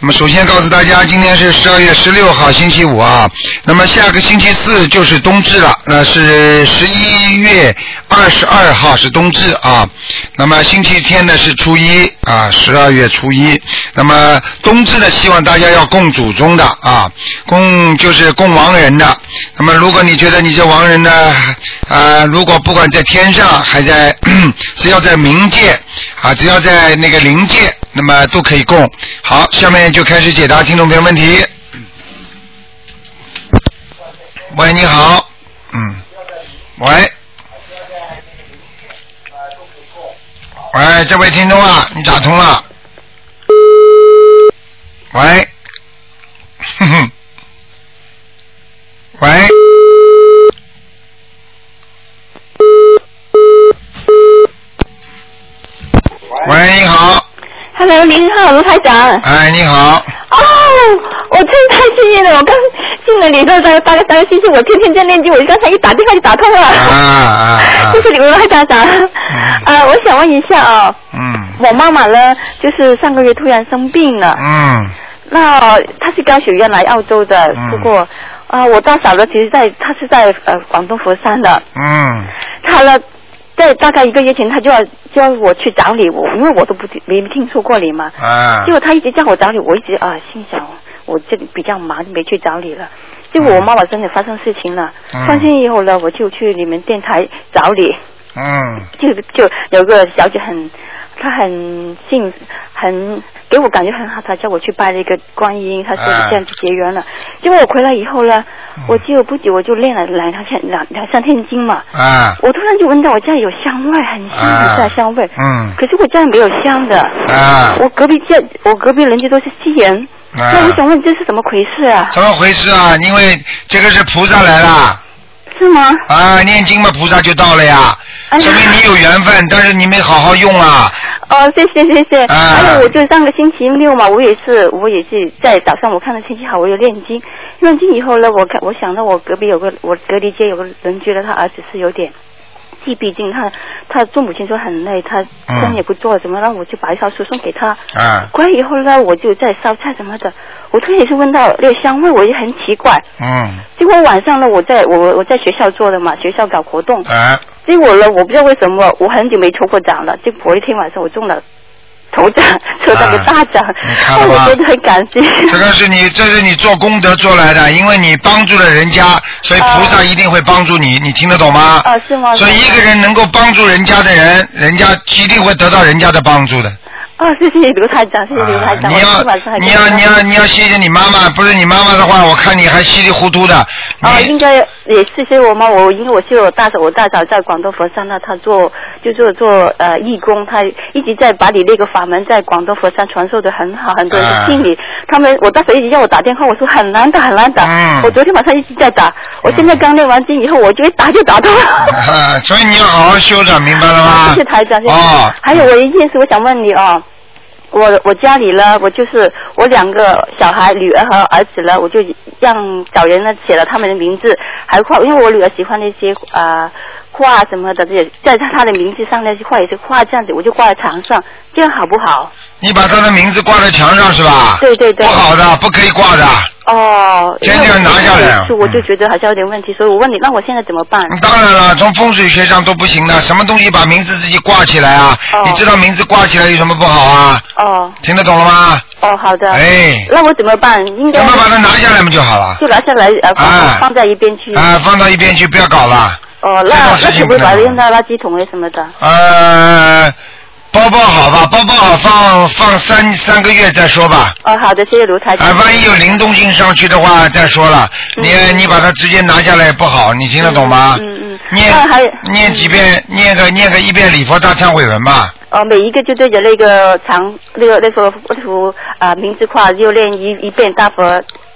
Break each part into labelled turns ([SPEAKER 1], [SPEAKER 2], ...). [SPEAKER 1] 那么首先告诉大家，今天是十二月十六号，星期五啊。那么下个星期四就是冬至了，那是十一月二十二号是冬至啊。那么星期天呢是初一啊，十二月初一。那么冬至呢，希望大家要供祖宗的啊，供就是供亡人的。那么如果你觉得你这亡人呢，啊，如果不管在天上还在， 只要在冥界啊，只要在那个灵界，那么都可以供。好，下面就开始解答听众朋友问题。喂，你好，嗯，喂，喂，这位听众啊，你打通了，喂， 哼哼，喂。喂，你好，
[SPEAKER 2] Hello，您好，卢台长。
[SPEAKER 1] 哎，你好，
[SPEAKER 2] 哦，我真太幸运了，我刚进了你这大大概三个星期，我天天在念经，我刚才一打电话就打通了。
[SPEAKER 1] 啊啊啊
[SPEAKER 2] 谢，谢你，卢台长。呃，我想问一下哦，
[SPEAKER 1] 嗯
[SPEAKER 2] 我妈妈呢，就是上个月突然生病了，
[SPEAKER 1] 嗯
[SPEAKER 2] 那她是高血压来澳洲的
[SPEAKER 1] 嗯，
[SPEAKER 2] 不过啊、我大嫂呢，其实在她是在呃广东佛山的，
[SPEAKER 1] 嗯
[SPEAKER 2] 她呢。在大概一个月前，她就要叫我去找你，我因为我都不听没听说过你嘛，
[SPEAKER 1] 啊
[SPEAKER 2] 结，果他一直叫我找你，我一直啊心想我这里比较忙，没去找你了。结果我妈妈真的发生事情了，
[SPEAKER 1] 嗯
[SPEAKER 2] 发现以后呢，我就去你们电台找你，
[SPEAKER 1] 嗯
[SPEAKER 2] 就就有个小姐很，她很信，很给我感觉很好，她叫我去拜了一个观音，她说
[SPEAKER 1] 哎
[SPEAKER 2] 你这样就结缘了。结果我回来以后呢，
[SPEAKER 1] 嗯
[SPEAKER 2] 我就不久我就练了两两天两两三天经嘛，
[SPEAKER 1] 啊
[SPEAKER 2] 我突然就闻到我家里有香味，很香很
[SPEAKER 1] 啊
[SPEAKER 2] 香的香味，
[SPEAKER 1] 嗯
[SPEAKER 2] 可是我家里没有香的。
[SPEAKER 1] 啊
[SPEAKER 2] 我隔壁家，我隔壁邻居都是西人，那我
[SPEAKER 1] 啊，
[SPEAKER 2] 想问这是怎么回事啊？
[SPEAKER 1] 怎么回事啊？因为这个是菩萨来了
[SPEAKER 2] 是吗？
[SPEAKER 1] 啊，念经嘛，菩萨就到了呀，
[SPEAKER 2] 哎呀
[SPEAKER 1] 说明你有缘分，但是你没好好用 啊，
[SPEAKER 2] 哦，谢谢谢谢。
[SPEAKER 1] 啊
[SPEAKER 2] 还有，我就上个星期六嘛，我也是，我也是在早上我看到天气好，我有念经。念经以后呢，我看我想到我隔壁有个我隔离街有个邻居呢，他儿子是有点。自闭症，他他做母亲说很累，他
[SPEAKER 1] 嗯
[SPEAKER 2] 工也不做，什么，那我就把一条书送给他。
[SPEAKER 1] 啊
[SPEAKER 2] 回来以后呢，我就在烧菜什么的，我突然也是闻到那个香味，我也很奇怪。
[SPEAKER 1] 嗯
[SPEAKER 2] 结果晚上呢，我在我我在学校做的嘛，学校搞活动，
[SPEAKER 1] 啊
[SPEAKER 2] 结果呢，我不知道为什么，我很久没抽过奖了。结果一天晚上我中了头奖，抽到个大奖，
[SPEAKER 1] 啊
[SPEAKER 2] 哎
[SPEAKER 1] 你看了
[SPEAKER 2] 我
[SPEAKER 1] 吧
[SPEAKER 2] 觉得很感激。
[SPEAKER 1] 这个是你，这是你做功德做来的，因为你帮助了人家，所以菩萨一定会帮助你，你听得懂吗？
[SPEAKER 2] 啊，哦是吗？
[SPEAKER 1] 所以一个人能够帮助人家的人，人家一定会得到人家的帮助的。
[SPEAKER 2] 啊，谢谢刘台长，谢谢刘
[SPEAKER 1] 啊
[SPEAKER 2] 台长，
[SPEAKER 1] 你
[SPEAKER 2] 我今
[SPEAKER 1] 要
[SPEAKER 2] 天晚上还
[SPEAKER 1] 你要你要你要谢谢你妈妈，不是你妈妈的话，我看你还稀里糊涂的。
[SPEAKER 2] 啊，
[SPEAKER 1] 你
[SPEAKER 2] 应该也谢谢我妈，我因为我是我大嫂，我大嫂在广东佛山呢，她做就做做呃义工，她一直在把你那个法门在广东佛山传授的很好，很多人
[SPEAKER 1] 啊
[SPEAKER 2] 都信你。他们我大嫂一直要我打电话，我说很难打很难打，
[SPEAKER 1] 嗯
[SPEAKER 2] 我昨天晚上一直在打，我现在刚练完经以后，我就一打就打通了。
[SPEAKER 1] 啊所以你要好好修着，明白了吗？
[SPEAKER 2] 啊谢谢台长，谢谢。
[SPEAKER 1] 啊哦，
[SPEAKER 2] 还有我一件事，我想问你哦。我我家里呢，我就是我两个小孩，女儿和儿子呢，我就让找人呢写了他们的名字，还画，因为我女儿喜欢那些啊、呃、画什么的，这些在她的名字上那些画也是画这样子，我就挂在墙上，这样好不好？
[SPEAKER 1] 你把他的名字挂在墙上是吧？
[SPEAKER 2] 对对对
[SPEAKER 1] 不好的，不可以挂的。
[SPEAKER 2] 哦，
[SPEAKER 1] 先这样拿下来啊嗯
[SPEAKER 2] 是我就觉得好像有点问题，所以我问你，那我现在怎么办？
[SPEAKER 1] 当然了，从风水学上都不行的，什么东西把名字自己挂起来啊？
[SPEAKER 2] 哦
[SPEAKER 1] 你知道名字挂起来有什么不好啊？
[SPEAKER 2] 哦
[SPEAKER 1] 听得懂了吗？
[SPEAKER 2] 哦，好的，
[SPEAKER 1] 哎，
[SPEAKER 2] 那我怎么办？应该
[SPEAKER 1] 咱们把它拿下来不就好了？
[SPEAKER 2] 就拿下来呃放、
[SPEAKER 1] 哎
[SPEAKER 2] 放在一边去。
[SPEAKER 1] 啊，放到一边去，不要搞了。
[SPEAKER 2] 哦，
[SPEAKER 1] 这
[SPEAKER 2] 那
[SPEAKER 1] 种事
[SPEAKER 2] 那
[SPEAKER 1] 情
[SPEAKER 2] 可不可以
[SPEAKER 1] 不
[SPEAKER 2] 把它
[SPEAKER 1] 能
[SPEAKER 2] 扔到垃圾桶里啊什么的？
[SPEAKER 1] 呃，包包好吧，包包好放放三三个月再说吧。
[SPEAKER 2] 哦，好的，谢谢卢台
[SPEAKER 1] 啊、
[SPEAKER 2] 长。
[SPEAKER 1] 万一有灵动性上去的话再说了。你、
[SPEAKER 2] 嗯
[SPEAKER 1] 你把它直接拿下来也不好，你听得懂吗？
[SPEAKER 2] 嗯嗯。
[SPEAKER 1] 念
[SPEAKER 2] 那还
[SPEAKER 1] 念几遍，念个念个一遍礼佛大忏悔文吧。
[SPEAKER 2] 哦，每一个就对着那个长那个那幅那幅啊名字画，就练一一遍大佛。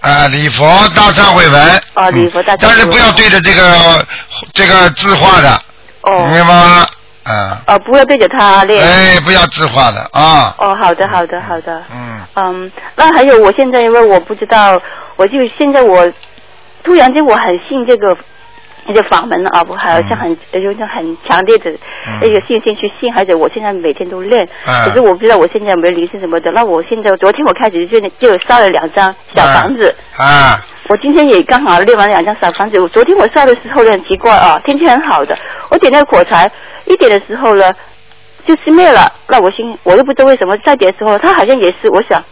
[SPEAKER 1] 啊，礼佛大忏悔文。嗯
[SPEAKER 2] 哦礼佛大忏悔
[SPEAKER 1] 但
[SPEAKER 2] 文
[SPEAKER 1] 是不要对着这个这个字画的，
[SPEAKER 2] 哦
[SPEAKER 1] 明白吗？嗯，
[SPEAKER 2] 哦，不要对着他练。
[SPEAKER 1] 哎，不要自化的啊，
[SPEAKER 2] 哦，好的，好的，好的。
[SPEAKER 1] 嗯，
[SPEAKER 2] 嗯，那还有，我现在因为我不知道，我就现在我突然间我很信这个这个法门啊，我好像很、有一种很强烈的
[SPEAKER 3] 哎
[SPEAKER 1] 嗯
[SPEAKER 2] 那个信心去信，而且我现在每天都练，
[SPEAKER 1] 嗯
[SPEAKER 2] 可是我不知道我现在有没有灵性什么的。那我现在昨天我开始就就烧了两张小房子，
[SPEAKER 1] 啊，
[SPEAKER 2] 我今天也刚好练完两张小房子。我昨天我烧的时候呢，很奇怪啊，天气很好的，我点那个火柴，一点的时候呢就熄灭了。那我心我又不知道为什么，再点的时候它好像也是，我想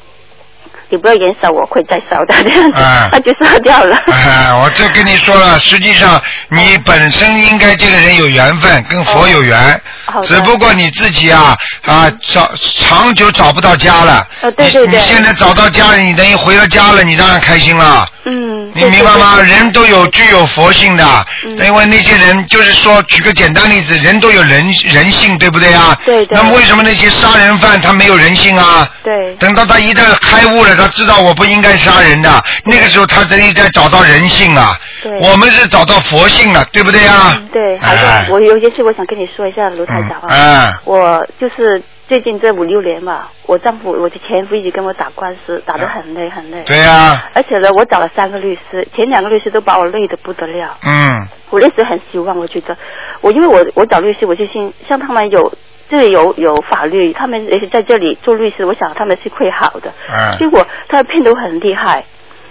[SPEAKER 2] 你不要燃烧我，会再烧的这样子
[SPEAKER 1] 啊，
[SPEAKER 2] 它就烧掉了。 哦
[SPEAKER 1] 哎，我这跟你说了，实际上你本身应该这个人有缘分，跟佛有缘，
[SPEAKER 2] 好的嗯
[SPEAKER 1] 只不过你自己啊啊找长久找不到家了。
[SPEAKER 2] 哦对对
[SPEAKER 1] 你
[SPEAKER 2] 对
[SPEAKER 1] 你现在找到家了，你等于回了家了，你当然开心了。
[SPEAKER 2] 嗯，
[SPEAKER 1] 你
[SPEAKER 2] 对
[SPEAKER 1] 明白吗？人都有。
[SPEAKER 2] 对对
[SPEAKER 1] 具有佛性的，
[SPEAKER 2] 嗯
[SPEAKER 1] 因为那些人就是说，举个简单例子，人都有人人性，对不对啊？
[SPEAKER 2] 对对
[SPEAKER 1] 那么为什么那些杀人犯他没有人性啊？
[SPEAKER 2] 对，
[SPEAKER 1] 等到他一旦开悟了，他知道我不应该杀人的，那个时候他等于在找到人性啊
[SPEAKER 2] 对。
[SPEAKER 1] 我们是找到佛性了，对不对啊？
[SPEAKER 2] 嗯对，好
[SPEAKER 1] 哎
[SPEAKER 2] 像我有一件事我想跟你说一下，卢台长
[SPEAKER 1] 嗯，哎，
[SPEAKER 2] 啊，我就是最近这五六年吧，我丈夫我的前夫一直跟我打官司，打得很累很累。
[SPEAKER 1] 啊对啊呀，
[SPEAKER 2] 而且呢，我找了三个律师，前两个律师都把我累得不得了。
[SPEAKER 1] 嗯，
[SPEAKER 2] 我那时候很希望，我觉得我因为我我找律师，我就信像他们有这里有有法律，他们也是在这里做律师，我想他们是会好的。
[SPEAKER 1] 哎，
[SPEAKER 2] 结果他的骗得我很厉害，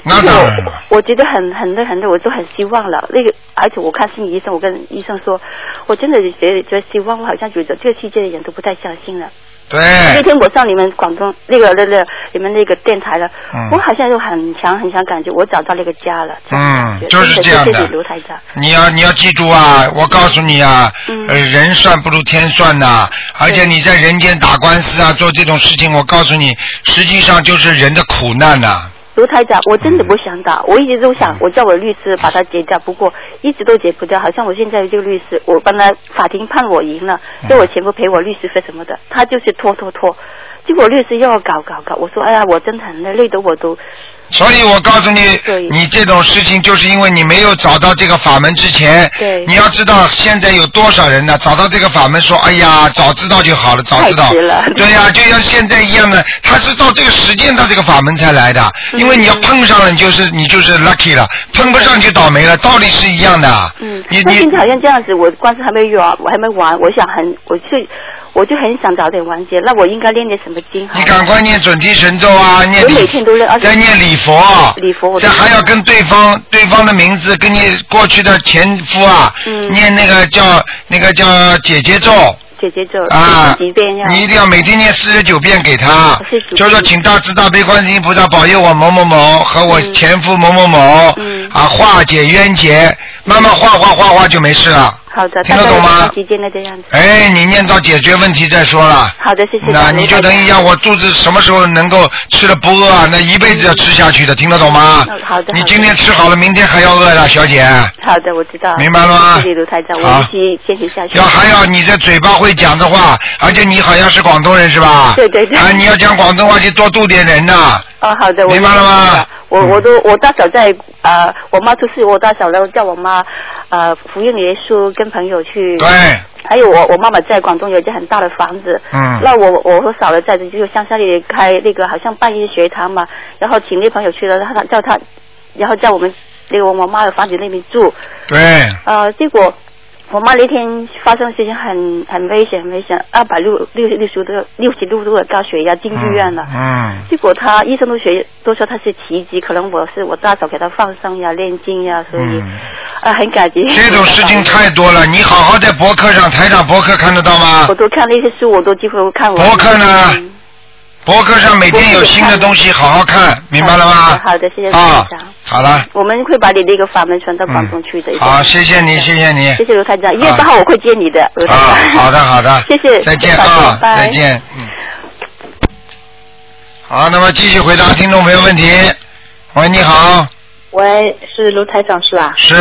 [SPEAKER 1] 那当然了，
[SPEAKER 2] 我我觉得很很累很累，我都很希望了。那个，而且我看心理医生，我跟医生说，我真的觉得觉得希望，我好像觉得这个世界的人都不太相信了。那
[SPEAKER 1] 对，
[SPEAKER 2] 天我上你们广东那个那那你们那个电台了，
[SPEAKER 1] 嗯
[SPEAKER 2] 我好像有很强很强感觉，我找到那个家了。
[SPEAKER 1] 嗯
[SPEAKER 2] 真的
[SPEAKER 1] 就是这样的
[SPEAKER 2] 谢谢你卢台长。
[SPEAKER 1] 你要你要记住啊！我告诉你啊，
[SPEAKER 2] 嗯
[SPEAKER 1] 呃，人算不如天算呐、而且你在人间打官司啊，做这种事情，我告诉你，实际上就是人的苦难呐、
[SPEAKER 2] 卢台长，我真的不想打，我一直都想，我叫我律师把它结掉，不过一直都结不掉。好像我现在这个律师，我帮他法庭判我赢了，
[SPEAKER 1] 嗯
[SPEAKER 2] 所以我全部赔我律师费什么的，他就是拖拖拖。结果律师又要搞搞搞，我说哎呀，我真的很累，累得我都
[SPEAKER 1] 所以我告诉你
[SPEAKER 2] 对，
[SPEAKER 1] 你这种事情就是因为你没有找到这个法门之前
[SPEAKER 2] 对，
[SPEAKER 1] 你要知道现在有多少人呢？找到这个法门说，哎呀，早知道就好了，早知道
[SPEAKER 2] 太迟了，
[SPEAKER 1] 对呀、就像现在一样的，他是到这个时间到这个法门才来的，
[SPEAKER 2] 嗯
[SPEAKER 1] 因为你要碰上了，你就是你就是 lucky 了，碰不上就倒霉了，道理是一样的。
[SPEAKER 2] 嗯，
[SPEAKER 1] 你
[SPEAKER 2] 那
[SPEAKER 1] 你
[SPEAKER 2] 现在好像这样子，我官司还没有啊，我还没完，我想很，我就我就很想早点完结。那我应该练点什么经好？
[SPEAKER 1] 你赶快念准提神咒啊，念
[SPEAKER 2] 我
[SPEAKER 1] 礼
[SPEAKER 2] 每天都练而且
[SPEAKER 1] 再念礼佛，
[SPEAKER 2] 礼佛我都
[SPEAKER 1] 再还要跟对方对方的名字跟你过去的前夫啊，
[SPEAKER 2] 嗯
[SPEAKER 1] 念那个叫那个叫姐姐咒
[SPEAKER 2] 姐姐就
[SPEAKER 1] 啊，
[SPEAKER 2] 几遍要。
[SPEAKER 1] 你一定要每天念四十九遍给他
[SPEAKER 2] 我是主，
[SPEAKER 1] 就说请大慈大悲观世音菩萨保佑我某某某和我
[SPEAKER 2] 嗯
[SPEAKER 1] 前夫某某某、
[SPEAKER 2] 嗯
[SPEAKER 1] 啊化解冤结，慢慢化化化化就没事了。
[SPEAKER 2] 好的，
[SPEAKER 1] 听
[SPEAKER 2] 大
[SPEAKER 1] 得
[SPEAKER 2] 概
[SPEAKER 1] 懂吗
[SPEAKER 2] 有段时间的这样子。
[SPEAKER 1] 哎，你念到解决问题再说了。
[SPEAKER 2] 好的，谢谢。
[SPEAKER 1] 那你就等于让我肚子什么时候能够吃的不饿啊？那一辈子要吃下去的，听得懂吗
[SPEAKER 2] 嗯？ 好的
[SPEAKER 1] 你今天吃好了，明天还要饿的，小姐。
[SPEAKER 2] 好的，我知道。
[SPEAKER 1] 明白了吗
[SPEAKER 2] 谢谢卢台长，
[SPEAKER 1] 好
[SPEAKER 2] 我一起坚持下去。
[SPEAKER 1] 要还要你这嘴巴会讲的话，而且你好像是广东人是吧？
[SPEAKER 2] 对对对
[SPEAKER 1] 啊，你要讲广东话就多度点人呐、
[SPEAKER 2] 哦，好的，我
[SPEAKER 1] 明白了吗
[SPEAKER 2] 我
[SPEAKER 1] 嗯
[SPEAKER 2] 我都我大嫂在呃，我妈出事，我大嫂呢叫我妈呃服用耶稣，跟朋友去。
[SPEAKER 1] 对，
[SPEAKER 2] 还有我我妈妈在广东有一间很大的房子，
[SPEAKER 1] 嗯
[SPEAKER 2] 那我我和嫂子在这就乡下里开那个好像半夜学堂嘛，然后请那朋友去了，他他叫他，然后在我们那个我妈的房子那边住，
[SPEAKER 1] 对，
[SPEAKER 2] 呃，结果我妈那天发生事情很很危险，很危险，二百六六六十度六十六度的高血压进医院了。
[SPEAKER 1] 嗯
[SPEAKER 2] 结果他医生都学都说他是奇迹，可能我是我大嫂给他放生呀、念经呀，所以、
[SPEAKER 1] 嗯
[SPEAKER 2] 啊很感激。
[SPEAKER 1] 嗯，这种事情太多 了，你好好在博客上，台长博客看得到吗
[SPEAKER 2] 我？都看那些书，我都几乎看完了。
[SPEAKER 1] 博客呢
[SPEAKER 2] 哦嗯
[SPEAKER 1] 博客上每天有新的东西，好好看，明白了吗？
[SPEAKER 2] 嗯好的谢谢
[SPEAKER 1] 啊
[SPEAKER 2] 台长，
[SPEAKER 1] 好了。
[SPEAKER 2] 我们会把你那个法门传到广东去的。
[SPEAKER 1] 嗯。好，谢谢你，谢谢你。
[SPEAKER 2] 谢谢卢台长，一月
[SPEAKER 1] 啊
[SPEAKER 2] 八号我会接你的，卢台
[SPEAKER 1] 啊，
[SPEAKER 2] 长。
[SPEAKER 1] 好的好的，
[SPEAKER 2] 谢谢，
[SPEAKER 1] 再见
[SPEAKER 2] 拜拜
[SPEAKER 1] 啊，
[SPEAKER 2] 拜
[SPEAKER 1] 再见，嗯。好，那么继续回答听众朋友问题。喂，你好，
[SPEAKER 4] 喂，是卢台长是吧？
[SPEAKER 1] 是，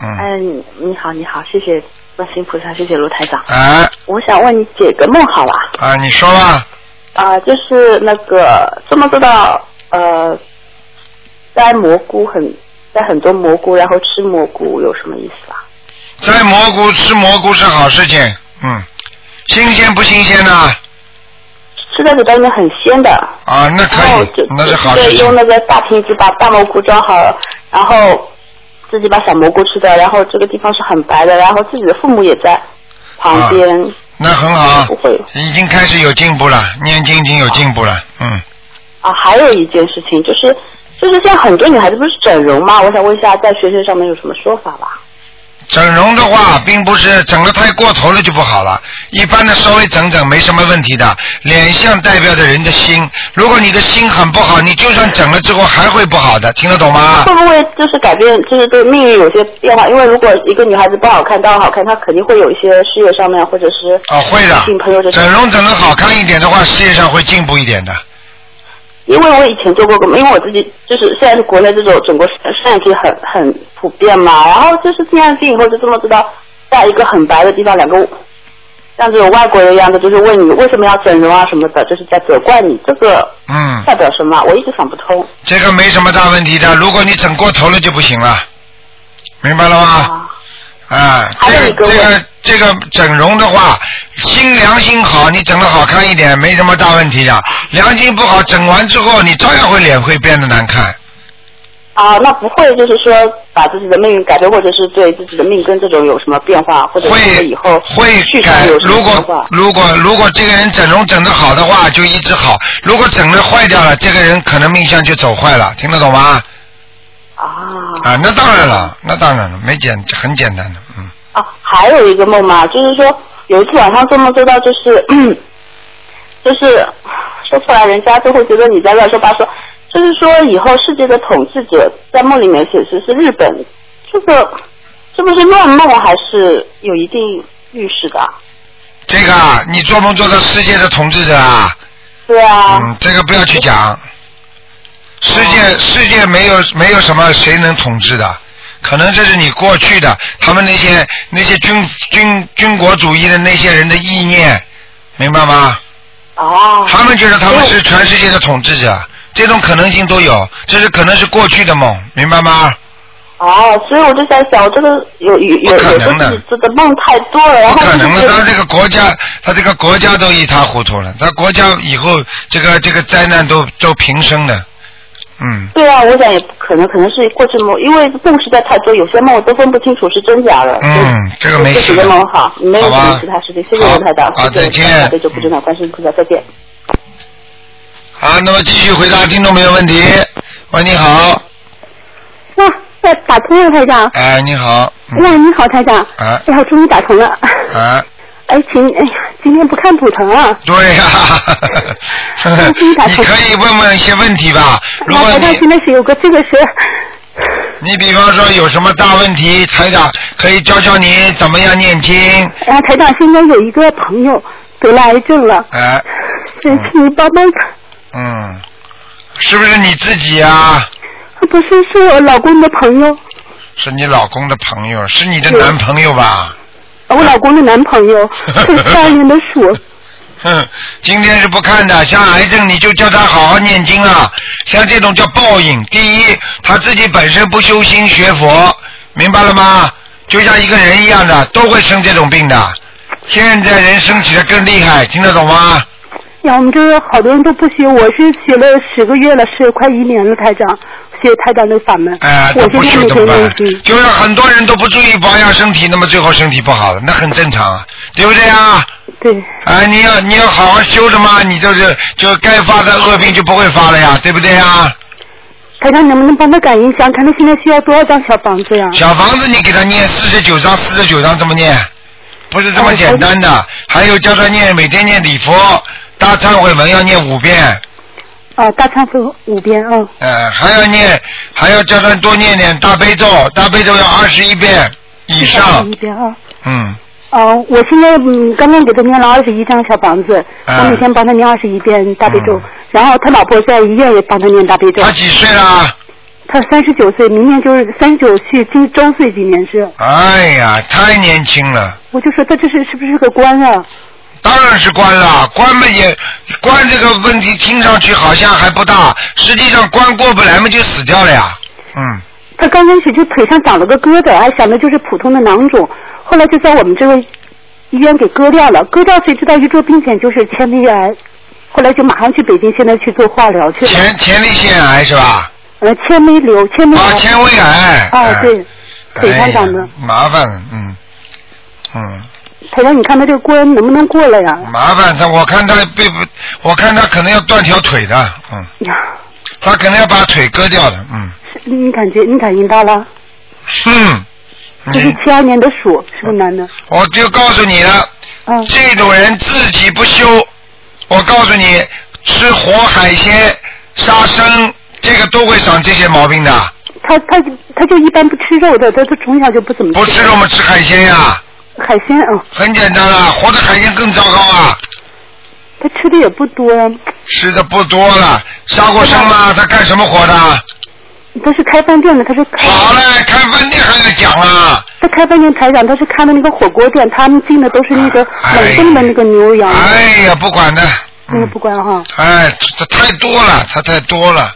[SPEAKER 1] 嗯，
[SPEAKER 4] 嗯，你好，你好，谢谢观世音菩萨，谢谢卢台长。
[SPEAKER 1] 哎，
[SPEAKER 4] 我想问你解个梦好吧？
[SPEAKER 1] 啊，你说吧，
[SPEAKER 4] 啊、就是那个做梦做到呃摘蘑菇很摘很多蘑菇，然后吃蘑菇有什么意思啊？
[SPEAKER 1] 摘蘑菇吃蘑菇是好事情，嗯，新鲜不新鲜呢？
[SPEAKER 4] 吃在嘴巴里面很鲜的，
[SPEAKER 1] 啊，那可
[SPEAKER 4] 然
[SPEAKER 2] 哦
[SPEAKER 4] 后就
[SPEAKER 1] 以，那是好事
[SPEAKER 4] 对，用
[SPEAKER 1] 情。
[SPEAKER 4] 那个大瓶子把大蘑菇装好，然后自己把小蘑菇吃掉，然后这个地方是很白的，然后自己的父母也在旁边，
[SPEAKER 1] 啊那很好
[SPEAKER 4] 不会，
[SPEAKER 1] 已经开始有进步了，念经已经有进步了，嗯，
[SPEAKER 4] 啊，还有一件事情就是，就是现在很多女孩子不是整容吗？我想问一下，在学生上面有什么说法吧？
[SPEAKER 1] 整容的话，并不是整的太过头了就不好了，一般的稍微整整没什么问题的。脸相代表着人的心，如果你的心很不好，你就算整了之后还会不好的，听得懂吗
[SPEAKER 4] 会？不会就是改变，就是对命运有些变化？因为如果一个女孩子不好看，当好看，她肯定会有一些事业上面或者是
[SPEAKER 1] 啊，会
[SPEAKER 4] 女性朋友
[SPEAKER 1] 的，
[SPEAKER 4] 这种
[SPEAKER 1] 整容整的好看一点的话，事业上会进步一点的。
[SPEAKER 4] 因为我以前做过个，因为我自己就是现在是国内这种整个腺样镜很很普遍嘛，然后就是这样镜以后就这么知道，在一个很白的地方，两个像这种外国人一样的，就是问你为什么要整容啊什么的，就是在责怪你，这个
[SPEAKER 1] 嗯，
[SPEAKER 4] 代表什么啊？我一直想不通。
[SPEAKER 1] 这个没什么大问题的，如果你整过头了就不行了，明白了吗？
[SPEAKER 4] 啊，
[SPEAKER 1] 啊，
[SPEAKER 4] 还有
[SPEAKER 1] 这
[SPEAKER 4] 一个
[SPEAKER 1] 个这个这个整容的话，心良心好，你整的好看一点，没什么大问题的。良心不好，整完之后你照样会脸会变得难看。
[SPEAKER 4] 啊，那不会就是说把自己的命运改变，或者是对自己的命根这种有什么变化，或者是
[SPEAKER 1] 会
[SPEAKER 4] 以后
[SPEAKER 1] 会
[SPEAKER 4] 去
[SPEAKER 1] 改
[SPEAKER 4] 上有，什么
[SPEAKER 1] 如
[SPEAKER 4] 变
[SPEAKER 1] 果
[SPEAKER 4] 化？
[SPEAKER 1] 如果如果这个人整容整的好的话，就一直好；如果整的坏掉了，这个人可能命相就走坏了，听得懂吗？
[SPEAKER 4] 啊
[SPEAKER 1] 啊，那当然了，那当然了，没简很简单的，嗯，
[SPEAKER 4] 啊，还有一个梦嘛，就是说有一次晚上做梦做到就是 就是说出来人家就会觉得你在乱说八说，就是说以后世界的统治者在梦里面显示是日本，这个是不是乱梦还是有一定预示的啊？
[SPEAKER 1] 这个啊，你做梦做到世界的统治者啊，
[SPEAKER 4] 对啊，
[SPEAKER 1] 嗯，这个不要去讲，世界世界没有没有什么谁能统治的，可能这是你过去的他们那些那些军军军国主义的那些人的意念，明白吗？
[SPEAKER 5] 啊
[SPEAKER 4] 哦，
[SPEAKER 1] 他们觉得他们是全世界的统治者，这种可能性都有，这是可能是过去的梦，明白吗？
[SPEAKER 4] 哦，所以我就在想，我这个有有有
[SPEAKER 1] 不可
[SPEAKER 4] 有时候
[SPEAKER 1] 能的
[SPEAKER 4] 自己做的梦太多了，然
[SPEAKER 1] 不
[SPEAKER 4] 后
[SPEAKER 1] 可
[SPEAKER 4] 就
[SPEAKER 1] 能
[SPEAKER 4] 觉
[SPEAKER 1] 的，
[SPEAKER 4] 得
[SPEAKER 1] 他这个国家，他这个国家都一塌糊涂了，他国家以后这个这个灾难都都平生的，嗯，
[SPEAKER 4] 对啊，我想也不可能，可能是过去梦，因为梦实在太多，有些梦我都分不清楚是真假的。
[SPEAKER 1] 嗯这个没
[SPEAKER 4] 这几
[SPEAKER 1] 事
[SPEAKER 4] 个
[SPEAKER 1] 的
[SPEAKER 4] 梦好，没
[SPEAKER 1] 好
[SPEAKER 4] 有什
[SPEAKER 1] 吧
[SPEAKER 4] 么其他事情。谢谢
[SPEAKER 1] 好
[SPEAKER 4] 刘台长，
[SPEAKER 1] 好
[SPEAKER 4] 谢谢
[SPEAKER 1] 再见
[SPEAKER 4] 好的，就不正常关心菩萨，再见。
[SPEAKER 1] 好，那么继续回答听众朋友问题。喂，你好，
[SPEAKER 3] 哇，这打通了，台长。
[SPEAKER 1] 哎，你好，
[SPEAKER 3] 哇，
[SPEAKER 1] 嗯，
[SPEAKER 3] 你好，台长。
[SPEAKER 1] 哎
[SPEAKER 3] 哎呀，终于打通了。
[SPEAKER 1] 哎，
[SPEAKER 3] 哎，请，哎呀，今天不看普腾啊。
[SPEAKER 1] 对 呀、
[SPEAKER 3] 那继续打
[SPEAKER 1] 你
[SPEAKER 3] 通
[SPEAKER 1] 可以问问一些问题吧。如
[SPEAKER 3] 啊
[SPEAKER 1] 果
[SPEAKER 3] 台长
[SPEAKER 1] 你
[SPEAKER 3] 真的是有个这个是，
[SPEAKER 1] 你比方说有什么大问题，台长可以教教你怎么样念经，
[SPEAKER 3] 哎呀，台长现在有一个朋友得了癌症了，
[SPEAKER 1] 哎，
[SPEAKER 3] 请请你帮帮他。
[SPEAKER 1] 嗯，是不是你自己啊？
[SPEAKER 3] 不是，是我老公的朋友，
[SPEAKER 1] 是你老公的朋友，是你的男朋友吧？
[SPEAKER 3] 我老公的男朋 友，是三二年的鼠。
[SPEAKER 1] 哼，今天是不看的。像癌症，你就叫他好好念经啊。像这种叫报应。第一，他自己本身不修心学佛，明白了吗？就像一个人一样的，都会生这种病的。现在人生起的更厉害，听得懂吗？
[SPEAKER 3] 呀，我们这个好多人都不学，我是学了十个月了，是快一年了，台长学台长的法门。
[SPEAKER 1] 哎、
[SPEAKER 3] 我
[SPEAKER 1] 他
[SPEAKER 3] 现
[SPEAKER 1] 不修怎么
[SPEAKER 3] 在每天
[SPEAKER 1] 办
[SPEAKER 3] 念经？。
[SPEAKER 1] 就是很多人都不注意保养身体，那么最后身体不好了，那很正常啊，对不对啊？
[SPEAKER 3] 对。
[SPEAKER 1] 啊，你要你要好好修着嘛，你就是就该发的恶病就不会发了呀，对不对呀？
[SPEAKER 3] 台长能不能帮他感应一下，看他现在需要多少张小房子呀？
[SPEAKER 1] 小房子你给他念四十九章，四十九章这么念，不是这么简单的。还有叫他念每天念礼佛，大忏悔文要念五遍，
[SPEAKER 3] 啊，大忏悔五遍啊、
[SPEAKER 1] 呃，还要念还要叫他多念点大悲咒，大悲咒要二十一遍以上
[SPEAKER 3] 一，遍啊。
[SPEAKER 1] 嗯，
[SPEAKER 3] 哦，我现在嗯，刚刚给他念了二十一张小房子，
[SPEAKER 1] 嗯
[SPEAKER 3] 我每天帮他念二十一遍大悲咒，
[SPEAKER 1] 嗯
[SPEAKER 3] 然后他老婆在医院也帮他念大悲咒
[SPEAKER 1] 他。几岁啦？
[SPEAKER 3] 他三十九岁，明年就是三十九岁，今周岁今年是，
[SPEAKER 1] 哎呀，太年轻了。
[SPEAKER 3] 我就说他这是是不是个官啊？
[SPEAKER 1] 嗯当然是关了，关嘛也关这个问题听上去好像还不大，实际上关过不来嘛就死掉了呀。嗯，
[SPEAKER 3] 哎他刚开始就腿上长了个疙瘩，还想的就是普通的囊肿。后来就在我们这个医院给割掉了，割掉谁知道一做病检就是前列腺癌，后来就马上去北京，现在去做化疗去了。
[SPEAKER 1] 前前列腺癌是吧？
[SPEAKER 3] 呃，纤维瘤，纤维
[SPEAKER 1] 啊，
[SPEAKER 3] 癌。
[SPEAKER 1] 纤维癌。
[SPEAKER 3] 啊，对，北
[SPEAKER 1] 哎
[SPEAKER 3] 方
[SPEAKER 1] 呀
[SPEAKER 3] 长的。
[SPEAKER 1] 麻烦了，嗯，嗯。
[SPEAKER 3] 台长，你看他这个关能不能过了呀？
[SPEAKER 1] 麻烦他，我看他被，我看他可能要断条腿的，嗯，
[SPEAKER 3] 呀，
[SPEAKER 1] 他可能要把腿割掉的，嗯，
[SPEAKER 3] 是你感觉你感应到了？
[SPEAKER 1] 嗯，
[SPEAKER 3] 这是
[SPEAKER 1] 你，
[SPEAKER 3] 七二年的鼠，是不是男的？
[SPEAKER 1] 我就告诉你了，
[SPEAKER 3] 嗯，
[SPEAKER 1] 这种人自己不修，我告诉你，吃活海鲜、杀生，这个都会长这些毛病的。
[SPEAKER 3] 他他他就一般不吃肉的，他他从小就不怎么
[SPEAKER 1] 不吃肉嘛，吃海鲜呀、
[SPEAKER 3] 海鲜啊、
[SPEAKER 1] 很简单啦、活的海鲜更糟糕啊，
[SPEAKER 3] 他吃的也不多呀、
[SPEAKER 1] 吃的不多了，杀过生吗？他干什么活的？
[SPEAKER 3] 他是开饭店的，他是开
[SPEAKER 1] 好嘞，开饭店还要讲啊。
[SPEAKER 3] 他开饭店台长，他是开的那个火锅店，他们进的都是那个冷冻的那个牛羊，
[SPEAKER 1] 哎呀，不管的。
[SPEAKER 3] 那个
[SPEAKER 1] 嗯
[SPEAKER 3] 不管哈。
[SPEAKER 1] 哎，他太多了，他太多了，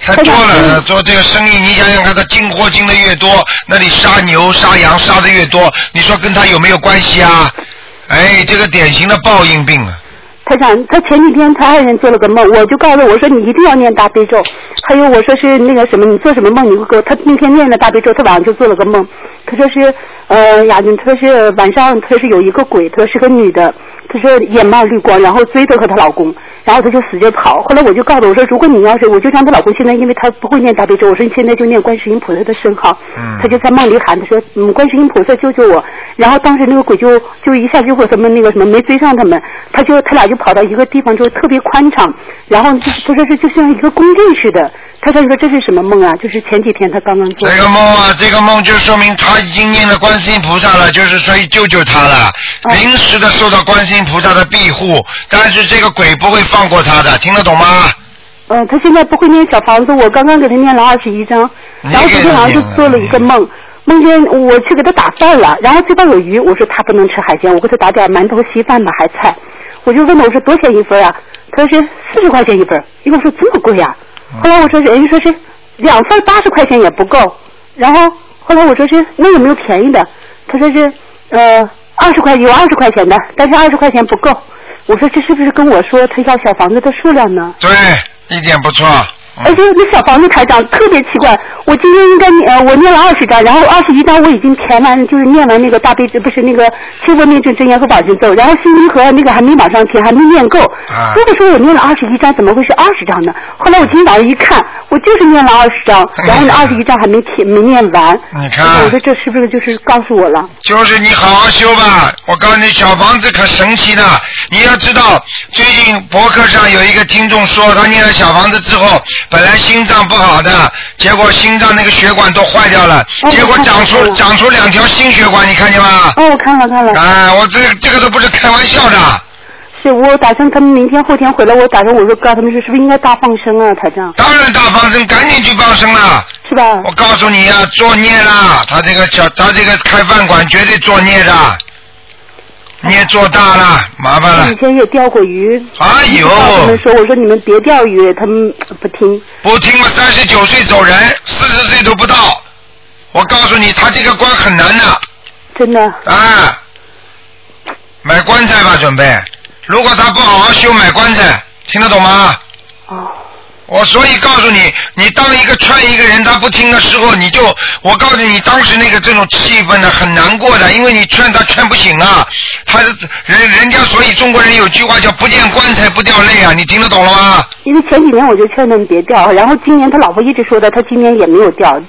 [SPEAKER 1] 太多
[SPEAKER 3] 台长
[SPEAKER 1] 了。
[SPEAKER 3] 嗯
[SPEAKER 1] 做这个生意，你想想看，他进货进的越多，那里杀牛杀羊杀的越多，你说跟他有没有关系啊？哎，这个典型的报应病啊！
[SPEAKER 3] 台长，他前几天他爱人做了个梦，我就告诉我说你一定要念大悲咒，还有我说是那个什么，你做什么梦你就给我。他那天念了大悲咒，他晚上就做了个梦，他说是呃呀，他说是晚上他说是有一个鬼，他说是个女的，他说眼冒绿光，然后追着和她老公，然后她就使劲跑。后来我就告诉她我说，如果你要是，我就让她老公现在，因为她不会念大悲咒，我说你现在就念观世音菩萨的圣号。
[SPEAKER 1] 嗯
[SPEAKER 3] 她就在梦里喊，她说，嗯，观世音菩萨救救我。然后当时那个鬼就就一下就给他们那个什么没追上他们，他就他俩就跑到一个地方，就特别宽敞，然后就是他说是就像一个宫殿似的。他说你说这是什么梦啊？就是前几天他刚刚做
[SPEAKER 1] 这
[SPEAKER 3] 的。
[SPEAKER 1] 个梦啊，这个梦就说明他已经念了观世音菩萨了，就是所以救救他了，
[SPEAKER 3] 嗯
[SPEAKER 1] 临时的受到观世音菩萨的庇护，但是这个鬼不会放过他的，听得懂吗？
[SPEAKER 3] 嗯，他现在不会念小房子，我刚刚给他念了二十一章，然后昨天晚上就做了一个梦，梦见我去给他打饭了，然后这边有鱼，我说他不能吃海鲜，我给他打点馒头、稀饭吧，还菜，我就问他我说多少钱一份啊？他说是四十块钱一份，因为我说这么贵呀、后来我说人家说是两份八十块钱也不够，然后后来我说是那有没有便宜的？他说是呃二十块有二十块钱的，但是二十块钱不够。我说这是不是跟我说他要小房子的数量呢？
[SPEAKER 1] 对，一点不错。嗯
[SPEAKER 3] 而且哎那小房子台长特别奇怪，我今天应该念呃我念了二十章，然后二十一章我已经填完，就是念完那个大悲咒，不是那个七佛灭罪真言和往生咒，然后心经和那个还没往上填，还没念够。
[SPEAKER 1] 啊
[SPEAKER 3] 如果说我念了二十一章，怎么会是二十章呢？后来我今天早上一看，我就是念了二十章，然后呢二十一章还没填没念完。
[SPEAKER 1] 哎你看
[SPEAKER 3] 我说这是不是就是告诉我了？
[SPEAKER 1] 就是你好好修吧，我告诉你，小房子可神奇呢。你要知道，最近博客上有一个听众说，他念了小房子之后，本来心脏不好的，结果心脏那个血管都坏掉了，
[SPEAKER 3] 哦
[SPEAKER 1] 结果长
[SPEAKER 3] 我看
[SPEAKER 1] 出
[SPEAKER 3] 到了
[SPEAKER 1] 长出两条新血管，你看见吗？
[SPEAKER 3] 哦，我看了看了。
[SPEAKER 1] 哎，我这这个都不是开玩笑的，
[SPEAKER 3] 是我打算他们明天后天回来，我打算我说告诉他们说是不是应该大放生啊，台长
[SPEAKER 1] 当然大放生，赶紧去放生了。
[SPEAKER 3] 是吧？
[SPEAKER 1] 我告诉你呀、作孽啦！他这个小，他这个开饭馆绝对作孽
[SPEAKER 3] 哎
[SPEAKER 1] 的，孽做大了，麻烦了
[SPEAKER 3] 以。前也钓过鱼，
[SPEAKER 1] 哎呦，
[SPEAKER 3] 告诉他们说，我说你们别钓鱼，他们呃不听。
[SPEAKER 1] 不听嘛，三十九岁走人，四十岁都不到。我告诉你，他这个关很难的
[SPEAKER 3] 真的，
[SPEAKER 1] 啊。买棺材吧，准备。如果他不好好修，买棺材，听得懂吗？
[SPEAKER 3] 哦，
[SPEAKER 1] 我所以告诉你，你当一个劝一个人他不听的时候，你就我告诉你，当时那个这种气氛呢很难过的，因为你劝他劝不醒啊，他是人人家所以中国人有句话叫不见棺材不掉泪啊，你听得懂了吗？
[SPEAKER 3] 因为前几年我就劝他们别钓，然后今年他老婆一直说的，他今年也没有钓。
[SPEAKER 1] 嗯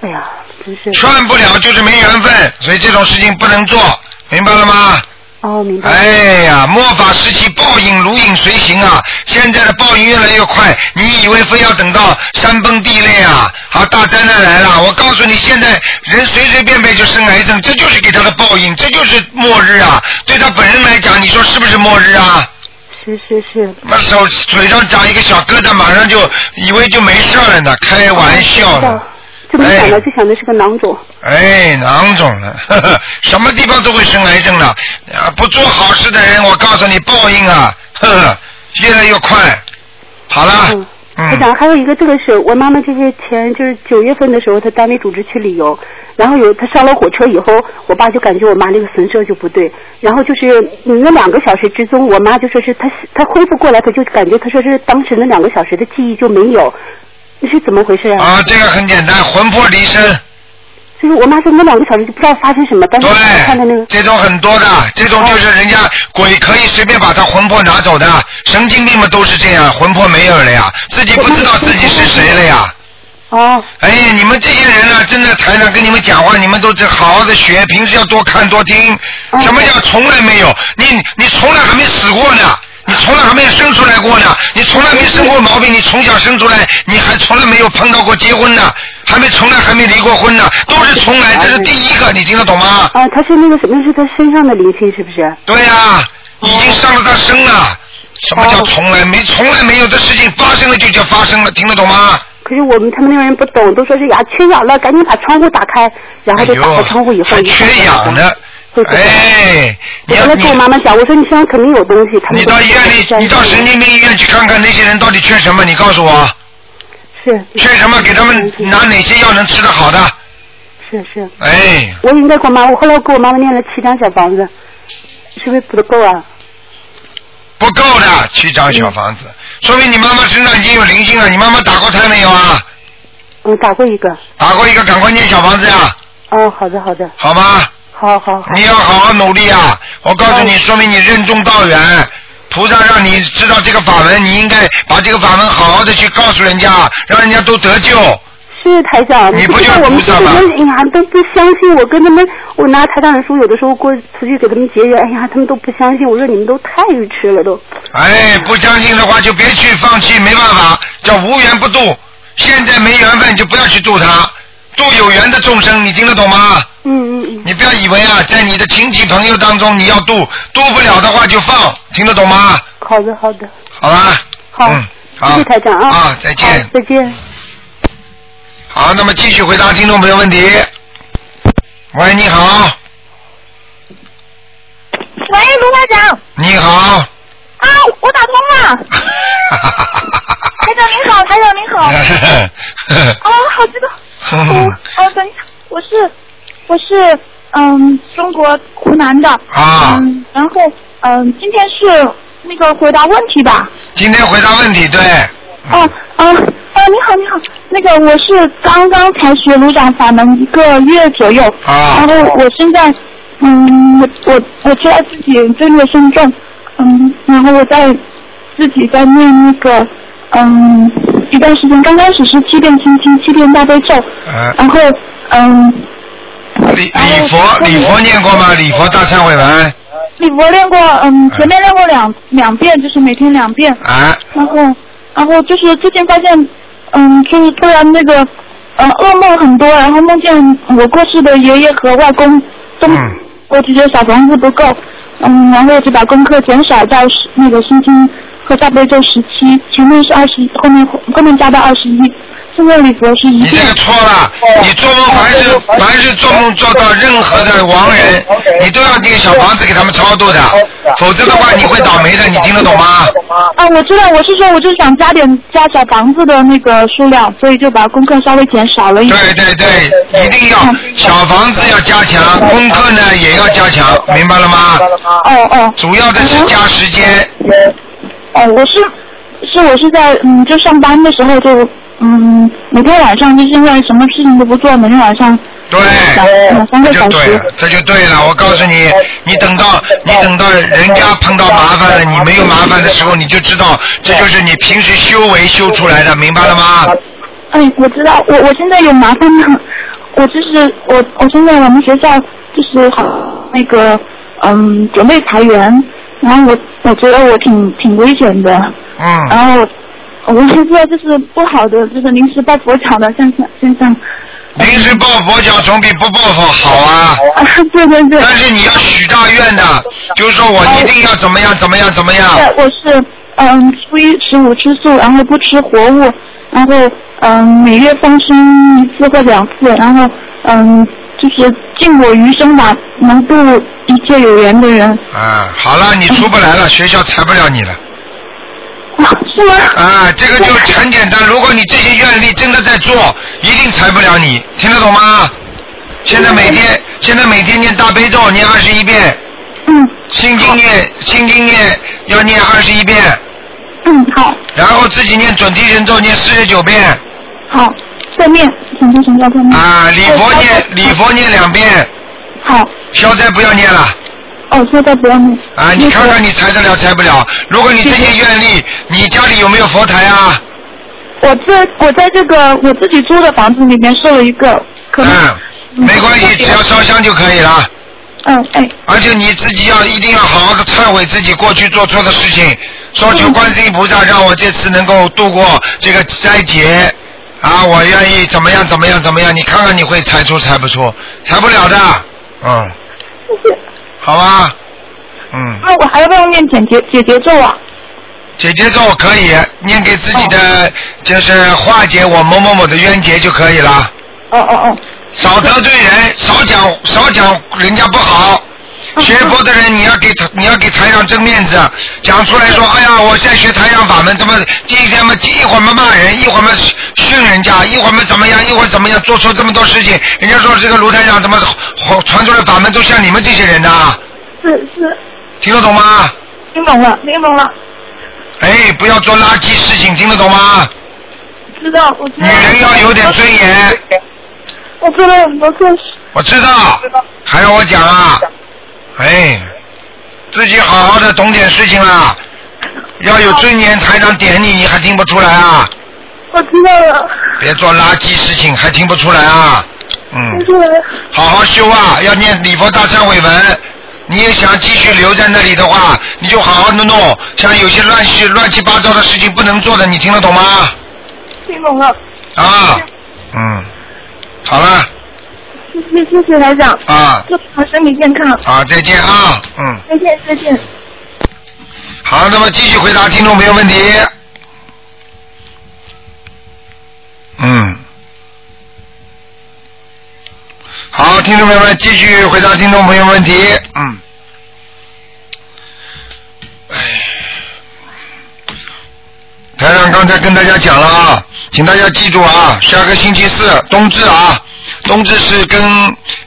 [SPEAKER 3] 哎呀，真是。
[SPEAKER 1] 劝不了就是没缘分，所以这种事情不能做，明白了吗？
[SPEAKER 3] 哦，明白。
[SPEAKER 1] 哎呀，末法时期报应如影随形啊！现在的报应越来越快，你以为非要等到山崩地裂啊，啊大灾难来了？我告诉你，现在人随随便便就生癌症，这就是给他的报应，这就是末日啊！对他本人来讲，你说是不是末日啊？
[SPEAKER 3] 是是是，
[SPEAKER 1] 那手嘴上长一个小疙瘩，马上就以为就没事了呢，开玩笑
[SPEAKER 3] 哦
[SPEAKER 1] 呢。
[SPEAKER 3] 就没想到，
[SPEAKER 1] 哎
[SPEAKER 3] 就想的是个囊肿。
[SPEAKER 1] 哎，囊肿了， 呵呵，什么地方都会生癌症的。啊，不做好 事的人，我告诉你，报应啊，呵呵，越来越快。好了
[SPEAKER 3] 嗯，
[SPEAKER 1] 嗯
[SPEAKER 3] 台长，还有一个，这个是我妈妈这些前就是九月份的时候，她单位组织去旅游，然后有她上了火车以后，我爸就感觉我妈那个神色就不对，然后就是嗯那两个小时之中，我妈就说是她她恢复过来，她就感觉她说是当时那两个小时的记忆就没有，那是怎么回事啊？
[SPEAKER 1] 啊，这个很简单，魂魄离身，
[SPEAKER 3] 就是我妈说那两个小时就不知道发生什么，但是我看到那个哦
[SPEAKER 1] 这种很多的，这种就是人家鬼可以随便把他魂魄拿走的，神经病们都是这样，魂魄没有了呀，自己不知道自己是谁了呀。
[SPEAKER 3] 哦，
[SPEAKER 1] 哎呀，你们这些人呢、真的台长跟你们讲话，你们都得好好的学，平时要多看多听。
[SPEAKER 3] 哦
[SPEAKER 1] 什么叫从来没有？你你从来还没死过呢，你从来还没有生出来过呢，你从来没生过毛病，你从小生出来，你还从来没有碰到过结婚呢，还没从来还没离过婚呢，都是从
[SPEAKER 3] 哦
[SPEAKER 1] 来，这是第一个，你听得懂吗？
[SPEAKER 3] 啊，她是那个什么是她身上的灵性是不是？哦
[SPEAKER 1] 对呀、已经上了他身了。什么叫从来没从来没有的事情发生了就叫发生了，听得懂吗？
[SPEAKER 3] 可是我们他们那边人不懂，都说是呀缺氧了，赶紧把窗户打开，然后就打开窗户以后，
[SPEAKER 1] 哎还缺氧呢。哎，
[SPEAKER 3] 我刚才跟我妈妈讲，我说你身上肯定有东西，他们
[SPEAKER 1] 你到医院里，你到神经病医院去看看那些人到底缺什么，你告诉我。
[SPEAKER 3] 是
[SPEAKER 1] 缺什么，给他们拿哪些药能吃得好的？
[SPEAKER 3] 是是，
[SPEAKER 1] 哎，
[SPEAKER 3] 我应该给我妈，我后来给我妈妈念了七张小房子，是不是不够啊？
[SPEAKER 1] 不够的，七张小房子，说明你妈妈身上已经有灵性了。你妈妈打过胎没有啊？
[SPEAKER 3] 嗯，打过一个。
[SPEAKER 1] 打过一个，赶快念小房子呀、
[SPEAKER 3] 哦，好的好的，
[SPEAKER 1] 好吗？
[SPEAKER 3] 好好好。
[SPEAKER 1] 你要好好努力啊！我告诉你，说明你任重道远。菩萨让你知道这个法门，你应该把这个法门好好的去告诉人家，让人家都得救。
[SPEAKER 3] 是台长，
[SPEAKER 1] 你不
[SPEAKER 3] 知道
[SPEAKER 1] 就
[SPEAKER 3] 我们
[SPEAKER 1] 菩
[SPEAKER 3] 这
[SPEAKER 1] 萨
[SPEAKER 3] 些
[SPEAKER 1] 吗
[SPEAKER 3] 人，哎呀，都不相信我，跟他们，我拿台长的书，有的时候过出去给他们结缘，哎呀，他们都不相信，我说你们都太愚痴了都。
[SPEAKER 1] 哎，不相信的话就别去放弃，没办法，叫无缘不渡。现在没缘分就不要去渡他，渡有缘的众生，你听得懂吗？
[SPEAKER 3] 嗯嗯嗯，
[SPEAKER 1] 你不要以为啊，在你的亲戚朋友当中你要渡，渡不了的话就放，听得懂吗？
[SPEAKER 3] 好的好的，
[SPEAKER 1] 好啦，
[SPEAKER 3] 好，
[SPEAKER 1] 嗯，
[SPEAKER 3] 谢
[SPEAKER 1] 好
[SPEAKER 3] 谢，台长啊，
[SPEAKER 1] 啊再见
[SPEAKER 3] 好再见。
[SPEAKER 1] 好，那么继续回答听众朋友问题。喂，你好，
[SPEAKER 6] 喂，卢台长
[SPEAKER 1] 你好，
[SPEAKER 6] 啊，我打通 了，台长您好，台长您好，啊，好激动，哦，哦，等一下，我是我是嗯，中国湖南的，
[SPEAKER 1] 啊，
[SPEAKER 6] 嗯，然后嗯，今天是那个回答问题吧，
[SPEAKER 1] 今天回答问题对，
[SPEAKER 3] 哎
[SPEAKER 6] 哦，啊啊，你好你好，那个我是刚刚才学卢长法门一个月左右，
[SPEAKER 1] 啊
[SPEAKER 6] 然，后我现在，嗯，我我我知道自己这个身重，嗯，然后我在自己在念那个，嗯，一段时间，刚开始是七遍心经，七遍大悲咒，
[SPEAKER 1] 呃，
[SPEAKER 6] 然后，嗯，
[SPEAKER 1] 礼礼佛礼佛念过吗？礼佛大忏悔文
[SPEAKER 6] 礼佛练过，嗯，前面练过两两遍，就是每天两遍，
[SPEAKER 1] 啊，
[SPEAKER 6] 然后，然后就是最近发现，嗯，就是突然那个，呃，噩梦很多，然后梦见我过世的爷爷和外公都，
[SPEAKER 1] 嗯
[SPEAKER 6] 我就觉得小房子不够，嗯，然后我就把功课减少到十那个心经和大悲咒十七，前面是二十一，后面后面加到二十一，现在礼佛是一
[SPEAKER 1] 你这
[SPEAKER 6] 遍
[SPEAKER 1] 个。错了，你做梦凡是凡是做梦做到任何的亡人，你都要念小房子给他们超度的，否则的话你会倒霉的，啊你听得懂吗？
[SPEAKER 6] 啊，我知道，我是说，我就想加点加小房子的那个数量，所以就把功课稍微减少了一点。
[SPEAKER 1] 对对对，一定要小房子要加强，功课呢也要加强，哦明白了吗？
[SPEAKER 6] 哦哦。嗯
[SPEAKER 1] 主要的是加时间，
[SPEAKER 6] 哦，我是是我是在嗯，就上班的时候就嗯，每天晚上就现在什么事情都不做，每天晚上
[SPEAKER 1] 对，
[SPEAKER 6] 两两嗯三
[SPEAKER 1] 哎这
[SPEAKER 6] 个
[SPEAKER 1] 就
[SPEAKER 6] 小
[SPEAKER 1] 对
[SPEAKER 6] 时
[SPEAKER 1] 了。，这就对了。我告诉你，你等到你等到人家碰到麻烦了，你没有麻烦的时候，你就知道这就是你平时修为修出来的，明白了吗？
[SPEAKER 6] 哎，我知道，我我现在有麻烦了，我就是我我现在我们学校就是好那个嗯准备裁员，然后我我觉得我挺挺危险的，
[SPEAKER 1] 嗯，
[SPEAKER 6] 然后我现在就是不好的就是临时抱佛脚的现象现象，
[SPEAKER 1] 临时抱佛脚总比不抱佛好啊。
[SPEAKER 6] 啊 对对对。
[SPEAKER 1] 但是你要许大愿的，就是说我一定要怎么样怎么样怎么样。
[SPEAKER 6] 对，我是嗯初一十五吃素，然后不吃活物，然后嗯每月放生一次或两次，然后嗯就是尽我余生吧，能度一切有缘的人。嗯
[SPEAKER 1] 啊，好了，你出不来了，学校裁不了你了。
[SPEAKER 6] 哇，是吗？
[SPEAKER 1] 啊，这个就很简单。如果你这些愿力真的在做，一定裁不了你，听得懂吗？现在每天，现在每天念大悲咒，念二十一遍。
[SPEAKER 6] 嗯。
[SPEAKER 1] 心经念，心经念要念二十一遍，
[SPEAKER 6] 嗯，好，
[SPEAKER 1] 然后自己念准提神咒念四十九遍，
[SPEAKER 6] 好，再念，请听请教再念。
[SPEAKER 1] 啊，礼佛念礼佛念两遍，
[SPEAKER 6] 好，
[SPEAKER 1] 消灾不要念了。
[SPEAKER 6] 哦，现在不要念。
[SPEAKER 1] 啊，你看看你裁得了裁不了。如果你这些愿力，你家里有没有佛台啊？
[SPEAKER 6] 我这我在这个我自己租的房子里面设了一个，可能
[SPEAKER 1] 嗯，没关系，只要烧香就可以了。
[SPEAKER 6] 嗯哎
[SPEAKER 1] 而且你自己要一定要好好的忏悔自己过去做错的事情，说
[SPEAKER 6] 嗯
[SPEAKER 1] 求观世音菩萨让我这次能够度过这个灾劫，啊，我愿意怎么样怎么样怎么样，你看看你会裁出裁不出，裁不了的，嗯，
[SPEAKER 6] 就是
[SPEAKER 1] 好吧，嗯，
[SPEAKER 6] 那啊我还要不要念简洁解结咒啊？
[SPEAKER 1] 姐姐咒可以念给自己
[SPEAKER 6] 哦
[SPEAKER 1] 的，就是化解我某某某的冤结就可以了，
[SPEAKER 6] 哦哦哦，
[SPEAKER 1] 少得罪人，少讲少讲人家不好，
[SPEAKER 6] 哦
[SPEAKER 1] 学佛的人，你要给他，你要给台上争面子，讲出来
[SPEAKER 6] 哦
[SPEAKER 1] 说，哎呀，我在学台上法门，怎么今天嘛，一会儿嘛骂人，一会儿嘛训人家，一会儿嘛怎么样，一会儿怎么样，做错这么多事情，人家说这个卢台长怎么传传出来法门都像你们这些人呐，
[SPEAKER 6] 是是，
[SPEAKER 1] 听得懂吗？
[SPEAKER 6] 听懂了听懂了，
[SPEAKER 1] 哎，不要做垃圾事情，听得懂吗？
[SPEAKER 6] 知道我知
[SPEAKER 1] 女
[SPEAKER 6] 道。
[SPEAKER 1] 人要有点尊严，
[SPEAKER 6] 我做了很多错事，
[SPEAKER 1] 我知道，还要我讲啊？哎，自己好好的懂点事情啦，要有尊严，台长点你，你还听不出来啊？
[SPEAKER 6] 我知道了，
[SPEAKER 1] 别做垃圾事情，还听不出来啊？嗯，
[SPEAKER 6] 出来了。
[SPEAKER 1] 好好修啊，要念礼佛大忏悔文。你也想继续留在那里的话，你就好好的弄。像有些乱七乱七八糟的事情不能做的，你听得懂吗？
[SPEAKER 6] 听懂了，
[SPEAKER 1] 啊，嗯，好了
[SPEAKER 6] 谢谢谢谢台长，
[SPEAKER 1] 啊
[SPEAKER 6] 祝好身体健康，
[SPEAKER 1] 啊，再见啊，嗯，
[SPEAKER 6] 再见再见。
[SPEAKER 1] 好，那么继续回答听众朋友问题。嗯，好，听众朋友们，继续回答听众朋友问题。嗯，哎，台长刚才跟大家讲了啊，请大家记住啊，下个星期四冬至啊，冬至是跟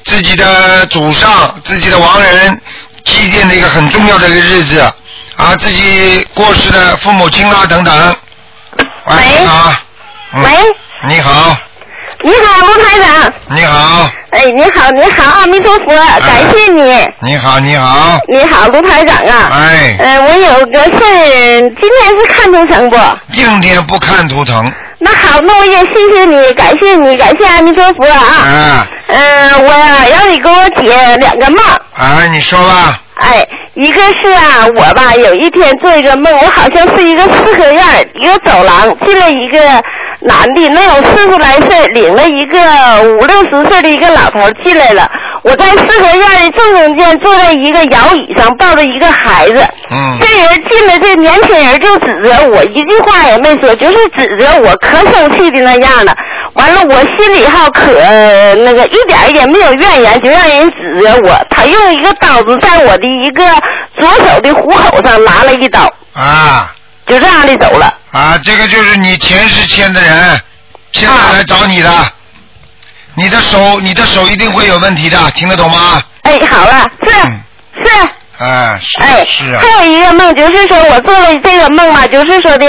[SPEAKER 1] 自己的祖上、自己的亡人祭奠的一个很重要的一个日子啊，自己过世的父母亲啦、啊等等。喂，你好。嗯、
[SPEAKER 5] 喂，
[SPEAKER 1] 你好，
[SPEAKER 5] 你好，卢台长。
[SPEAKER 1] 你好，
[SPEAKER 5] 哎，你好，你好，阿弥陀佛，
[SPEAKER 1] 啊
[SPEAKER 5] 感谢你。
[SPEAKER 1] 你好，你好，
[SPEAKER 5] 你好，卢台长啊。
[SPEAKER 1] 哎，
[SPEAKER 5] 呃，我有个事儿，今天是看图腾不？
[SPEAKER 1] 今天不看图腾，
[SPEAKER 5] 那好，那我也谢谢你，感谢你，感谢阿弥陀佛啊。
[SPEAKER 1] 啊
[SPEAKER 5] 嗯、我让你给我解两个梦。
[SPEAKER 1] 啊，你说吧，
[SPEAKER 5] 哎，一个是啊，我吧有一天做一个梦，我好像是一个四合院儿，一个走廊进了一个男的，能有四十来岁，领了一个五六十岁的一个老头儿进来了。我在四合院的正中间坐在一个摇椅上，抱着一个孩子。
[SPEAKER 1] 嗯
[SPEAKER 5] 这人进来，这年轻人就指着我，一句话也没说，就是指着我，可生气的那样了。完了，我心里哈可那个一点儿也没有怨言，就让人指着我。他用一个刀子在我的一个左手的虎口上拿了一刀，
[SPEAKER 1] 啊
[SPEAKER 5] 就这样的走了。
[SPEAKER 1] 啊，这个就是你前世欠的人，现在来找你
[SPEAKER 5] 啊
[SPEAKER 1] 的，你的手，你的手一定会有问题的，听得懂吗？
[SPEAKER 5] 哎，好了，是、
[SPEAKER 1] 嗯，
[SPEAKER 5] 是。
[SPEAKER 1] 啊，是
[SPEAKER 5] 哎，
[SPEAKER 1] 是啊，
[SPEAKER 5] 还有一个梦，就是说我做了这个梦嘛，就是说的，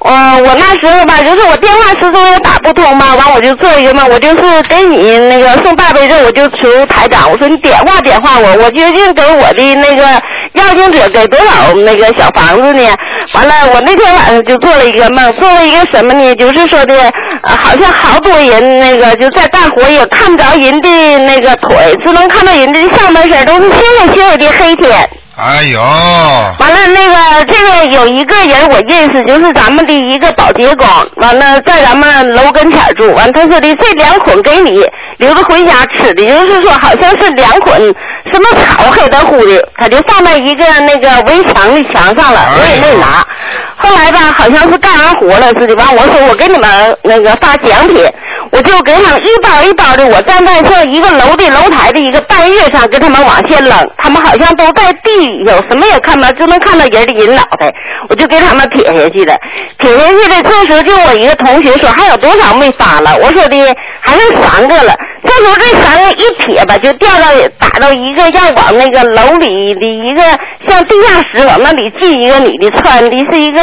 [SPEAKER 5] 呃，我那时候吧，就是我电话始终也打不通嘛，完我就做一个梦，我就是给你那个送大悲咒，我就求台长，我说你点化点化我，我究竟给我的那个要经者给多少那个小房子呢？完了，我那天晚上就做了一个梦，做了一个什么呢？就是说的，呃、好像好多人那个就在干活，也看不着人的那个腿，只能看到人的上半身，都是星星星星的黑天。
[SPEAKER 1] 哎呦，
[SPEAKER 5] 完了，那个这个有一个人我认识，就是咱们的一个保洁工，完了在咱们楼跟前儿住。完，他说的这两捆给你留着回家吃的，就是说好像是两捆什么草黑的乎的，他就放在一个那个围墙的墙上了，我也没拿。后来吧，好像是干完活了似的，完我说我给你们那个发奖品，我就给他们一包一包的，我站在像一个楼的楼台的一个半月上，给他们往下扔，他们好像都在地有什么也看不到，就能看到人的人脑袋，我就给他们撇下去了，撇下去了。这时候就我一个同学说还有多少没发了，我说的还剩三个了，这时候这三个一撇吧，就掉到打到一个要往那个楼里的一个像地下室往那里进一个女的穿的是一个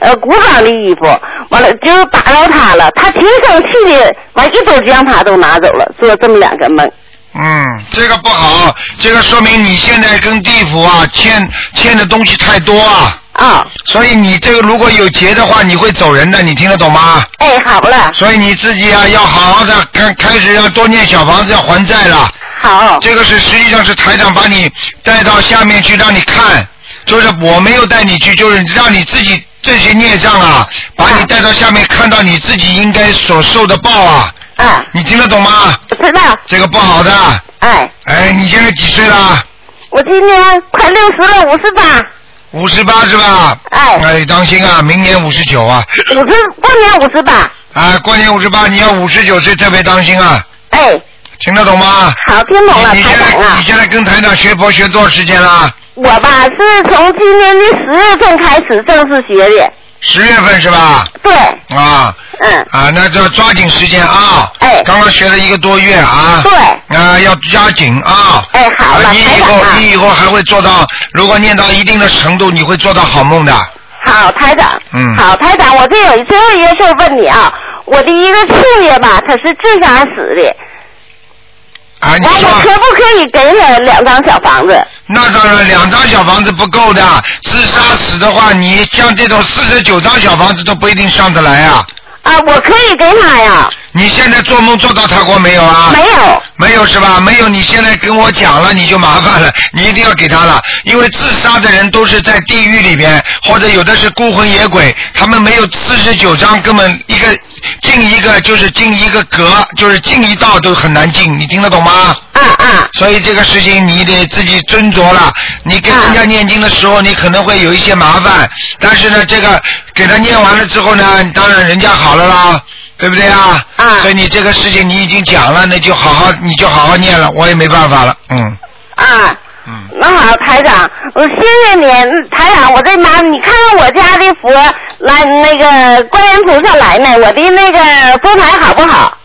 [SPEAKER 5] 呃古装的衣服，完了就打到他了，他挺生气的，完一手就让他都拿走了，做这么两个梦。
[SPEAKER 1] 嗯，这个不好，这个说明你现在跟地府啊欠欠的东西太多啊。
[SPEAKER 5] 啊。
[SPEAKER 1] 所以你这个如果有劫的话，你会走人的，你听得懂吗？
[SPEAKER 5] 哎，好了。
[SPEAKER 1] 所以你自己啊，要好好的开开始要多念小房子，要还债了。
[SPEAKER 5] 好。
[SPEAKER 1] 这个是实际上是台长把你带到下面去让你看，就是我没有带你去，就是让你自己这些孽障啊，把你带到下面看到你自己应该所受的报啊。
[SPEAKER 5] 嗯。
[SPEAKER 1] 你听得懂吗？
[SPEAKER 5] 知道。
[SPEAKER 1] 这个不好的。
[SPEAKER 5] 哎。
[SPEAKER 1] 哎，你现在几岁了？
[SPEAKER 5] 我今年快六十了，五十八。
[SPEAKER 1] 五十八是吧？
[SPEAKER 5] 哎。
[SPEAKER 1] 哎，当心啊，明年五十九啊。
[SPEAKER 5] 五十过年五十八。
[SPEAKER 1] 啊，过年五十八，你要五十九岁特别当心啊。
[SPEAKER 5] 哎。
[SPEAKER 1] 听得懂吗？
[SPEAKER 5] 好，听懂了，
[SPEAKER 1] 你
[SPEAKER 5] 台
[SPEAKER 1] 现
[SPEAKER 5] 长
[SPEAKER 1] 在
[SPEAKER 5] 啊
[SPEAKER 1] 你。现在跟台长学佛学多少时间了？
[SPEAKER 5] 我吧是从今年的十月份开始正式学的，
[SPEAKER 1] 十月份是吧？
[SPEAKER 5] 对，
[SPEAKER 1] 啊
[SPEAKER 5] 嗯，
[SPEAKER 1] 啊，那就要抓紧时间啊。
[SPEAKER 5] 哎
[SPEAKER 1] 刚刚学了一个多月啊。
[SPEAKER 5] 对。
[SPEAKER 1] 啊，要抓紧啊。
[SPEAKER 5] 哎，好了，
[SPEAKER 1] 啊，你
[SPEAKER 5] 台
[SPEAKER 1] 以
[SPEAKER 5] 长
[SPEAKER 1] 后
[SPEAKER 5] 啊，
[SPEAKER 1] 你以后还会做到，如果念到一定的程度，你会做到好梦的。
[SPEAKER 5] 好，台长，
[SPEAKER 1] 嗯
[SPEAKER 5] 好，台长，我这有最后一件事儿问你啊，我的一个亲爷吧，他是自杀死的，
[SPEAKER 1] 啊，你
[SPEAKER 5] 完
[SPEAKER 1] 说。
[SPEAKER 5] 我可不可以给他两张小房子？
[SPEAKER 1] 那当然，两张小房子不够的。自杀死的话，你像这种四十九张小房子都不一定上得来啊。
[SPEAKER 5] 啊，我可以给他呀，
[SPEAKER 1] 你现在做梦做到他过没有啊？
[SPEAKER 5] 没有，
[SPEAKER 1] 没有是吧？没有，你现在跟我讲了，你就麻烦了，你一定要给他了，因为自杀的人都是在地狱里边，或者有的是孤魂野鬼，他们没有四十九章，根本一个进一个就是进一个格，就是进一道都很难进，你听得懂吗？
[SPEAKER 5] 啊啊，
[SPEAKER 1] 所以这个事情你得自己斟酌了。你
[SPEAKER 5] 啊
[SPEAKER 1] 跟人家念经的时候，你可能会有一些麻烦，但是呢，这个给他念完了之后呢，当然人家好了啦，对不对啊？
[SPEAKER 5] 啊
[SPEAKER 1] 所以你这个事情你已经讲了，那就好好你就好好念了，我也没办法了，嗯。
[SPEAKER 5] 啊。
[SPEAKER 1] 嗯
[SPEAKER 5] 那好，台长，我谢谢你，嗯台长，我这麻烦你看看我家的佛来那个观音菩萨来没？我的那个佛牌好不好？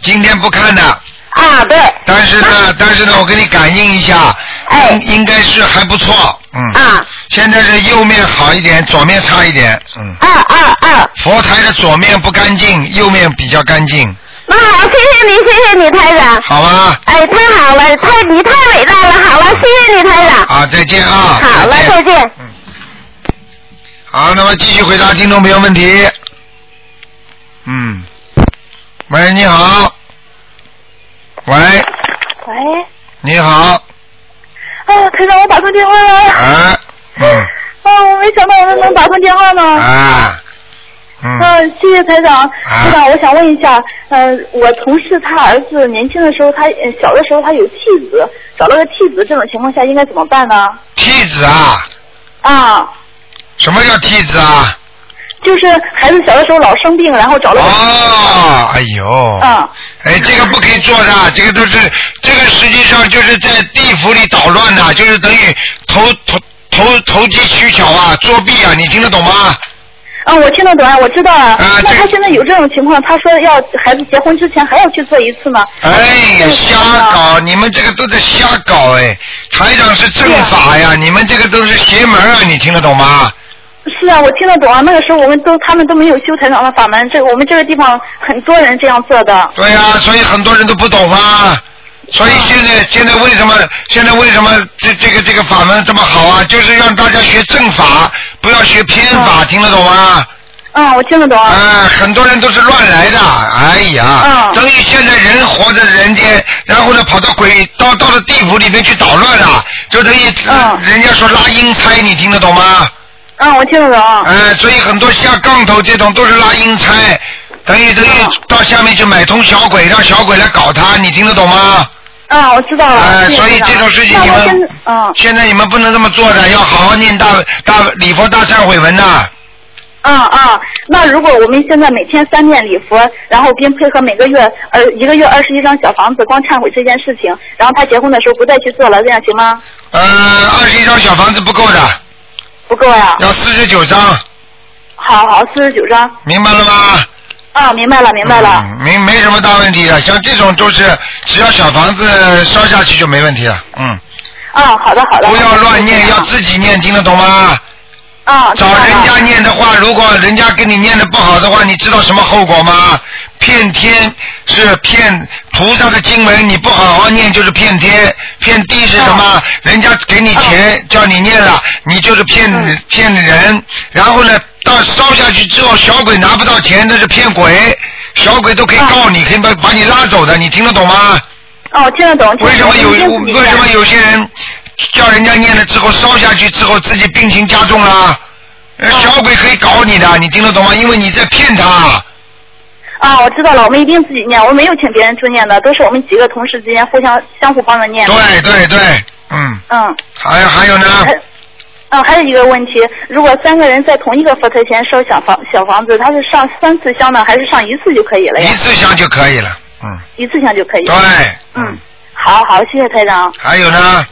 [SPEAKER 1] 今天不看的，
[SPEAKER 5] 啊，对，
[SPEAKER 1] 但是呢，但是呢，我给你感应一下，
[SPEAKER 5] 哎
[SPEAKER 1] 应应该是还不错，嗯，
[SPEAKER 5] 啊
[SPEAKER 1] 现在是右面好一点，左面差一点，嗯，
[SPEAKER 5] 啊啊啊！
[SPEAKER 1] 佛台的左面不干净，右面比较干净，
[SPEAKER 5] 那好，谢谢你，谢谢你，台长。
[SPEAKER 1] 好啊吧？
[SPEAKER 5] 哎，太好了，太你太伟大了，好了，谢谢你，台长。
[SPEAKER 1] 啊，再见啊！
[SPEAKER 5] 好了，再
[SPEAKER 1] 见。
[SPEAKER 5] 见。
[SPEAKER 1] 好，那么继续回答听众朋友问题。嗯，喂，你好。喂，
[SPEAKER 7] 喂，
[SPEAKER 1] 你好。
[SPEAKER 7] 啊，台长，我打通电话
[SPEAKER 5] 哎
[SPEAKER 7] 了。
[SPEAKER 1] 啊，嗯，
[SPEAKER 7] 啊，我没想到我们能打通电话呢。
[SPEAKER 1] 啊，嗯，
[SPEAKER 7] 啊，谢谢台长。台长，我想问一下，呃，我同事他儿子年轻的时候，他呃小的时候他有弃子，找了个弃子，这种情况下应该怎么办呢？
[SPEAKER 1] 替子啊，
[SPEAKER 7] 啊，
[SPEAKER 1] 什么叫替子啊？
[SPEAKER 7] 就是孩子小的时候老生病，然后找了个，
[SPEAKER 1] 哦，哎呦，
[SPEAKER 7] 嗯，
[SPEAKER 1] 哎，这个不可以做的，这个都是，这个实际上就是在地府里捣乱的，就是等于投投投投机取巧啊，作弊啊，你听得懂吗？
[SPEAKER 7] 啊，我听得懂啊，我知道啊。
[SPEAKER 1] 啊
[SPEAKER 7] 那
[SPEAKER 1] 这
[SPEAKER 7] 他现在有这种情况，他说要孩子结婚之前还要去做一次呢。
[SPEAKER 1] 哎，
[SPEAKER 7] 嗯对
[SPEAKER 1] 瞎搞！你们这个都在瞎搞哎！台长是正法
[SPEAKER 7] 啊
[SPEAKER 1] 呀，你们这个都是邪门啊！你听得懂吗？
[SPEAKER 7] 是啊，我听得懂啊。那个时候我们都他们都没有修台长的法门，这我们这个地方很多人这样做的。
[SPEAKER 1] 对呀、所以很多人都不懂啊。所以现
[SPEAKER 7] 啊
[SPEAKER 1] 在现在为什么现在为什么这这个这个法门这么好啊？就是让大家学正法，不要学偏法，听得懂吗？
[SPEAKER 7] 嗯，我听得懂
[SPEAKER 1] 啊、
[SPEAKER 7] 啊。
[SPEAKER 1] 很多人都是乱来的，哎呀，
[SPEAKER 7] 嗯
[SPEAKER 1] 等于现在人活在人间，然后呢跑到鬼到到了地府里面去捣乱了，就等于、
[SPEAKER 7] 嗯
[SPEAKER 1] 人家说拉阴差，你听得懂吗？
[SPEAKER 7] 嗯，我听得懂啊。
[SPEAKER 1] 哎，所以很多下杠头这种都是拉阴差，等于等于
[SPEAKER 7] 啊
[SPEAKER 1] 到下面去买通小鬼，让小鬼来搞他，你听得懂吗？
[SPEAKER 7] 嗯，我知道了。
[SPEAKER 1] 哎，
[SPEAKER 7] 谢谢
[SPEAKER 1] 所以
[SPEAKER 7] 台长
[SPEAKER 1] 这种事情
[SPEAKER 7] 那
[SPEAKER 1] 你
[SPEAKER 7] 我跟
[SPEAKER 1] 们
[SPEAKER 7] 嗯
[SPEAKER 1] 现在你们不能这么做的，要好好念大大礼佛大忏悔文呐、
[SPEAKER 7] 啊啊，那如果我们现在每天三念礼佛，然后并配合每个月呃一个月二十一张小房子，光忏悔这件事情，然后他结婚的时候不再去做了，这样行吗？
[SPEAKER 1] 呃，二十一张小房子不够的，
[SPEAKER 7] 不够呀、
[SPEAKER 1] 要四十九张，
[SPEAKER 7] 好好，四十九张。
[SPEAKER 1] 明白了吗？
[SPEAKER 7] 啊，明白了，明白了。
[SPEAKER 1] 嗯没没什么大问题的，像这种都是只要小房子烧下去就没问题了，嗯。
[SPEAKER 7] 啊，好的，好的。
[SPEAKER 1] 不要乱念，要自己念，听得懂吗？
[SPEAKER 7] 啊，
[SPEAKER 1] 找人家念的话，如果人家跟你念的不好的话，你知道什么后果吗？骗天是骗菩萨的经文，你不好好念就是骗天，骗地是什么？
[SPEAKER 7] 嗯
[SPEAKER 1] 人家给你钱、叫你念了，你就是骗、
[SPEAKER 7] 嗯
[SPEAKER 1] 骗人。然后呢，到烧下去之后，小鬼拿不到钱，那是骗鬼，小鬼都可以
[SPEAKER 7] 啊
[SPEAKER 1] 告你，可以把把你拉走的，你听得懂吗？
[SPEAKER 7] 哦，听得懂。
[SPEAKER 1] 为什么有为什么有些人叫人家念了之后烧下去之后自己病情加重啦？呃小鬼可以搞你的，你听得懂吗？因为你在骗他。
[SPEAKER 7] 啊，我知道了，我们一定自己念，我没有请别人助念的，都是我们几个同事之间互相相互帮着念的。
[SPEAKER 1] 对对啊对，嗯，
[SPEAKER 7] 嗯。
[SPEAKER 1] 还有还有呢，
[SPEAKER 7] 嗯，还有一个问题，如果三个人在同一个佛台前烧小房小房子，他是上三次香呢，还是上一次就可以了呀
[SPEAKER 1] 一？次香就可以了，嗯，
[SPEAKER 7] 一次香就可以。
[SPEAKER 1] 对，
[SPEAKER 7] 嗯，好好，谢谢台长。
[SPEAKER 1] 还有呢，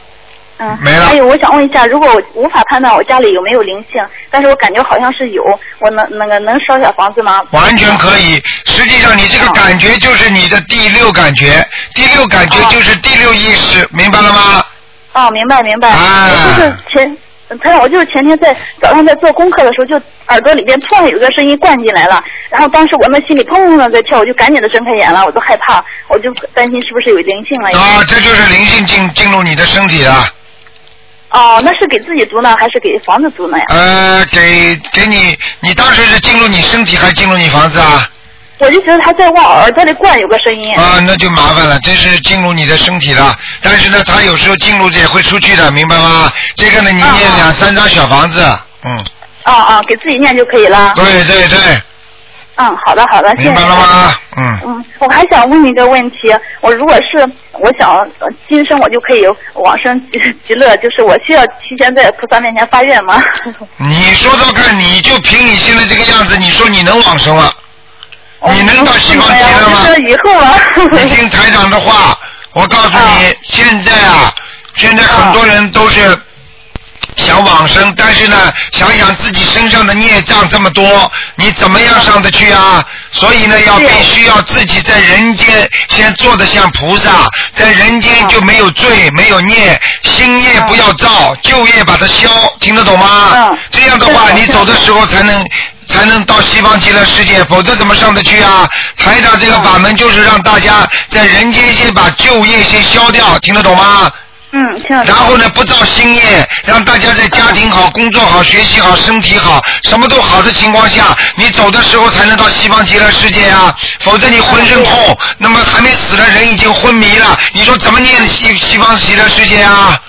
[SPEAKER 7] 嗯，
[SPEAKER 1] 没了
[SPEAKER 7] 还有，我想问一下，如果我无法判断我家里有没有灵性，但是我感觉好像是有，我能那个能烧小房子吗？
[SPEAKER 1] 完全可以。实际上，你这个感觉就是你的第六感觉，第六感觉就是第六意识，明白了吗？
[SPEAKER 7] 哦，明白明白。
[SPEAKER 1] 啊
[SPEAKER 7] 我就是前，他我就是前天在早上在做功课的时候，就耳朵里边突然有个声音灌进来了，然后当时我那心里砰砰的在跳，我就赶紧的睁开眼了，我都害怕，我就担心是不是有灵性了。
[SPEAKER 1] 啊，这就是灵性进进入你的身体了。
[SPEAKER 7] 哦，那是给自己读呢，还是给房子读呢呀？
[SPEAKER 1] 呃，给给你，你当时是进入你身体还是进入你房子啊？
[SPEAKER 7] 我就觉得他在往耳朵里灌，有个声音。
[SPEAKER 1] 啊，那就麻烦了，这是进入你的身体了。但是呢，它有时候进入也会出去的，明白吗？这个呢，你念两三张小房子，嗯，
[SPEAKER 7] 啊啊，给自己念就可以了。
[SPEAKER 1] 对对对，
[SPEAKER 7] 嗯，好的好的，谢谢。
[SPEAKER 1] 明白了吗？嗯，
[SPEAKER 7] 嗯，我还想问一个问题，我如果是我想呃今生我就可以往生极极乐，就是我需要提前在菩萨面前发愿吗？
[SPEAKER 1] 你说说看，你就凭你现在这个样子，你说你能往生吗？你能到西方极乐吗？
[SPEAKER 7] 以后啊。
[SPEAKER 1] 你听台长的话，我告诉你，现在啊，现在很多人都是想往生，但是呢，想想自己身上的孽障这么多，你怎么样上得去啊？所以呢，要必须要自己在人间先做的像菩萨，在人间就没有罪，没有孽，新业不要造，旧业把它消，听得懂吗？这啊样的话，你走的时候才能。才能到西方极乐世界，否则怎么上得去啊？台长这个法门就是让大家在人间先把旧业先消掉，听得懂吗？
[SPEAKER 7] 嗯，听得
[SPEAKER 1] 然后呢，不造新业，让大家在家庭好、工作好、学习好、身体好，什么都好的情况下，你走的时候才能到西方极乐世界啊，否则你浑身痛，那么还没死的人已经昏迷了，你说怎么念西西方极乐世界啊？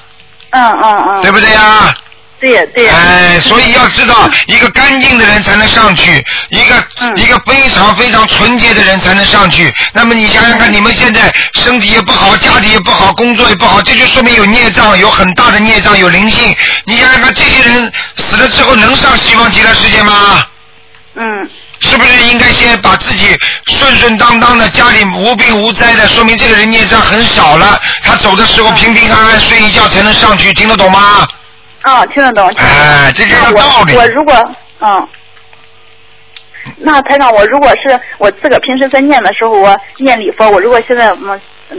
[SPEAKER 7] 嗯嗯嗯。
[SPEAKER 1] 对不对呀、
[SPEAKER 7] 对对。
[SPEAKER 1] 哎，所以要知道，一个干净的人才能上去，一个、一个非常非常纯洁的人才能上去。那么你想想看，你们现在身体也不好，家里也不好，工作也不好，这就说明有孽障，有很大的孽障，有灵性。你想想看，这些人死了之后能上西方极乐世界吗？
[SPEAKER 7] 嗯。
[SPEAKER 1] 是不是应该先把自己顺顺当当的，家里无病无灾的，说明这个人孽障很少了，他走的
[SPEAKER 7] 嗯
[SPEAKER 1] 时候平平安安睡一觉才能上去，听得懂吗？
[SPEAKER 7] 啊，听得懂。听得懂
[SPEAKER 1] 哎这就是
[SPEAKER 7] 那我
[SPEAKER 1] 道理
[SPEAKER 7] 我如果嗯。那台长，我如果是我自个儿平时在念的时候，我念礼佛，我如果现在嗯，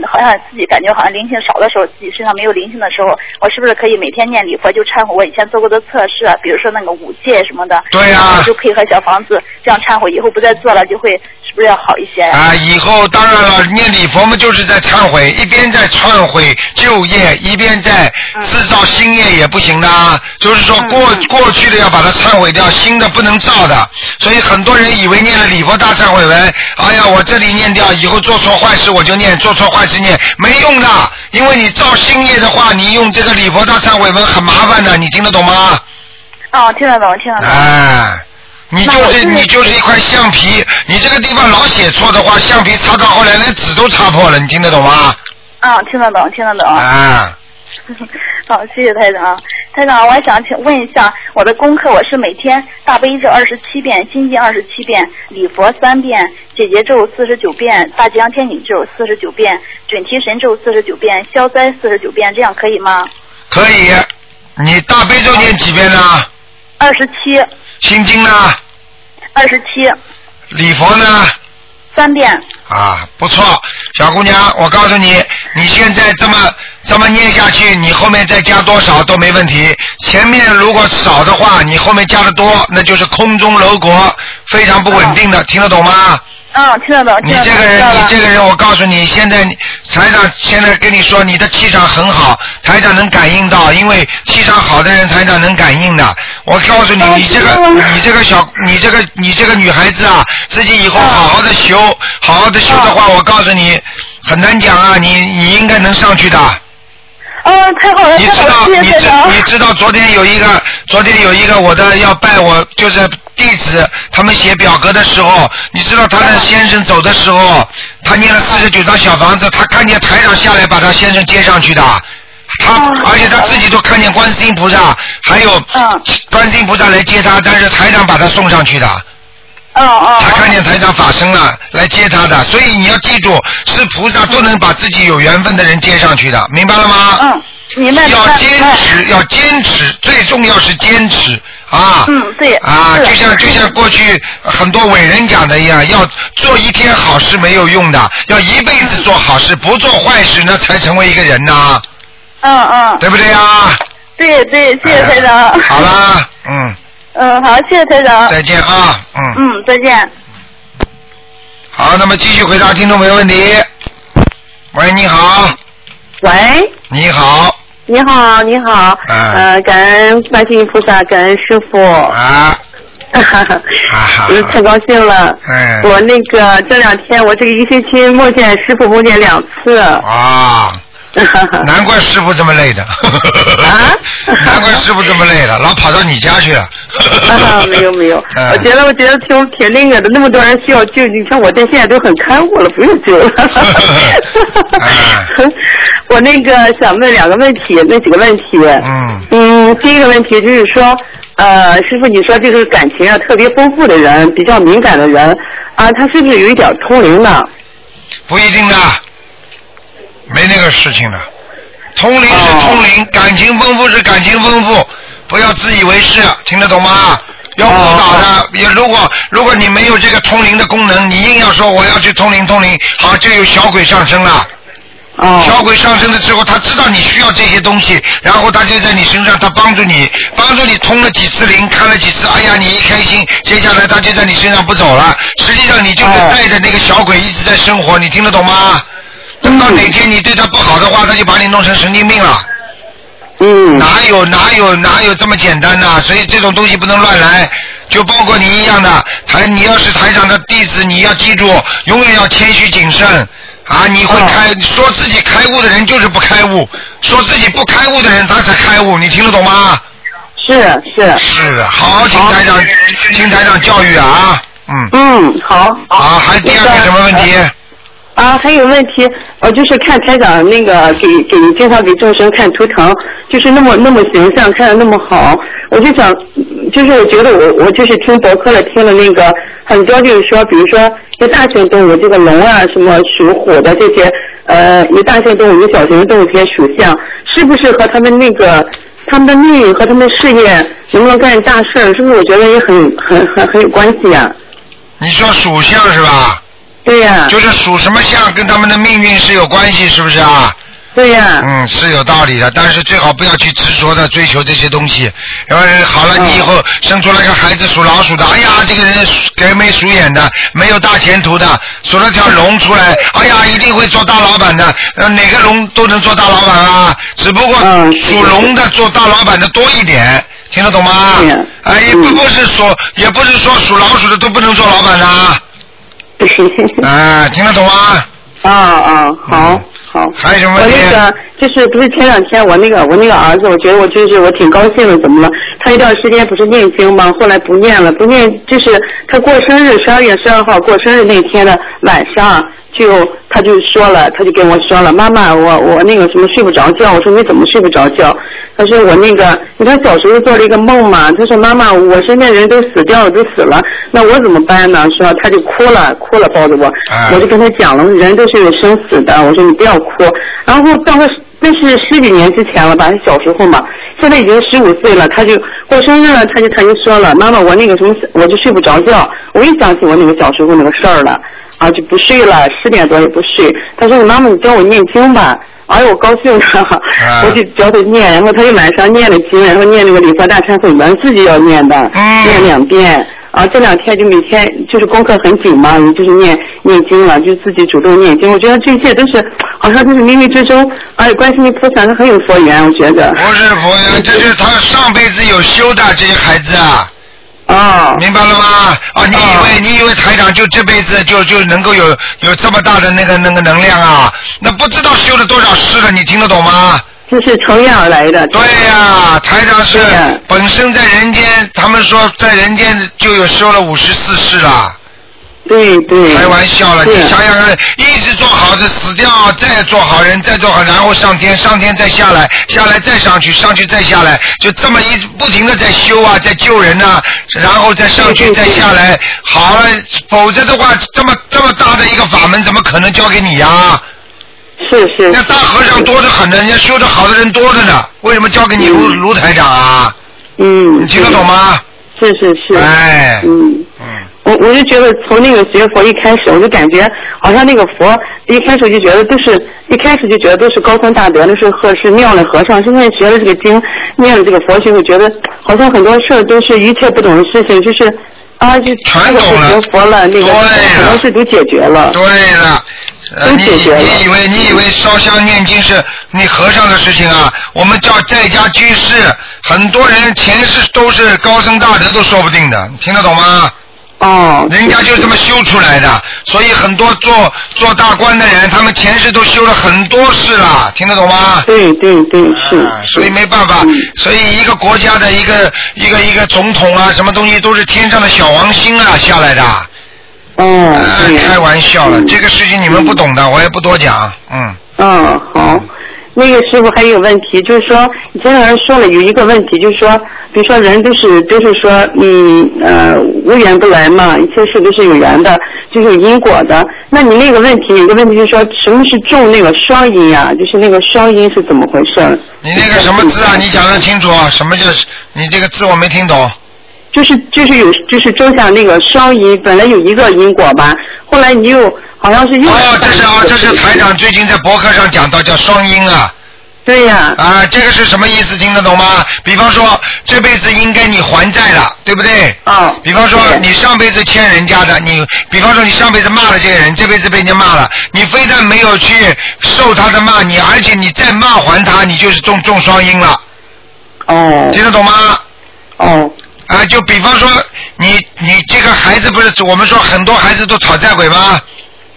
[SPEAKER 7] 好像自己感觉好像灵性少的时候，自己身上没有灵性的时候，我是不是可以每天念礼佛就忏悔我以前做过的测试啊，比如说那个五戒什么的，
[SPEAKER 1] 对啊呀
[SPEAKER 7] 然后就配合小房子这样忏悔，以后不再做了，就会是不是要好一些呀、
[SPEAKER 1] 啊，以后当然了，念礼佛嘛，就是在忏悔，一边在忏悔旧业，一边在制造新业也不行的啊。就是说过过去的要把它忏悔掉，新的不能造的。所以很多人以为念了礼佛大忏悔文，哎呀，我这里念掉，以后做错坏事我就念，做错坏事念没用的，因为你造新业的话，你用这个礼佛大忏悔文很麻烦的，你听得懂吗？
[SPEAKER 7] 哦，听得懂，听得懂。
[SPEAKER 1] 哎，你
[SPEAKER 7] 那
[SPEAKER 1] 就
[SPEAKER 7] 我
[SPEAKER 1] 是
[SPEAKER 7] 是
[SPEAKER 1] 你就是一块橡皮，你这个地方老写错的话，橡皮擦到后来连纸都擦破了，你听得懂吗？
[SPEAKER 7] 啊，听得懂，听得懂。
[SPEAKER 1] 啊，
[SPEAKER 7] 好，谢谢台长啊。台长，我还想请问一下，我的功课我是每天大悲咒二十七遍，心经二十七遍，礼佛三遍，姐姐咒四十九遍，大吉祥天女咒四十九遍，准提神咒四十九遍，消灾四十九遍，这样可以吗？
[SPEAKER 1] 可以。你大悲咒念几遍呢？
[SPEAKER 7] 二十七，
[SPEAKER 1] 心经呢？
[SPEAKER 7] 二十七，
[SPEAKER 1] 礼佛呢？
[SPEAKER 7] 三遍。
[SPEAKER 1] 啊，不错，小姑娘，我告诉你，你现在这么这么念下去，你后面再加多少都没问题。前面如果少的话，你后面加的多，那就是空中楼阁，非常不稳
[SPEAKER 7] 哦
[SPEAKER 1] 定的，听得懂吗？
[SPEAKER 7] 嗯，听得懂。
[SPEAKER 1] 你这
[SPEAKER 7] 听
[SPEAKER 1] 个
[SPEAKER 7] 得
[SPEAKER 1] 人，
[SPEAKER 7] 懂知
[SPEAKER 1] 你
[SPEAKER 7] 道
[SPEAKER 1] 这个
[SPEAKER 7] 了
[SPEAKER 1] 人，我告诉你，现在你台长现在跟你说，你的气场很好，台长能感应到，因为气场好的人，台长能感应的。我告诉你，你这个你这个小你这个你这个女孩子啊，自己以后好好的修，好好的修的话，我告诉你很难讲啊，你你应该能上去的。
[SPEAKER 7] 哦，太好了，
[SPEAKER 1] 你
[SPEAKER 7] 太
[SPEAKER 1] 知
[SPEAKER 7] 好
[SPEAKER 1] 道，
[SPEAKER 7] 了，谢
[SPEAKER 1] 你
[SPEAKER 7] 谢
[SPEAKER 1] 知
[SPEAKER 7] 台长。
[SPEAKER 1] 你知道昨天有一个，昨天有一个我的要拜我就是弟子，他们写表格的时候，你知道他
[SPEAKER 7] 嗯
[SPEAKER 1] 的先生走的时候，他念了四十九张小房子，他看见台长下来把他先生接上去的。他
[SPEAKER 7] 嗯
[SPEAKER 1] 而且他自己都看见观世音菩萨，还有观世音菩萨来接他，但是台长把他送上去的。
[SPEAKER 7] 哦哦。
[SPEAKER 1] 他看见台长法身了，来接他的，所以你要记住，是菩萨都能把自己有缘分的人接上去的，明白了吗？
[SPEAKER 7] 嗯，明白。
[SPEAKER 1] 要
[SPEAKER 7] 明白
[SPEAKER 1] 坚持，要坚持，最重要是坚持啊！
[SPEAKER 7] 嗯，对。
[SPEAKER 1] 啊，
[SPEAKER 7] 是
[SPEAKER 1] 就像就像过去很多伟人讲的一样，要做一天好事没有用的，要一辈子做好事，不做坏事，那才成为一个人呐，
[SPEAKER 7] 嗯嗯。
[SPEAKER 1] 对不对啊？
[SPEAKER 7] 对对，谢谢台长。
[SPEAKER 1] 好。啦，嗯，
[SPEAKER 7] 嗯，好，谢谢台长。
[SPEAKER 1] 再见啊，嗯，
[SPEAKER 7] 嗯，再见。
[SPEAKER 1] 好，那么继续回答听众朋友问题。喂，你好，
[SPEAKER 7] 哎
[SPEAKER 8] 喂，
[SPEAKER 1] 你好，
[SPEAKER 8] 你好，你好，呃，感恩观世音菩萨，感恩师傅，
[SPEAKER 1] 啊，
[SPEAKER 8] 嗯太高兴了。
[SPEAKER 1] 哎，
[SPEAKER 8] 我那个这两天，我这个一星期梦见师傅梦见两 次，
[SPEAKER 1] 啊，难怪师傅这么累的， 难怪师傅这么累了，老跑到你家去 了。
[SPEAKER 8] 啊没有没有，
[SPEAKER 1] 嗯
[SPEAKER 8] 我觉得我觉得挺挺那个的，那么多人需要救，你看我这现在都很看护了，不 用救了。我那个想问两个问题，那几个问题。
[SPEAKER 1] 嗯
[SPEAKER 8] 嗯，第一个问题就是说，呃，师傅你说这个感情啊特别丰富的人，比较敏感的人啊，他是不是有一点通灵呢？
[SPEAKER 1] 不一定的，没那个事情的。通灵是通灵，感情丰富是感情丰富，不要自以为是，啊听得懂吗？要误导的，也如果如果你没有这个通灵的功能，你硬要说我要去通灵通灵，好就有小鬼上身了。小鬼上身了之后，他知道你需要这些东西，然后他就在你身上，他帮助你，帮助你通了几次灵，看了几次，哎呀，你一开心，接下来他就在你身上不走了。实际上你就是带着那个小鬼一直在生活，你听得懂吗？等到哪天你对他不好的话，他就把你弄成神经病了。
[SPEAKER 8] 嗯，
[SPEAKER 1] 哪有哪有哪有这么简单呐、所以这种东西不能乱来，就包括你一样的台，你要是台长的弟子，你要记住，永远要谦虚谨慎啊！你
[SPEAKER 8] 哦
[SPEAKER 1] 会开、说自己开悟的人就是不开悟，说自己不开悟的人他才开悟，你听得懂吗？
[SPEAKER 8] 是是。
[SPEAKER 1] 是的，好好听台长，听台长教育啊！嗯
[SPEAKER 8] 嗯，好。
[SPEAKER 1] 啊，还有第二个什么问题？
[SPEAKER 8] 啊，还有问题，我就是看台长那个给给经常给众生看图腾，就是那么那么形象，看的那么好，我就想，嗯就是我觉得我我就是听博客了，听了那个很多就是说，比如说这大型动物，这个龙啊，什么属虎的这些，呃，有大型动物，有小型动物这些属相，是不是和他们那个他们的命运和他们的事业能不能干大事儿，是不是我觉得也很很很很有关系啊 呀、
[SPEAKER 1] 你说属相是吧？
[SPEAKER 8] 对呀、
[SPEAKER 1] 就是属什么相跟他们的命运是有关系，是不是啊？
[SPEAKER 8] 对呀、
[SPEAKER 1] 嗯，是有道理的，但是最好不要去执着的追求这些东西。然后好了，你以
[SPEAKER 8] 嗯
[SPEAKER 1] 后生出来个孩子属老鼠的，哎呀，这个人给眉鼠眼的，没有大前途的，属了条龙出来，
[SPEAKER 8] 嗯
[SPEAKER 1] 哎呀，一定会做大老板的。呃，哪个龙都能做大老板啊，只不过
[SPEAKER 8] 嗯
[SPEAKER 1] 属龙的做大老板的多一点，听得懂吗？哎，也
[SPEAKER 8] 嗯
[SPEAKER 1] 不不是说，也不是说属老鼠的都不能做老板的啊。啊，听得懂吗？
[SPEAKER 8] 啊啊，好好。
[SPEAKER 1] 嗯还有什么
[SPEAKER 8] 我
[SPEAKER 1] 问题？啊
[SPEAKER 8] 那个就是不是前两天我那个我那个儿子，我觉得我就是我挺高兴的，怎么了？他一段时间不是念经吗？后来不念了，不念就是他过生日，十二月十二号过生日那天的晚上，就他就说了，他就跟我说了，妈妈，我我那个什么睡不着觉，我说你怎么睡不着觉？他说我那个，你看小时候做了一个梦嘛，他说妈妈，我身边人都死掉了，都死了，那我怎么办呢？说他就哭了，哭了抱着我，我就跟他讲了，我说人都是有生死的，我说你不要哭。然后到了那是十几年之前了吧，是小时候嘛，现在已经十五岁了，他就过生日了，他就他就说了，妈妈，我那个什么，我就睡不着觉，我一想起我那个小时候那个事儿了。啊，就不睡了，十点多也不睡。他说：“你妈妈，你教我念经吧。”哎呦，我高兴啊！ 我就教他念，然后他就晚上念了经，然后念那个《礼佛大忏悔文》，自己要念的，念两遍。啊，这两天就每天就是功课很紧嘛，就是念念经了，就自己主动念经。我觉得这些都是好像都是冥冥之中，哎，观世音菩萨他很有佛缘，我觉得。
[SPEAKER 1] 不是佛缘，这是他上辈子有修的这些孩子啊。
[SPEAKER 8] 啊，
[SPEAKER 1] 明白了吗？啊，你以为你以为台长就这辈子就就能够有有这么大的那个那个能量啊？那不知道修了多少事了，你听得懂吗？
[SPEAKER 8] 这是成员而来的。
[SPEAKER 1] 对呀、台长是本身在人间，他们说在人间就有修了五十四世了。
[SPEAKER 8] 对对。
[SPEAKER 1] 开玩笑了，你
[SPEAKER 8] 对
[SPEAKER 1] 想想看，一直做好事，死掉再做好人，再做好，然后上天，上天再下来，下来再上去，上去再下来，就这么一直不停的在修啊，在救人呐、然后再上去，再下来，好了，否则的话，这么这么大的一个法门，怎么可能交给你呀、
[SPEAKER 8] 是是。
[SPEAKER 1] 那大和尚多得很呢，人家修得好的人多着呢，为什么交给你卢卢台长啊？
[SPEAKER 8] 嗯。
[SPEAKER 1] 你听得懂吗？
[SPEAKER 8] 是是是。
[SPEAKER 1] 哎。
[SPEAKER 8] 嗯。我我就觉得从那个学佛一开始，我就感觉好像那个佛一开始就觉得都是一开始就觉得都是高僧大德，那是和是妙的和尚。现在学了这个经，念了这个佛学，我觉得好像很多事儿都是一切不懂的事情，就是啊，就全懂了，学佛了，啊那个很多事都解决了。
[SPEAKER 1] 对了，呃、
[SPEAKER 8] 都
[SPEAKER 1] 你
[SPEAKER 8] 解决了
[SPEAKER 1] 你以为你以为烧香念经是你和尚的事情啊？我们叫在家居士，很多人前世都是高僧大德都说不定的，你听得懂吗？
[SPEAKER 8] 哦，
[SPEAKER 1] 人家就这么修出来的，所以很多做做大官的人，他们前世都修了很多事了，听得懂吗？
[SPEAKER 8] 对对对，是。嗯
[SPEAKER 1] 啊，所以没办法，所以一个国家的一个一个一个总统啊，什么东西都是天上的小王星啊下来的。
[SPEAKER 8] 哦，
[SPEAKER 1] 哎，开玩笑了，这个事情你们不懂的，我也不多讲。嗯，
[SPEAKER 8] 嗯，好。那个师傅还有问题，就是说，你前两天说了有一个问题，就是说，比如说人都是都是说，嗯呃，无缘不来嘛，一切事都是有缘的，就是有因果的。那你那个问题，有一个问题就是说，什么是重那个双因啊？就是那个双因是怎么回事儿？
[SPEAKER 1] 你那个什么字啊？你讲的清楚啊？什么叫你这个字我没听懂？
[SPEAKER 8] 就是就是有就是周下那个双因，本来有一个因果吧，后来你又好像是又
[SPEAKER 1] 哦，这是啊，这是台长最近在博客上讲到叫双音啊。
[SPEAKER 8] 对呀、
[SPEAKER 1] 啊。这个是什么意思？听得懂吗？比方说，这辈子应该你还债了，对不对？
[SPEAKER 8] 啊。
[SPEAKER 1] 比方说，你上辈子欠人家的，你比方说你上辈子骂了这个人，这辈子被人家骂了，你非但没有去受他的骂，你而且你再骂还他，你就是中中双音了。
[SPEAKER 8] 哦。
[SPEAKER 1] 听得懂吗？
[SPEAKER 8] 哦。
[SPEAKER 1] 啊，就比方说，你你这个孩子不是我们说很多孩子都讨债鬼吗？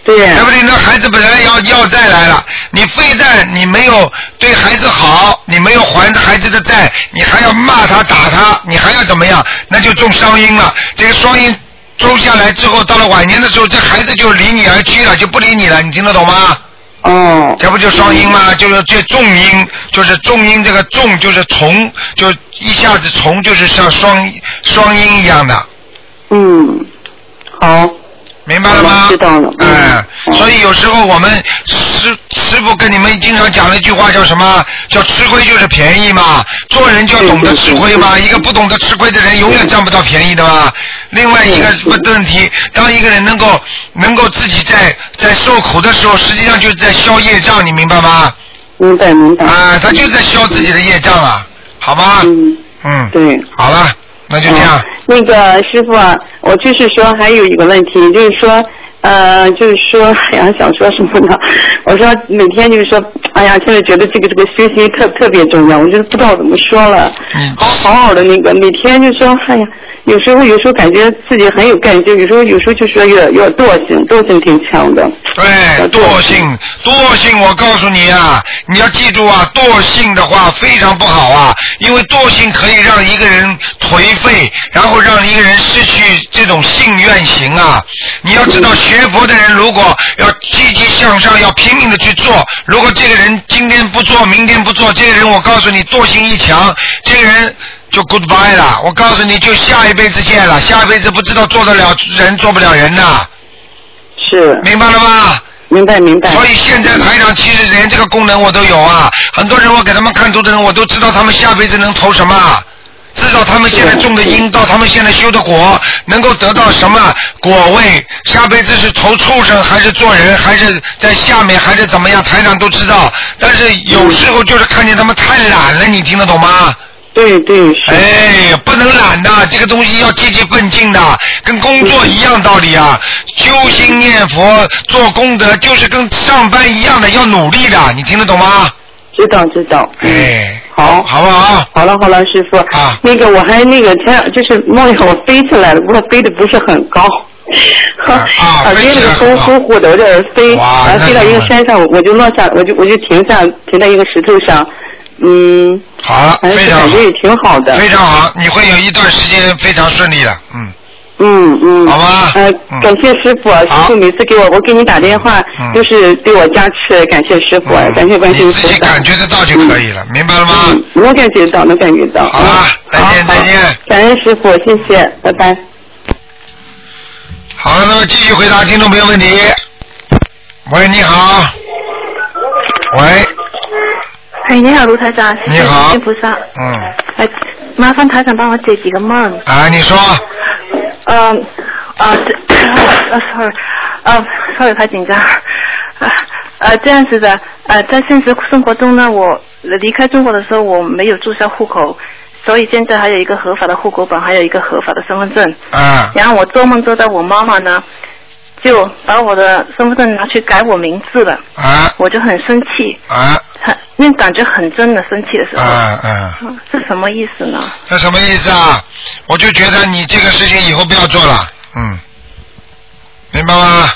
[SPEAKER 8] 对、
[SPEAKER 1] 对不对？那孩子本来要要债来了，你非但你没有对孩子好，你没有还孩子的债，你还要骂他打他，你还要怎么样？那就中双音了。这个双音中下来之后，到了晚年的时候，这孩子就离你而去了，就不理你了。你听得懂吗？
[SPEAKER 8] 哦，
[SPEAKER 1] 这不就双音吗？就是这重音，就是重音，这个重就是重，就一下子重，就是像双双音一样的。
[SPEAKER 8] 嗯，好。
[SPEAKER 1] 明白了吗？知道了。哎、
[SPEAKER 8] 嗯
[SPEAKER 1] 所以有时候我们师师傅跟你们经常讲了一句话，叫什么？叫吃亏就是便宜嘛。做人就要懂得吃亏
[SPEAKER 8] 嗯
[SPEAKER 1] 嘛。一个不懂得吃亏的人，永远占不到便宜的嘛。另外一个问题，当一个人能够能够自己在在受苦的时候，实际上就是在消业障，你明白吗？
[SPEAKER 8] 明白嗯明白。
[SPEAKER 1] 啊、他就在消自己的业障啊，好吗？
[SPEAKER 8] 嗯。
[SPEAKER 1] 嗯。
[SPEAKER 8] 对。
[SPEAKER 1] 好了，那就这样。
[SPEAKER 8] 那个师傅啊，我就是说还有一个问题，就是说，呃，就是说，哎呀，想说什么呢？我说每天就是说，哎呀，现在觉得这个这个学习特特别重要，我就是不知道怎么说了。好好好的那个，每天就说，哎呀，有时候有时候感觉自己很有干劲，有时候有时候就说有点有点惰性，惰性挺强的。
[SPEAKER 1] 对，哎惰性，惰性，我告诉你啊，你要记住啊，惰性的话非常不好啊，因为惰性可以让一个人颓废，然后让一个人失去这种信愿行啊。你要知道，学佛的人如果要积极向上，要拼命的去做，如果这个人今天不做，明天不做，这个人我告诉你，惰性一强，这个人。就 goodbye 了，我告诉你就下一辈子见了，下一辈子不知道做得了人做不了人呐。
[SPEAKER 8] 是。
[SPEAKER 1] 明白了吗？
[SPEAKER 8] 明白明白。
[SPEAKER 1] 所以现在台长其实连这个功能我都有啊，很多人我给他们看图的人，我都知道他们下辈子能投什么，知道他们现在种的因，到他们现在修的果，能够得到什么果位，下辈子是投畜生还是做人，还是在下面还是怎么样，台长都知道。但是有时候就是看见他们太懒了，你听得懂吗？
[SPEAKER 8] 对对是。
[SPEAKER 1] 哎，不能懒的，这个东西要积极奋进的，跟工作一样道理啊。修心念佛、做功德，就是跟上班一样的，要努力的，你听得懂吗？
[SPEAKER 8] 知道知道。嗯
[SPEAKER 1] 哎，
[SPEAKER 8] 好，
[SPEAKER 1] 好不好？
[SPEAKER 8] 好了好了，师傅。
[SPEAKER 1] 啊。
[SPEAKER 8] 那个我还那个前就是梦见我飞起来了，不过飞的不是很高。
[SPEAKER 1] 啊，
[SPEAKER 8] 耳边那个呼呼呼的，有点飞，
[SPEAKER 1] 哇
[SPEAKER 8] 然后飞到一个山上，我就落下，我就我就停下，停在一个石头上，嗯，
[SPEAKER 1] 好了，
[SPEAKER 8] 反正
[SPEAKER 1] 非
[SPEAKER 8] 就
[SPEAKER 1] 常好
[SPEAKER 8] 感觉，也挺好的，
[SPEAKER 1] 非常好，你会有一段时间非常顺利的，嗯。
[SPEAKER 8] 嗯嗯，
[SPEAKER 1] 好吧嗯
[SPEAKER 8] 呃，感谢师傅，啊师傅每次给我，我给你打电话，就是对我加持，感谢师傅，啊
[SPEAKER 1] 嗯
[SPEAKER 8] 感谢观世音菩萨。
[SPEAKER 1] 感觉得到就可以了，明白了吗？
[SPEAKER 8] 能嗯感觉到，能感觉到。好啦，
[SPEAKER 1] 再见再见。
[SPEAKER 8] 感恩师傅，谢谢，拜拜。嗯
[SPEAKER 1] 好，那么继续回答听众朋友问题。喂，你好。喂，
[SPEAKER 9] 哎，你好，卢台长，谢
[SPEAKER 1] 你
[SPEAKER 9] 谢
[SPEAKER 1] 好
[SPEAKER 9] 观世音菩萨，
[SPEAKER 1] 嗯，
[SPEAKER 9] 哎，麻烦台长帮我解几个梦。
[SPEAKER 1] 啊，你说，
[SPEAKER 9] 嗯，啊，这 啊，sorry，啊，sorry，太紧张。啊，呃，这样子的，呃，在现实生活中呢，我离开中国的时候，我没有注销户口，所以现在还有一个合法的户口本，还有一个合法的身份证。
[SPEAKER 1] 啊，
[SPEAKER 9] 然后我做梦做到我妈妈呢，就把我的身份证拿去改我名字了，
[SPEAKER 1] 啊
[SPEAKER 9] 我就很生气，
[SPEAKER 1] 啊
[SPEAKER 9] 很那感觉很真的生气的时候，
[SPEAKER 1] 啊啊，
[SPEAKER 9] 嗯是什么意思呢？
[SPEAKER 1] 那什么意思啊？我就觉得你这个事情以后不要做了，嗯，明白吗？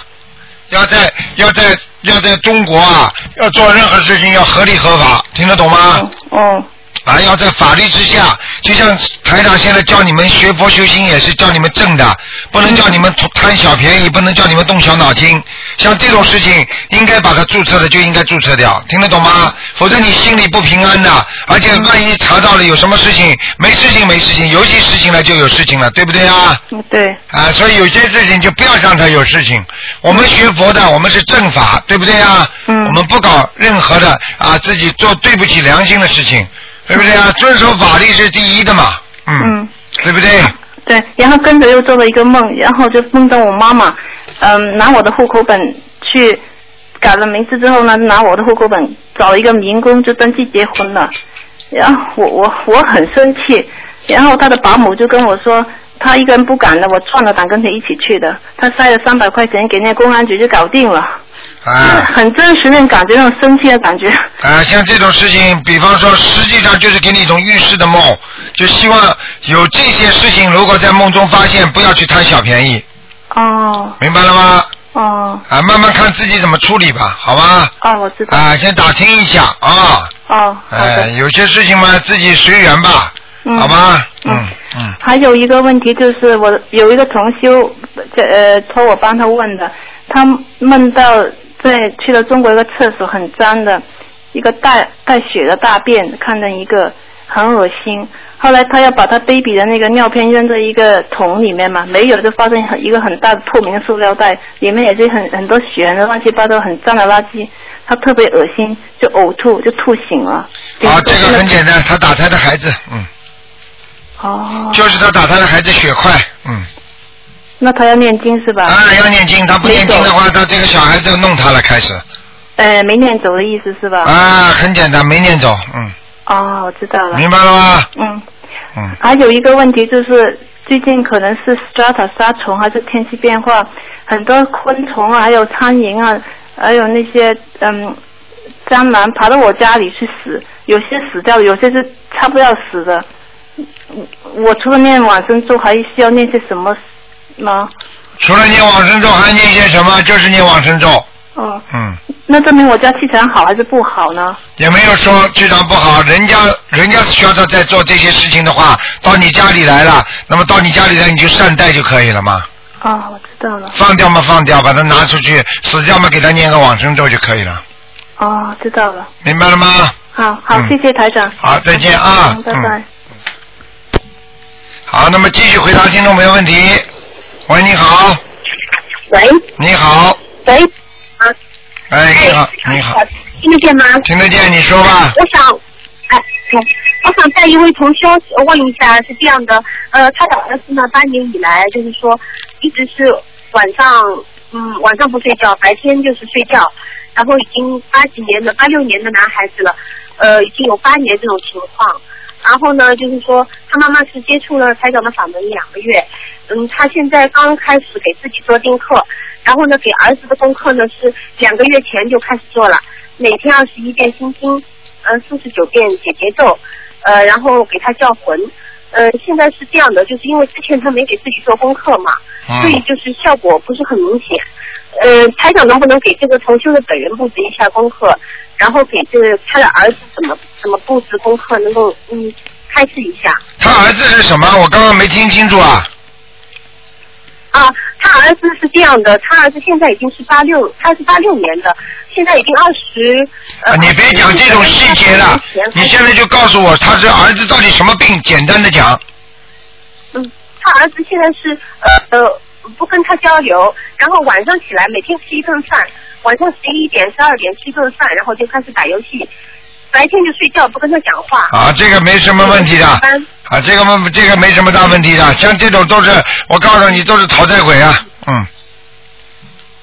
[SPEAKER 1] 要在要在要在中国啊，要做任何事情要合理合法，听得懂吗？
[SPEAKER 9] 哦。
[SPEAKER 1] 啊，要在法律之下，就像台长现在教你们学佛修心，也是教你们正的，不能叫你们
[SPEAKER 9] 嗯
[SPEAKER 1] 贪小便宜，不能叫你们动小脑筋。像这种事情，应该把它注册的就应该注册掉，听得懂吗？否则你心里不平安的，而且万一查到了有什么事情，没事情没事情，有起事情了就有事情了，对不对啊？
[SPEAKER 9] 嗯，对，
[SPEAKER 1] 啊，所以有些事情就不要让他有事情。我们学佛的，我们是正法，对不对啊？嗯。我们不搞任何的啊，自己做对不起良心的事情，对不对啊？遵守法律是第一的嘛，嗯，
[SPEAKER 9] 嗯，
[SPEAKER 1] 对不对？
[SPEAKER 9] 对，然后跟着又做了一个梦，然后就梦到我妈妈，嗯，拿我的户口本去改了名字之后呢，拿我的户口本找一个民工就登记结婚了，然后我我我很生气，然后他的保姆就跟我说。他一个人不敢的，我壮着胆跟他一起去的。他塞了三百块钱给那个公安局就搞定了，嗯
[SPEAKER 1] 啊
[SPEAKER 9] 很真实那种感觉，那种生气的感觉。
[SPEAKER 1] 啊，像这种事情，比方说，实际上就是给你一种预示的梦，就希望有这些事情，如果在梦中发现，不要去贪小便宜，
[SPEAKER 9] 哦
[SPEAKER 1] 明白了吗？
[SPEAKER 9] 哦
[SPEAKER 1] 啊，慢慢看自己怎么处理吧，好吧？
[SPEAKER 9] 哦，我知道。
[SPEAKER 1] 啊，先打听一下啊。
[SPEAKER 9] 哦，好的。
[SPEAKER 1] 哎，有些事情嘛，自己随缘吧，
[SPEAKER 9] 嗯
[SPEAKER 1] 好吧？嗯嗯
[SPEAKER 9] 还有一个问题就是，我有一个同修，这呃托我帮他问的，他梦到在去了中国一个厕所很脏的，一个带带血的大便，看见一个很恶心。后来他要把他 baby 的那个尿片扔在一个桶里面嘛，没有就发现很一个很大的透明的塑料袋，里面也是很很多血，很多乱七八糟很脏的垃圾，他特别恶心，就呕吐，就吐醒了。
[SPEAKER 1] 好，这个很简单，他打胎的孩子，嗯，
[SPEAKER 9] 哦，
[SPEAKER 1] 就是他打胎的孩子血块，嗯，
[SPEAKER 9] 那他要念经是吧？
[SPEAKER 1] 啊，要念经，他不念经的话，他这个小孩子弄他了，开始，
[SPEAKER 9] 呃，没念走的意思是吧？
[SPEAKER 1] 啊，很简单，没念走，嗯，
[SPEAKER 9] 哦，我知道了。
[SPEAKER 1] 明白了吗？
[SPEAKER 9] 嗯。
[SPEAKER 1] 嗯。
[SPEAKER 9] 还有一个问题就是，最近可能是 strata 杀虫，还是天气变化，很多昆虫啊，还有苍蝇啊，还有那些嗯，蟑螂爬到我家里去死，有些死掉了，有些是差不多要死的。我除了念往生咒，还需要念些什么吗？
[SPEAKER 1] 除了念往生咒，还念些什么？就是念往生咒，
[SPEAKER 9] 嗯，
[SPEAKER 1] 嗯，
[SPEAKER 9] 那证明我家气场好还是不好呢？
[SPEAKER 1] 也没有说气场不好。人家人家学者在做这些事情的话，到你家里来了，那么到你家里来你就善待就可以了嘛，
[SPEAKER 9] 啊，我知道了。
[SPEAKER 1] 放掉嘛放掉，把它拿出去，死掉嘛给他念个往生咒就可以了，
[SPEAKER 9] 哦，知道了。
[SPEAKER 1] 明白了吗？
[SPEAKER 9] 好好，
[SPEAKER 1] 嗯
[SPEAKER 9] 谢谢台长。
[SPEAKER 1] 好，再见啊，
[SPEAKER 9] 嗯拜拜。
[SPEAKER 1] 好，那么继续回答听众朋友问题。喂，你好，
[SPEAKER 10] 喂
[SPEAKER 1] 你好，
[SPEAKER 10] 喂，啊
[SPEAKER 1] 哎，你好，你好，
[SPEAKER 10] 听得见吗？
[SPEAKER 1] 听得见，你说吧。
[SPEAKER 10] 我想，哎，我想带一位同修呃问一下，是这样的，呃，他的儿子呢，八年以来就是说，一直是晚上，嗯，晚上不睡觉，白天就是睡觉，然后已经八几年的八六年的男孩子了，呃，已经有八年这种情况。然后呢，就是说他妈妈是接触了台长的法门两个月，嗯，他现在刚开始给自己做定课，然后呢，给儿子的功课呢是两个月前就开始做了，每天二十一遍心经，呃，四十九遍解结咒，呃，然后给他叫魂。呃，现在是这样的，就是因为之前他没给自己做功课嘛，
[SPEAKER 11] 嗯
[SPEAKER 10] 所以就是效果不是很明显。呃，台长能不能给这个同修的本人布置一下功课，然后给这个他的儿子怎么怎么布置功课，能够嗯开示一下？
[SPEAKER 1] 他儿子是什么？我刚刚没听清楚啊。
[SPEAKER 10] 啊，他儿子是这样的，他儿子现在已经是八六，他是八六年的，现在已经二十。呃
[SPEAKER 1] 啊，你别讲这种细节了，你现在就告诉我他这儿子到底什么病？简单的讲，
[SPEAKER 10] 嗯，他儿子现在是呃呃不跟他交流，然后晚上起来每天吃一顿饭，晚上十一点十二点吃一顿饭，然后就开始打游戏，白天就睡觉，不跟他讲话。嗯
[SPEAKER 1] 啊，这个没什么问题的，啊，这个问这个没什么大问题的，像这种都是，我告诉你都是讨债鬼啊，嗯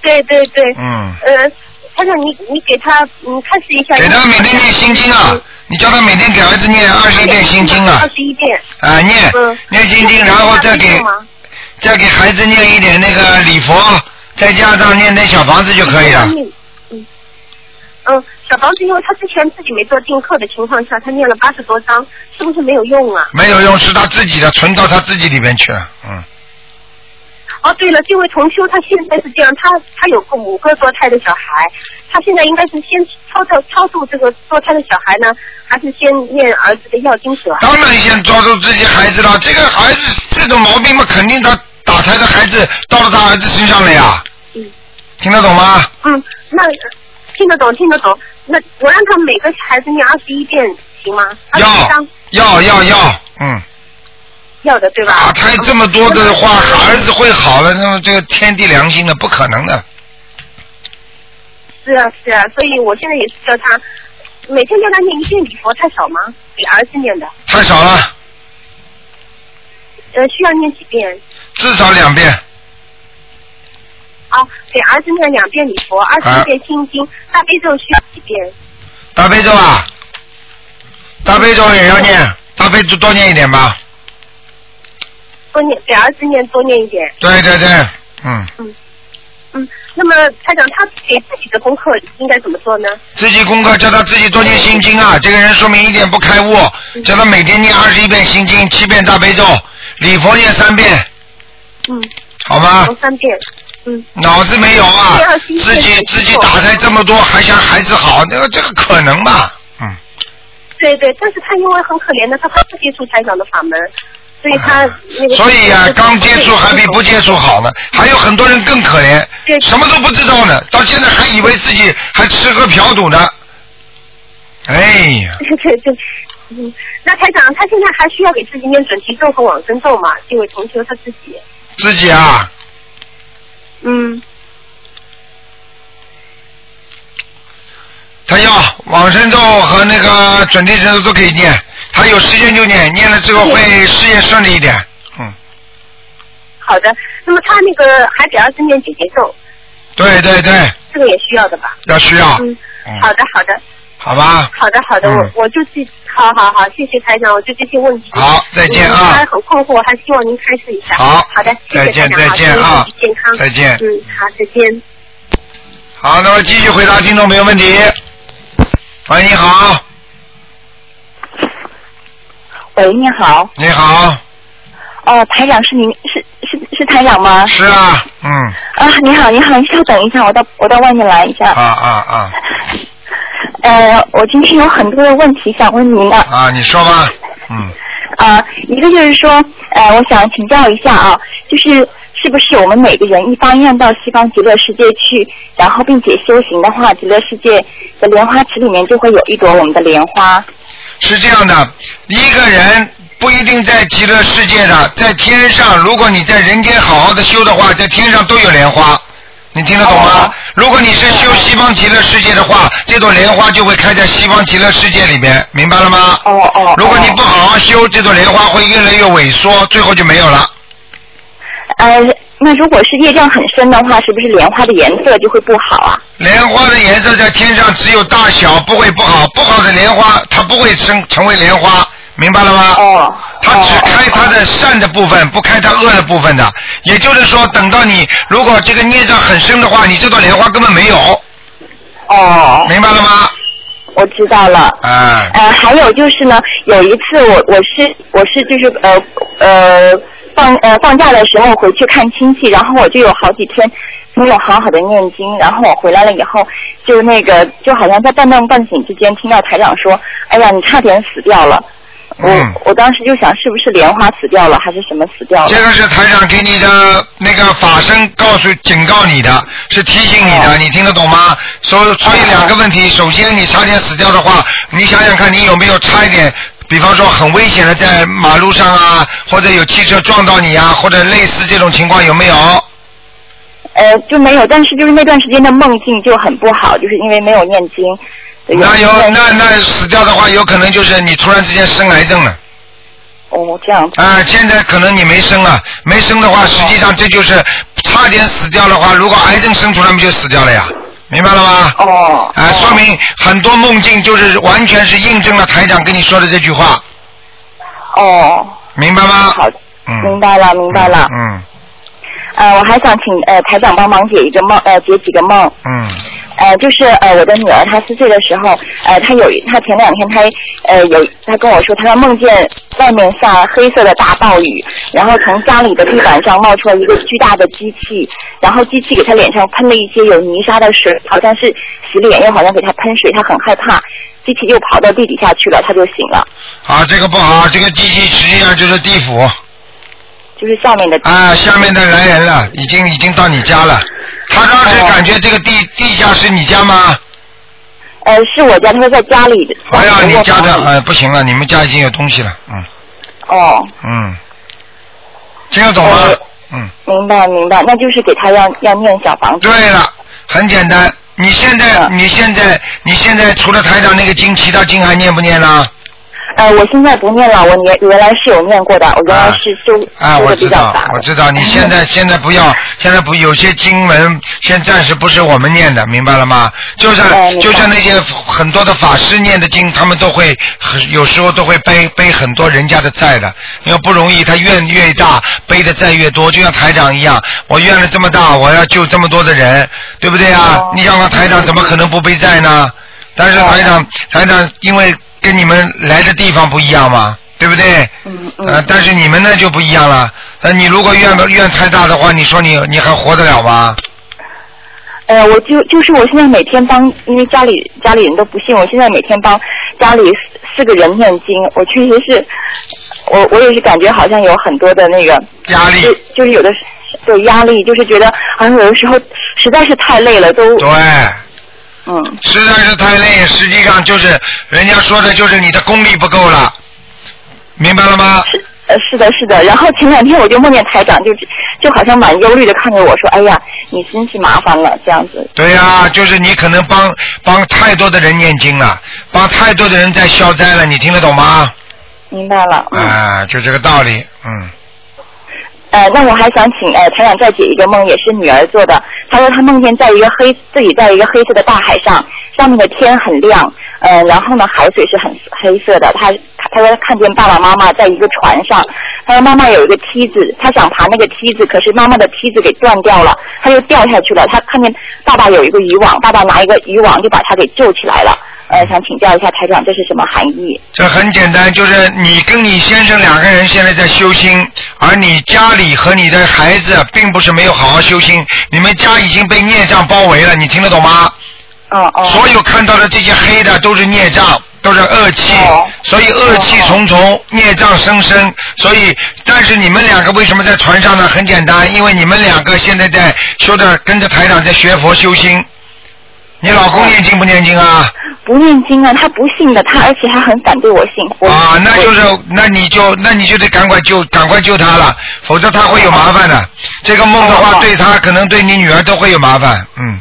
[SPEAKER 10] 对对对，
[SPEAKER 1] 嗯，
[SPEAKER 10] 呃，他说你你给他嗯开始一下。
[SPEAKER 1] 给他每天念心经啊，你叫他每天给儿子念二十一遍心经啊
[SPEAKER 10] 二，十一遍。
[SPEAKER 1] 啊念
[SPEAKER 10] 嗯
[SPEAKER 1] 念心经然后再给
[SPEAKER 10] 那他会做吗
[SPEAKER 1] 再给孩子念一点那个礼佛，再加上念点小房子就可以了。
[SPEAKER 10] 嗯。嗯，小房子，因为他之前自己没做定课的情况下，他念了八十多章，是不是没有用啊？
[SPEAKER 1] 没有用，是他自己的，存到他自己里边去了，嗯。
[SPEAKER 10] 哦，对了，这位同修他现在是这样，他他有个五个堕胎的小孩，他现在应该是先超度超度这个堕胎的小孩呢，还是先念儿子的药经啊者？
[SPEAKER 1] 当然先抓住自己孩子了，这个孩子这种毛病嘛，肯定他打胎的孩子到了他儿子身上了呀。
[SPEAKER 10] 嗯。
[SPEAKER 1] 听得懂吗？
[SPEAKER 10] 嗯，那听得懂，听得懂。那我让他每个孩子念二十一遍行吗？二十章
[SPEAKER 1] 要要啊要，嗯。
[SPEAKER 10] 要的对吧？
[SPEAKER 1] 打胎这么多的话，儿子会好了，那么这个天地良心的，不可能的。
[SPEAKER 10] 是啊是啊，所以我现在也是叫他每天叫他念一遍礼佛，太少吗？给儿子念的，
[SPEAKER 1] 太少了，
[SPEAKER 10] 呃，需要念几遍？
[SPEAKER 1] 至少两遍。
[SPEAKER 10] 啊，给儿子念两遍礼佛，二
[SPEAKER 1] 啊
[SPEAKER 10] 十一遍心经，大悲咒需要几遍？
[SPEAKER 1] 大悲咒啊，大悲咒也要念，大悲咒多念一点吧。
[SPEAKER 10] 多念给儿子念多念一点。
[SPEAKER 1] 对对对，嗯，
[SPEAKER 10] 嗯，那么台长他给自己的功课应该怎么做呢？
[SPEAKER 1] 自己功课叫他自己多念心经
[SPEAKER 10] 嗯
[SPEAKER 1] 啊，这个人说明一点不开悟，叫他每天念二十一遍心经，七遍大悲咒，礼佛念三遍，
[SPEAKER 10] 嗯，
[SPEAKER 1] 好吗
[SPEAKER 10] 从？三遍，嗯。
[SPEAKER 1] 脑子没有啊
[SPEAKER 10] 念21，遍
[SPEAKER 1] 自己
[SPEAKER 10] 礼佛
[SPEAKER 1] 自己打胎这么多，还想孩子好，那个这个可能吗？
[SPEAKER 10] 对对，但是他因为很可怜的，他刚接触台长的法门，所以他那个。
[SPEAKER 1] 所以啊，刚接触还比不接触好呢。还有很多人更可怜，什么都不知道呢，到现在还以为自己还吃喝嫖赌呢。哎呀，
[SPEAKER 10] 对对对，嗯，那台长他现在还需要给自己念准提咒和往生咒嘛？这位同学他自己，
[SPEAKER 1] 自己啊，
[SPEAKER 10] 嗯，
[SPEAKER 1] 他要往生咒和那个准提神咒都可以念，他有时间就念，念了之后会事业顺利一点。
[SPEAKER 10] 好的。那么他那个还给儿子念姐姐咒，
[SPEAKER 1] 对对对，
[SPEAKER 10] 这个也需要的吧？
[SPEAKER 1] 要需要，
[SPEAKER 10] 嗯，
[SPEAKER 1] 嗯
[SPEAKER 10] 好的好的
[SPEAKER 1] 好吧？
[SPEAKER 10] 好的好的，
[SPEAKER 1] 嗯
[SPEAKER 10] 我我就这，好好好，谢谢台长，我就这些问题。
[SPEAKER 1] 好再见啊
[SPEAKER 10] 嗯还很困惑，还希望您开示一下。
[SPEAKER 1] 好
[SPEAKER 10] 好的，谢谢
[SPEAKER 1] 再见
[SPEAKER 10] 台长
[SPEAKER 1] 再见
[SPEAKER 10] 好
[SPEAKER 1] 啊
[SPEAKER 10] 祝您身体健康，
[SPEAKER 1] 再见
[SPEAKER 10] 嗯，好，再见。
[SPEAKER 1] 好，那么继续回答听众朋友问题。喂，你好，
[SPEAKER 11] 喂，你好。
[SPEAKER 1] 你好，
[SPEAKER 11] 哦，台长是您是是是台长吗？
[SPEAKER 1] 是啊，嗯，
[SPEAKER 11] 啊，你好，你好，你稍等一下，我到我到外面来一下。
[SPEAKER 1] 啊啊啊
[SPEAKER 11] 呃，我今天有很多的问题想问您啊。
[SPEAKER 1] 啊，你说吧，嗯，
[SPEAKER 11] 啊，一个就是说，呃，我想请教一下啊，就是是不是我们每个人一般愿到西方极乐世界去，然后并且修行的话，极乐世界的莲花池里面就会有一朵我们的莲花。
[SPEAKER 1] 是这样的，一个人不一定在极乐世界的，在天上，如果你在人间好好的修的话，在天上都有莲花，你听得懂
[SPEAKER 11] 哦
[SPEAKER 1] 吗？如果你是修西方极乐世界的话，这朵莲花就会开在西方极乐世界里边，明白了吗？
[SPEAKER 11] 哦哦。
[SPEAKER 1] 如果你不好好修，这朵莲花会越来越萎缩，最后就没有了。
[SPEAKER 11] 呃，那如果是业障很深的话，是不是莲花的颜色就会不好啊？
[SPEAKER 1] 莲花的颜色在天上只有大小，不会不好。不好的莲花，它不会成成为莲花，明白了吗？
[SPEAKER 11] 哦。
[SPEAKER 1] 它只开它的善的部分，不开它恶的部分的。也就是说，等到你如果这个孽障很深的话，你这朵莲花根本没有。
[SPEAKER 11] 哦。
[SPEAKER 1] 明白了吗？
[SPEAKER 11] 我知道了。
[SPEAKER 1] 哎。
[SPEAKER 11] 呃，还有就是呢，有一次我我是我是就是呃呃放呃放假的时候回去看亲戚，然后我就有好几天没有好好的念经，然后我回来了以后，就那个就好像在半梦半醒之间听到台长说，哎呀，你差点死掉了。我、
[SPEAKER 1] 嗯
[SPEAKER 11] 我当时就想，是不是莲花死掉了，还是什么死掉了？
[SPEAKER 1] 这个是台长给你的那个法身告诉警告你的，是提醒你的，你听得懂吗？所所以两个问题，首先你差点死掉的话，你想想看你有没有差一点。比方说很危险的在马路上啊，或者有汽车撞到你啊，或者类似这种情况有没有？
[SPEAKER 11] 呃，就没有，但是就是那段时间的梦境就很不好，就是因为没有念经。
[SPEAKER 1] 那有那那死掉的话，有可能就是你突然之间生癌症了。
[SPEAKER 11] 哦，这样子。哦
[SPEAKER 1] 啊、现在可能你没生啊，没生的话，实际上这就是差点死掉的话，如果癌症生出来，不就死掉了呀？明白了吗？
[SPEAKER 11] 哦。
[SPEAKER 1] 啊、说明很多梦境就是完全是印证了台长跟你说的这句话，
[SPEAKER 11] 哦，
[SPEAKER 1] 明白吗？
[SPEAKER 11] 好，明白了，明白了。
[SPEAKER 1] 嗯
[SPEAKER 11] 呃，我还想请呃台长帮忙解一个梦，呃解几个梦。
[SPEAKER 1] 嗯
[SPEAKER 11] 呃，就是呃我的女儿她四岁的时候，呃她有一她前两天她呃有她跟我说，她梦见外面下黑色的大暴雨，然后从家里的地板上冒出来一个巨大的机器，然后机器给她脸上喷了一些有泥沙的水，好像是洗脸，又好像给她喷水，她很害怕。机器又跑到地底下去了，她就醒了，
[SPEAKER 1] 啊，这个不好，这个机器实际上就是地府
[SPEAKER 11] 就是下面的机器。
[SPEAKER 1] 啊，下面的来人了，已经已经到你家了。他当时
[SPEAKER 11] 哦
[SPEAKER 1] 感觉这个地地下是你家吗？
[SPEAKER 11] 呃，是我家，他说在家里的。
[SPEAKER 1] 哎呀，你家的哎不行了，你们家已经有东西了，嗯
[SPEAKER 11] 哦，
[SPEAKER 1] 嗯，听得懂吗？嗯
[SPEAKER 11] 明白明白，那就是给他要要念小房子。
[SPEAKER 1] 对了，很简单。你现在，
[SPEAKER 11] 啊
[SPEAKER 1] 你现在，你现在除了台长那个经，其他经还念不念了？
[SPEAKER 11] 呃，我现在不念了，我原原来是有念过的，我原来是修
[SPEAKER 1] 啊，
[SPEAKER 11] 修
[SPEAKER 1] 我
[SPEAKER 11] 的比
[SPEAKER 1] 知
[SPEAKER 11] 较
[SPEAKER 1] 道
[SPEAKER 11] 杂，。
[SPEAKER 1] 我知道。你现 在现在不要，现在不有些经文，先暂时不是我们念的，明白了吗？就
[SPEAKER 11] 哎
[SPEAKER 1] 算
[SPEAKER 11] 明白
[SPEAKER 1] 就算那些很多的法师念的经，他们都会有时候都会背背很多人家的债的，因为不容易，他愿越大背的债越多，就像台长一样，我愿了这么大，我要救这么多的人，对不对啊？
[SPEAKER 11] 哦
[SPEAKER 1] 你想想台长怎么可能不背债呢？但是台长台长因为跟你们来的地方不一样嘛，对不对？
[SPEAKER 11] 嗯
[SPEAKER 1] 呃，但是你们那就不一样了。呃，你如果愿愿太大的话，你说你你还活得了吗？
[SPEAKER 11] 呃，我就就是我现在每天帮，因为家里家里人都不信，我现在每天帮家里四四个人念经，我确实是，我我也是感觉好像有很多的那个
[SPEAKER 1] 压力
[SPEAKER 11] 就，就是有的时对压力，就是觉得好像有的时候实在是太累了，都
[SPEAKER 1] 对，
[SPEAKER 11] 嗯，
[SPEAKER 1] 实在是太累，实际上就是人家说的就是你的功力不够了，明白了吗？
[SPEAKER 11] 呃，是的，是的。然后前两天我就梦见台长就，就好像蛮忧虑的看着我说：“哎呀，你真是麻烦了。”这样子。
[SPEAKER 1] 对呀、就是你可能帮帮太多的人念经了，帮太多的人在消灾了，你听得懂吗？
[SPEAKER 11] 明白了。
[SPEAKER 1] 啊、就这个道理，嗯。
[SPEAKER 11] 呃，那我还想请呃台长再解一个梦，也是女儿做的。她说她梦见在一个黑自己在一个黑色的大海上，上面的天很亮，呃，然后呢海水是很黑色的。她她她说她看见爸爸妈妈在一个船上，她说妈妈有一个梯子，她想爬那个梯子，可是妈妈的梯子给断掉了，她又掉下去了。她看见爸爸有一个渔网，爸爸拿一个渔网就把她给救起来了。呃，想请教一下台长，这是什么含义？
[SPEAKER 1] 这很简单，就是你跟你先生两个人现在在修心，而你家里和你的孩子并不是没有好好修心，你们家已经被孽障包围了，你听得懂吗？
[SPEAKER 11] 哦哦。
[SPEAKER 1] 所有看到的这些黑的都是孽障，都是恶气，
[SPEAKER 11] 哦
[SPEAKER 1] 所以恶气重重，孽障生生。所以，但是你们两个为什么在船上呢？很简单，因为你们两个现在在修的跟着台长在学佛修心。你老
[SPEAKER 11] 哦
[SPEAKER 1] 公念经不念经啊？
[SPEAKER 11] 不念经啊，他不信的，他而且还很反对我信佛。
[SPEAKER 1] 啊，那就是，那你就，那你就得赶快救，赶快救他了，否则他会有麻烦的。这个梦的话，对他可能对你女儿都会有麻烦，嗯。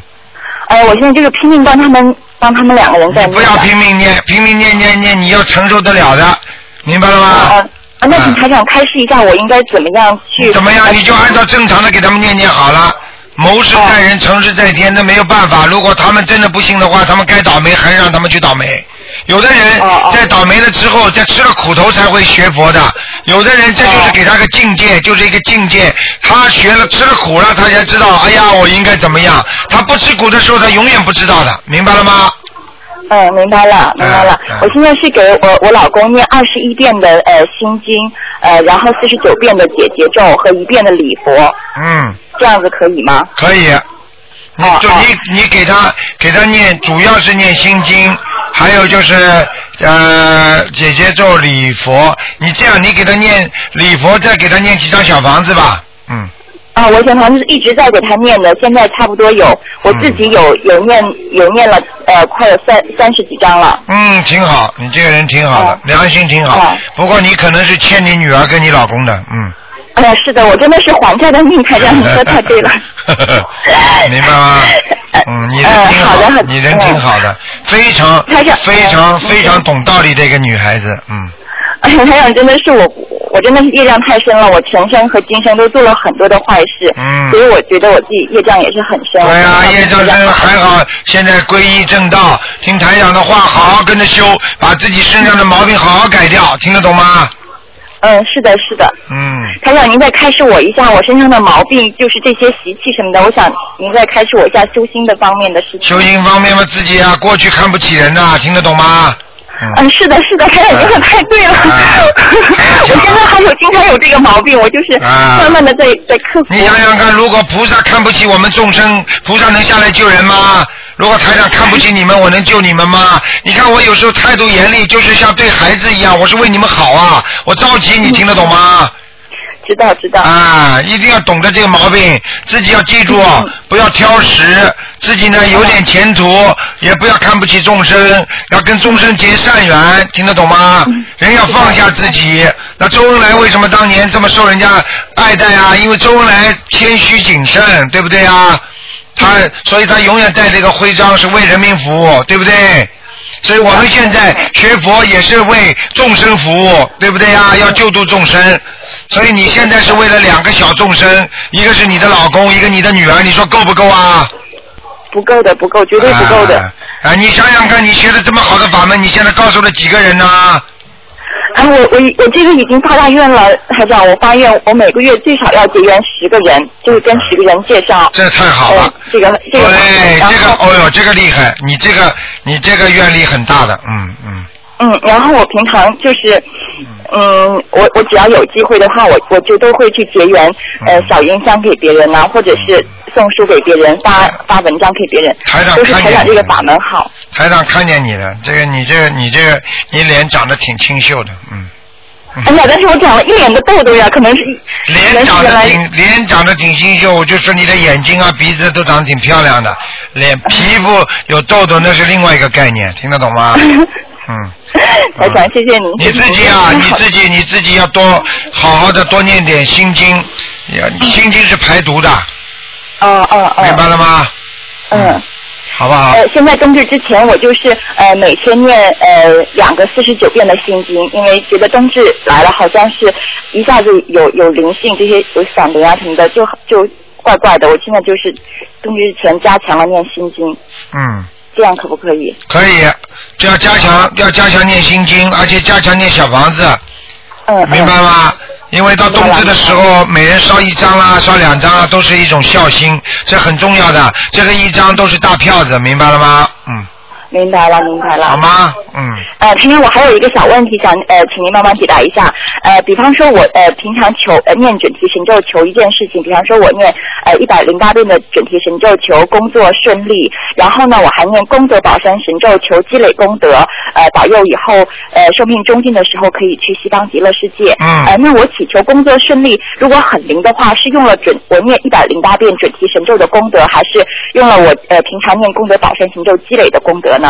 [SPEAKER 11] 哎，我现在就是拼命帮他们，帮他们两个人在。
[SPEAKER 1] 不要拼命念，拼命念念念，你要承受得了的，明白了吗？嗯
[SPEAKER 11] 啊啊，那请台长开示一下，我应该怎么样去？
[SPEAKER 1] 怎么样？你就按照正常的给他们念念好了。谋
[SPEAKER 11] 哦
[SPEAKER 1] 事在人，成事在天，那没有办法。如果他们真的不信的话，他们该倒霉还是让他们去倒霉。有的人
[SPEAKER 11] 哦
[SPEAKER 1] 在倒霉了之后，在吃了苦头才会学佛的。有的人这
[SPEAKER 11] 哦
[SPEAKER 1] 就是给他个境界，就是一个境界。他学了吃了苦了，他才知道，哎呀，我应该怎么样。他不吃苦的时候，他永远不知道的，明白了吗？
[SPEAKER 11] 嗯，明白了，明白了。我现在是给我我老公念二十一遍的呃心经，呃，然后四十九遍的解结咒和一遍的礼佛，
[SPEAKER 1] 嗯，
[SPEAKER 11] 这样子可以吗？
[SPEAKER 1] 可以。你就你你给他给他念，主要是念心经，还有就是呃姐姐咒礼佛。你这样，你给他念礼佛，再给他念几张小房子吧。嗯。
[SPEAKER 11] 啊，我想他就是一直在给他念的，现在差不多有我自己有有念有念了呃快有三三十几张了。
[SPEAKER 1] 嗯，挺好，你这个人挺好的，良心挺好。不过你可能是欠你女儿跟你老公的，嗯。
[SPEAKER 11] 哎呀，是的，我真的是还债的命，台长，你说太对了。
[SPEAKER 1] 明白吗？嗯，你人挺好，嗯你人挺好的，非常非常非常懂道理的一个女孩子，嗯。
[SPEAKER 11] 哎呀，台长真的是我，我真的是业障太深了，我前生和今生都做了很多的坏事，
[SPEAKER 1] 嗯
[SPEAKER 11] 所以我觉得我自己业障也是很深。
[SPEAKER 1] 对啊，业障深还好，现在皈依正道，听台长的话，好好跟着修，把自己身上的毛病好好改掉，听得懂吗？
[SPEAKER 11] 嗯，是的，是的。
[SPEAKER 1] 嗯，
[SPEAKER 11] 台长，您再开示我一下我身上的毛病，就是这些习气什么的，我想您再开示我一下修心的方面的事情。
[SPEAKER 1] 修行方面嘛，自己啊，过去看不起人呐、听得懂吗？嗯
[SPEAKER 11] 嗯，是的，是的，台长，您说太对了。啊
[SPEAKER 1] 啊
[SPEAKER 11] 我现在还有经常有这个毛病，我就是
[SPEAKER 1] 啊
[SPEAKER 11] 慢慢的在在克服。
[SPEAKER 1] 你想想看，如果菩萨看不起我们众生，菩萨能下来救人吗？如果台长看不起你们，我能救你们吗？你看我有时候态度严厉，就是像对孩子一样，我是为你们好啊，我着急，你听得懂吗？
[SPEAKER 11] 知道知道。
[SPEAKER 1] 啊，一定要懂得这个毛病，自己要记住，
[SPEAKER 11] 嗯
[SPEAKER 1] 不要挑食，自己呢有点前途，也不要看不起众生，要跟众生结善缘，听得懂吗？
[SPEAKER 11] 嗯
[SPEAKER 1] 人要放下自己。那周恩来为什么当年这么受人家爱戴啊？因为周恩来谦虚谨慎，对不对啊？他，所以他永远戴这个徽章是为人民服务，对不对？所以我们现在学佛也是为众生服务，对不对呀？要救度众生。所以你现在是为了两个小众生，一个是你的老公，一个你的女儿，你说够不够啊？
[SPEAKER 11] 不够的，不够，绝对不够的。
[SPEAKER 1] 啊、啊你想想看，你学的这么好的法门，你现在告诉了几个人呢、
[SPEAKER 11] 哎，我我我这个已经发大愿了，台长，我发愿我每个月最少要结缘十个人，就是跟十个人介绍。嗯
[SPEAKER 1] 这太好了。
[SPEAKER 11] 这个这个。
[SPEAKER 1] 对，这个，哦呦，这个厉害，你这个你这个愿力很大的，嗯嗯。
[SPEAKER 11] 嗯，然后我平常就是，嗯，我我只要有机会的话，我我就都会去结缘，
[SPEAKER 1] 嗯
[SPEAKER 11] 呃，小音箱给别人呐、或者是送书给别人，发发文章给别人，
[SPEAKER 1] 嗯台长
[SPEAKER 11] 都是
[SPEAKER 1] 看
[SPEAKER 11] 台
[SPEAKER 1] 见
[SPEAKER 11] 长这
[SPEAKER 1] 你
[SPEAKER 11] 个
[SPEAKER 1] 了
[SPEAKER 11] 法门好。
[SPEAKER 1] 台长看见你了，这个你这个你这个你脸长得挺清秀的，嗯。
[SPEAKER 11] 哎呀，但是我长了一脸的痘痘呀，可能是
[SPEAKER 1] 脸长得挺脸长得挺清秀，我就说你的眼睛啊、鼻子都长得挺漂亮的，脸
[SPEAKER 11] 嗯
[SPEAKER 1] 皮肤有痘痘那是另外一个概念，听得懂 吗？嗯，
[SPEAKER 11] 台长，谢谢您。嗯
[SPEAKER 1] 你自己啊，你自己你自己要多好好的多念点心经，呀
[SPEAKER 11] 嗯
[SPEAKER 1] 心经是排毒的，
[SPEAKER 11] 哦哦哦。
[SPEAKER 1] 明白了吗？
[SPEAKER 11] 嗯。
[SPEAKER 1] 好不好？
[SPEAKER 11] 呃，现在冬至之前，我就是呃每天念呃两个四十九遍的心经，因为觉得冬至来了，好像是一下子有有灵性，这些有闪灵啊什么的，就就怪怪的。我现在就是冬至之前加强了念心经，
[SPEAKER 1] 嗯。
[SPEAKER 11] 这样可不可以？
[SPEAKER 1] 可以，就要加强，要加强念心经，而且加强念小房子。
[SPEAKER 11] 嗯。
[SPEAKER 1] 明白吗？因为到冬至的时候，每人烧一张啦，烧两张啊，都是一种孝心，这很重要的。这个一张都是大票子，明白了吗？嗯。
[SPEAKER 11] 明白了，明白了。
[SPEAKER 1] 好吗？嗯，
[SPEAKER 11] 呃，今天我还有一个小问题想呃，请您帮忙解答一下。呃，比方说我呃平常求呃念准提神咒求一件事情，比方说我念呃一百零八遍的准提神咒求工作顺利，然后呢我还念功德宝山神咒求积累功德，呃保佑以后呃寿命终尽的时候可以去西方极乐世界。
[SPEAKER 1] 嗯
[SPEAKER 11] 呃，那我祈求工作顺利，如果很灵的话，是用了准我念一百零八遍准提神咒的功德，还是用了我呃平常念功德宝山神咒积累的功德呢？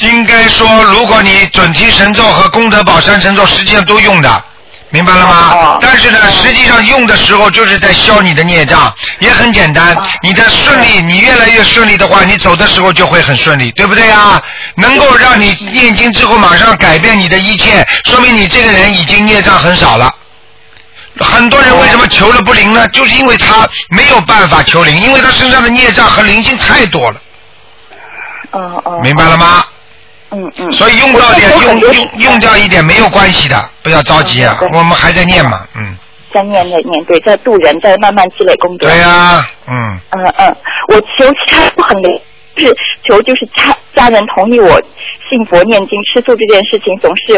[SPEAKER 1] 应该说，如果你准提神咒和功德宝山神咒实际上都用的，明白了吗？但是呢，实际上用的时候就是在消你的孽障，也很简单。你的顺利，你越来越顺利的话，你走的时候就会很顺利，对不对啊？能够让你念经之后马上改变你的一切，说明你这个人已经孽障很少了。很多人为什么求了不灵呢？就是因为他没有办法求灵，因为他身上的孽障和灵性太多了，
[SPEAKER 11] 哦哦，
[SPEAKER 1] 明白了吗？
[SPEAKER 11] 嗯嗯。
[SPEAKER 1] 所以用掉点用用用掉一点没有关系的，不要着急
[SPEAKER 11] 嗯
[SPEAKER 1] 啊，我们还在念嘛，嗯，
[SPEAKER 11] 在念在念，对，在渡人，在慢慢积累功德。
[SPEAKER 1] 对呀、嗯，
[SPEAKER 11] 嗯嗯，我求其他不很灵，就是求就是家家人同意我信佛念经吃素这件事情，总是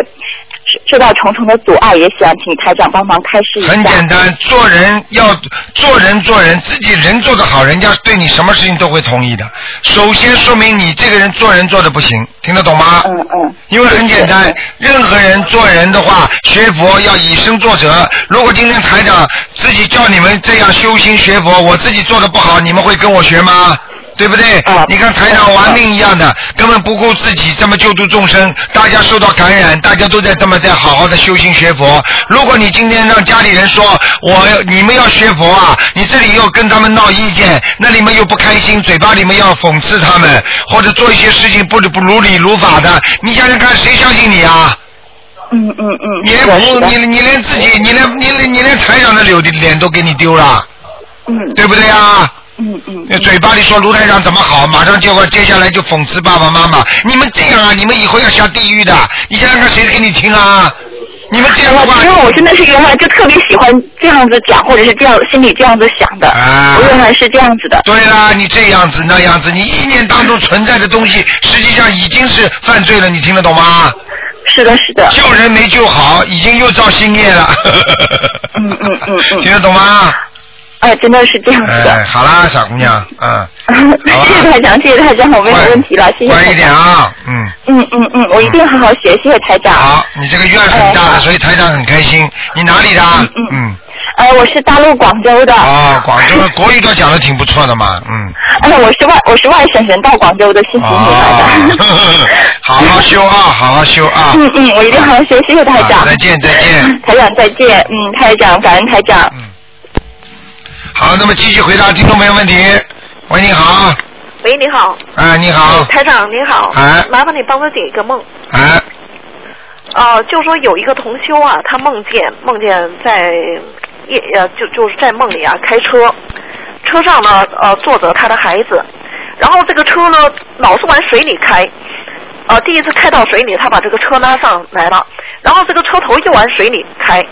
[SPEAKER 11] 受受到重重的阻碍，也想请台长帮忙开示一下。
[SPEAKER 1] 很简单，做人要做人做人，自己人做得好，人家对你什么事情都会同意的。首先说明你这个人做人做的不行，听得懂吗？
[SPEAKER 11] 嗯嗯。
[SPEAKER 1] 因为很简单，任何人做人的话，学佛要以身作则。如果今天台长自己叫你们这样修心学佛，我自己做的不好，你们会跟我学吗？对不对？
[SPEAKER 11] 啊
[SPEAKER 1] 你看台长玩命一样的，根本不顾自己，这么救度众生，大家受到感染，大家都在这么在好好的修心学佛。如果你今天让家里人说我你们要学佛啊，你这里又跟他们闹意见，那你们又不开心，嘴巴里面要讽刺他们，或者做一些事情不不如理如法的，你想想看，谁相信你啊？
[SPEAKER 11] 嗯嗯嗯。
[SPEAKER 1] 你连
[SPEAKER 11] 是
[SPEAKER 1] 不
[SPEAKER 11] 的
[SPEAKER 1] 你你连自己，你连你连你连台长的脸都脸都给你丢了，
[SPEAKER 11] 嗯，
[SPEAKER 1] 对不对啊？
[SPEAKER 11] 嗯嗯。
[SPEAKER 1] 那嘴巴里说卢台长怎么好，马上结果接下来就讽刺爸爸妈妈，你们这样啊，你们以后要下地狱的，你想想看谁给你听啊？你们这样的话，
[SPEAKER 11] 因为我真的是原来就特别喜欢这样子讲，或者是这样心里这样子想的。
[SPEAKER 1] 啊
[SPEAKER 11] 我原来是这样子的。
[SPEAKER 1] 对啦，你这样子那样子，你意念当中存在的东西，实际上已经是犯罪了，你听得懂吗？
[SPEAKER 11] 是的，是的。
[SPEAKER 1] 救人没救好，已经又造新业了。
[SPEAKER 11] 嗯嗯嗯嗯。
[SPEAKER 1] 听得懂吗？
[SPEAKER 11] 哎，真的是这样子
[SPEAKER 1] 哎，
[SPEAKER 11] 的。
[SPEAKER 1] 好啦，傻姑娘，嗯，好吧
[SPEAKER 11] 谢谢台长，谢谢台长，我没有问题了，谢谢
[SPEAKER 1] 乖
[SPEAKER 11] 台长。
[SPEAKER 1] 一点啊，嗯，
[SPEAKER 11] 嗯嗯嗯，我一定好好学，谢谢台长。
[SPEAKER 1] 好，你这个愿很大
[SPEAKER 11] 哎
[SPEAKER 1] 的，所以台长很开心。你哪里的啊？嗯，
[SPEAKER 11] 呃，我是大陆广州的，
[SPEAKER 1] 哦，广州的国语 都讲的挺不错的嘛，嗯，
[SPEAKER 11] 哎，我是外我是外省人，到广州的，辛苦你
[SPEAKER 1] 啊
[SPEAKER 11] 了。
[SPEAKER 1] 哦，好好修啊，好好修啊。
[SPEAKER 11] 嗯嗯，我一定好好学，谢谢台长
[SPEAKER 1] 好。再见再见。
[SPEAKER 11] 台长再见，嗯，台长感恩台长。
[SPEAKER 1] 好，那么继续回答听众朋友问题。喂，你好，
[SPEAKER 12] 喂，你好，
[SPEAKER 1] 哎，你好，
[SPEAKER 12] 台长，你好，
[SPEAKER 1] 哎
[SPEAKER 12] 麻烦你帮我解一个梦。
[SPEAKER 1] 哎，
[SPEAKER 12] 呃，就说有一个同修啊，他梦见梦见在夜呃，就就是在梦里啊开车，车上呢呃坐着他的孩子，然后这个车呢老是往水里开，呃第一次开到水里，他把这个车拉上来了，然后这个车头又往水里开，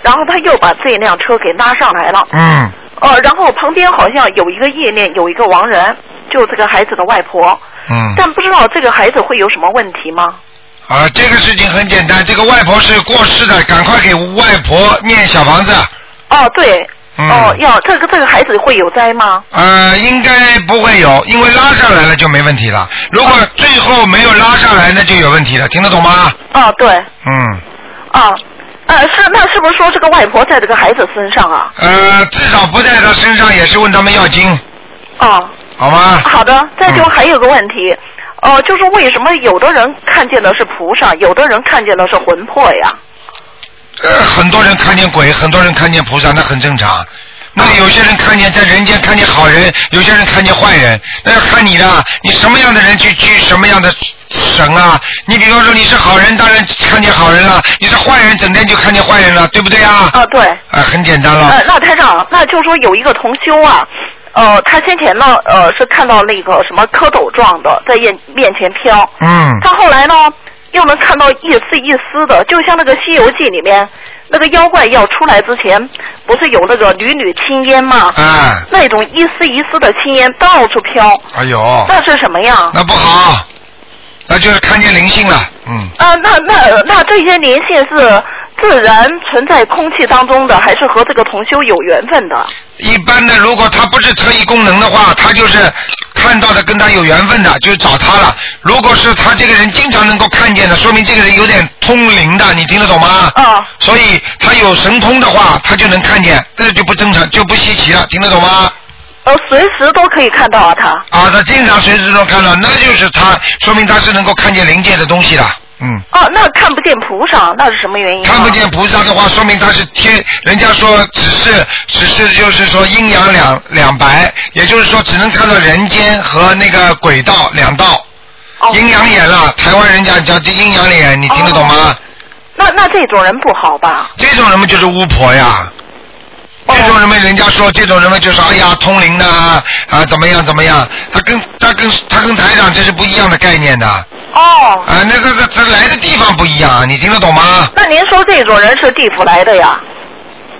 [SPEAKER 12] 然后他又把这辆车给拉上来了，
[SPEAKER 1] 嗯，
[SPEAKER 12] 呃，然后旁边好像有一个意念，有一个亡人，就是这个孩子的外婆，
[SPEAKER 1] 嗯，
[SPEAKER 12] 但不知道这个孩子会有什么问题吗？
[SPEAKER 1] 啊，这个事情很简单，这个外婆是过世的，赶快给外婆念小房子。
[SPEAKER 12] 哦，对，
[SPEAKER 1] 嗯
[SPEAKER 12] 哦，要这个这个孩子会有灾吗？
[SPEAKER 1] 呃，应该不会有，因为拉上来了就没问题了。如果最后没有拉上来，那就有问题了，听得懂吗？
[SPEAKER 12] 哦，对，
[SPEAKER 1] 嗯，
[SPEAKER 12] 啊，呃，是那是不是说这个外婆在这个孩子身上啊？
[SPEAKER 1] 呃，至少不在他身上，也是问他们要经，
[SPEAKER 12] 哦，
[SPEAKER 1] 好吗？
[SPEAKER 12] 好的，再
[SPEAKER 1] 嗯
[SPEAKER 12] 就还有个问题，哦、就是为什么有的人看见的是菩萨，有的人看见的是魂魄呀？
[SPEAKER 1] 呃， 很多人看见鬼，很多人看见菩萨，那很正常。那有些人看见在人间看见好人，有些人看见坏人，那要看你的，你什么样的人去去什么样的神啊？你比方说你是好人，当然看见好人了；你是坏人，整天就看见坏人了，对不对啊？
[SPEAKER 12] 啊，对。
[SPEAKER 1] 啊，很简单了
[SPEAKER 12] 呃，。那台长，那就说有一个同修啊，呃，他先前呢，呃，是看到那个什么蝌蚪状的在眼面前飘，
[SPEAKER 1] 嗯
[SPEAKER 12] 他后来呢，又能看到一丝一丝的，就像那个《西游记》里面那个妖怪要出来之前，不是有那个缕缕青烟吗？
[SPEAKER 1] 哎，
[SPEAKER 12] 那种一丝一丝的青烟到处飘，
[SPEAKER 1] 哎呦，
[SPEAKER 12] 那是什么呀？
[SPEAKER 1] 那不好，那就是看见灵性了，嗯，
[SPEAKER 12] 啊，那那那这些灵性是自然存在空气当中的，还是和这个同修有缘分的？
[SPEAKER 1] 一般的如果他不是特异功能的话，他就是看到的跟他有缘分的，就找他了。如果是他这个人经常能够看见的，说明这个人有点通灵的，你听得懂吗？
[SPEAKER 12] 啊。
[SPEAKER 1] 所以他有神通的话，他就能看见，这就不正常，就不稀奇了，听得懂吗？
[SPEAKER 12] 呃，随时都可以看到啊，他。
[SPEAKER 1] 啊，他经常随时都看到，那就是他说明他是能够看见灵界的东西的。嗯，
[SPEAKER 12] 哦，那看不见菩萨，那是什么原因？啊
[SPEAKER 1] 看不见菩萨的话，说明他是天。人家说只是只是就是说阴阳两两白，也就是说只能看到人间和那个鬼道两道，阴阳眼了。台湾人讲叫阴阳眼，你听得懂吗？
[SPEAKER 12] 那那这种人不好吧？
[SPEAKER 1] 这种人嘛就是巫婆呀。这种人嘛，人家说这种人嘛，就是哎呀通灵的啊，啊怎么样怎么样，他跟他跟他跟台长这是不一样的概念的。
[SPEAKER 12] 哦。
[SPEAKER 1] 啊，那这这这来的地方不一样，啊你听得懂吗？
[SPEAKER 12] 那您说这种人是地府来的呀？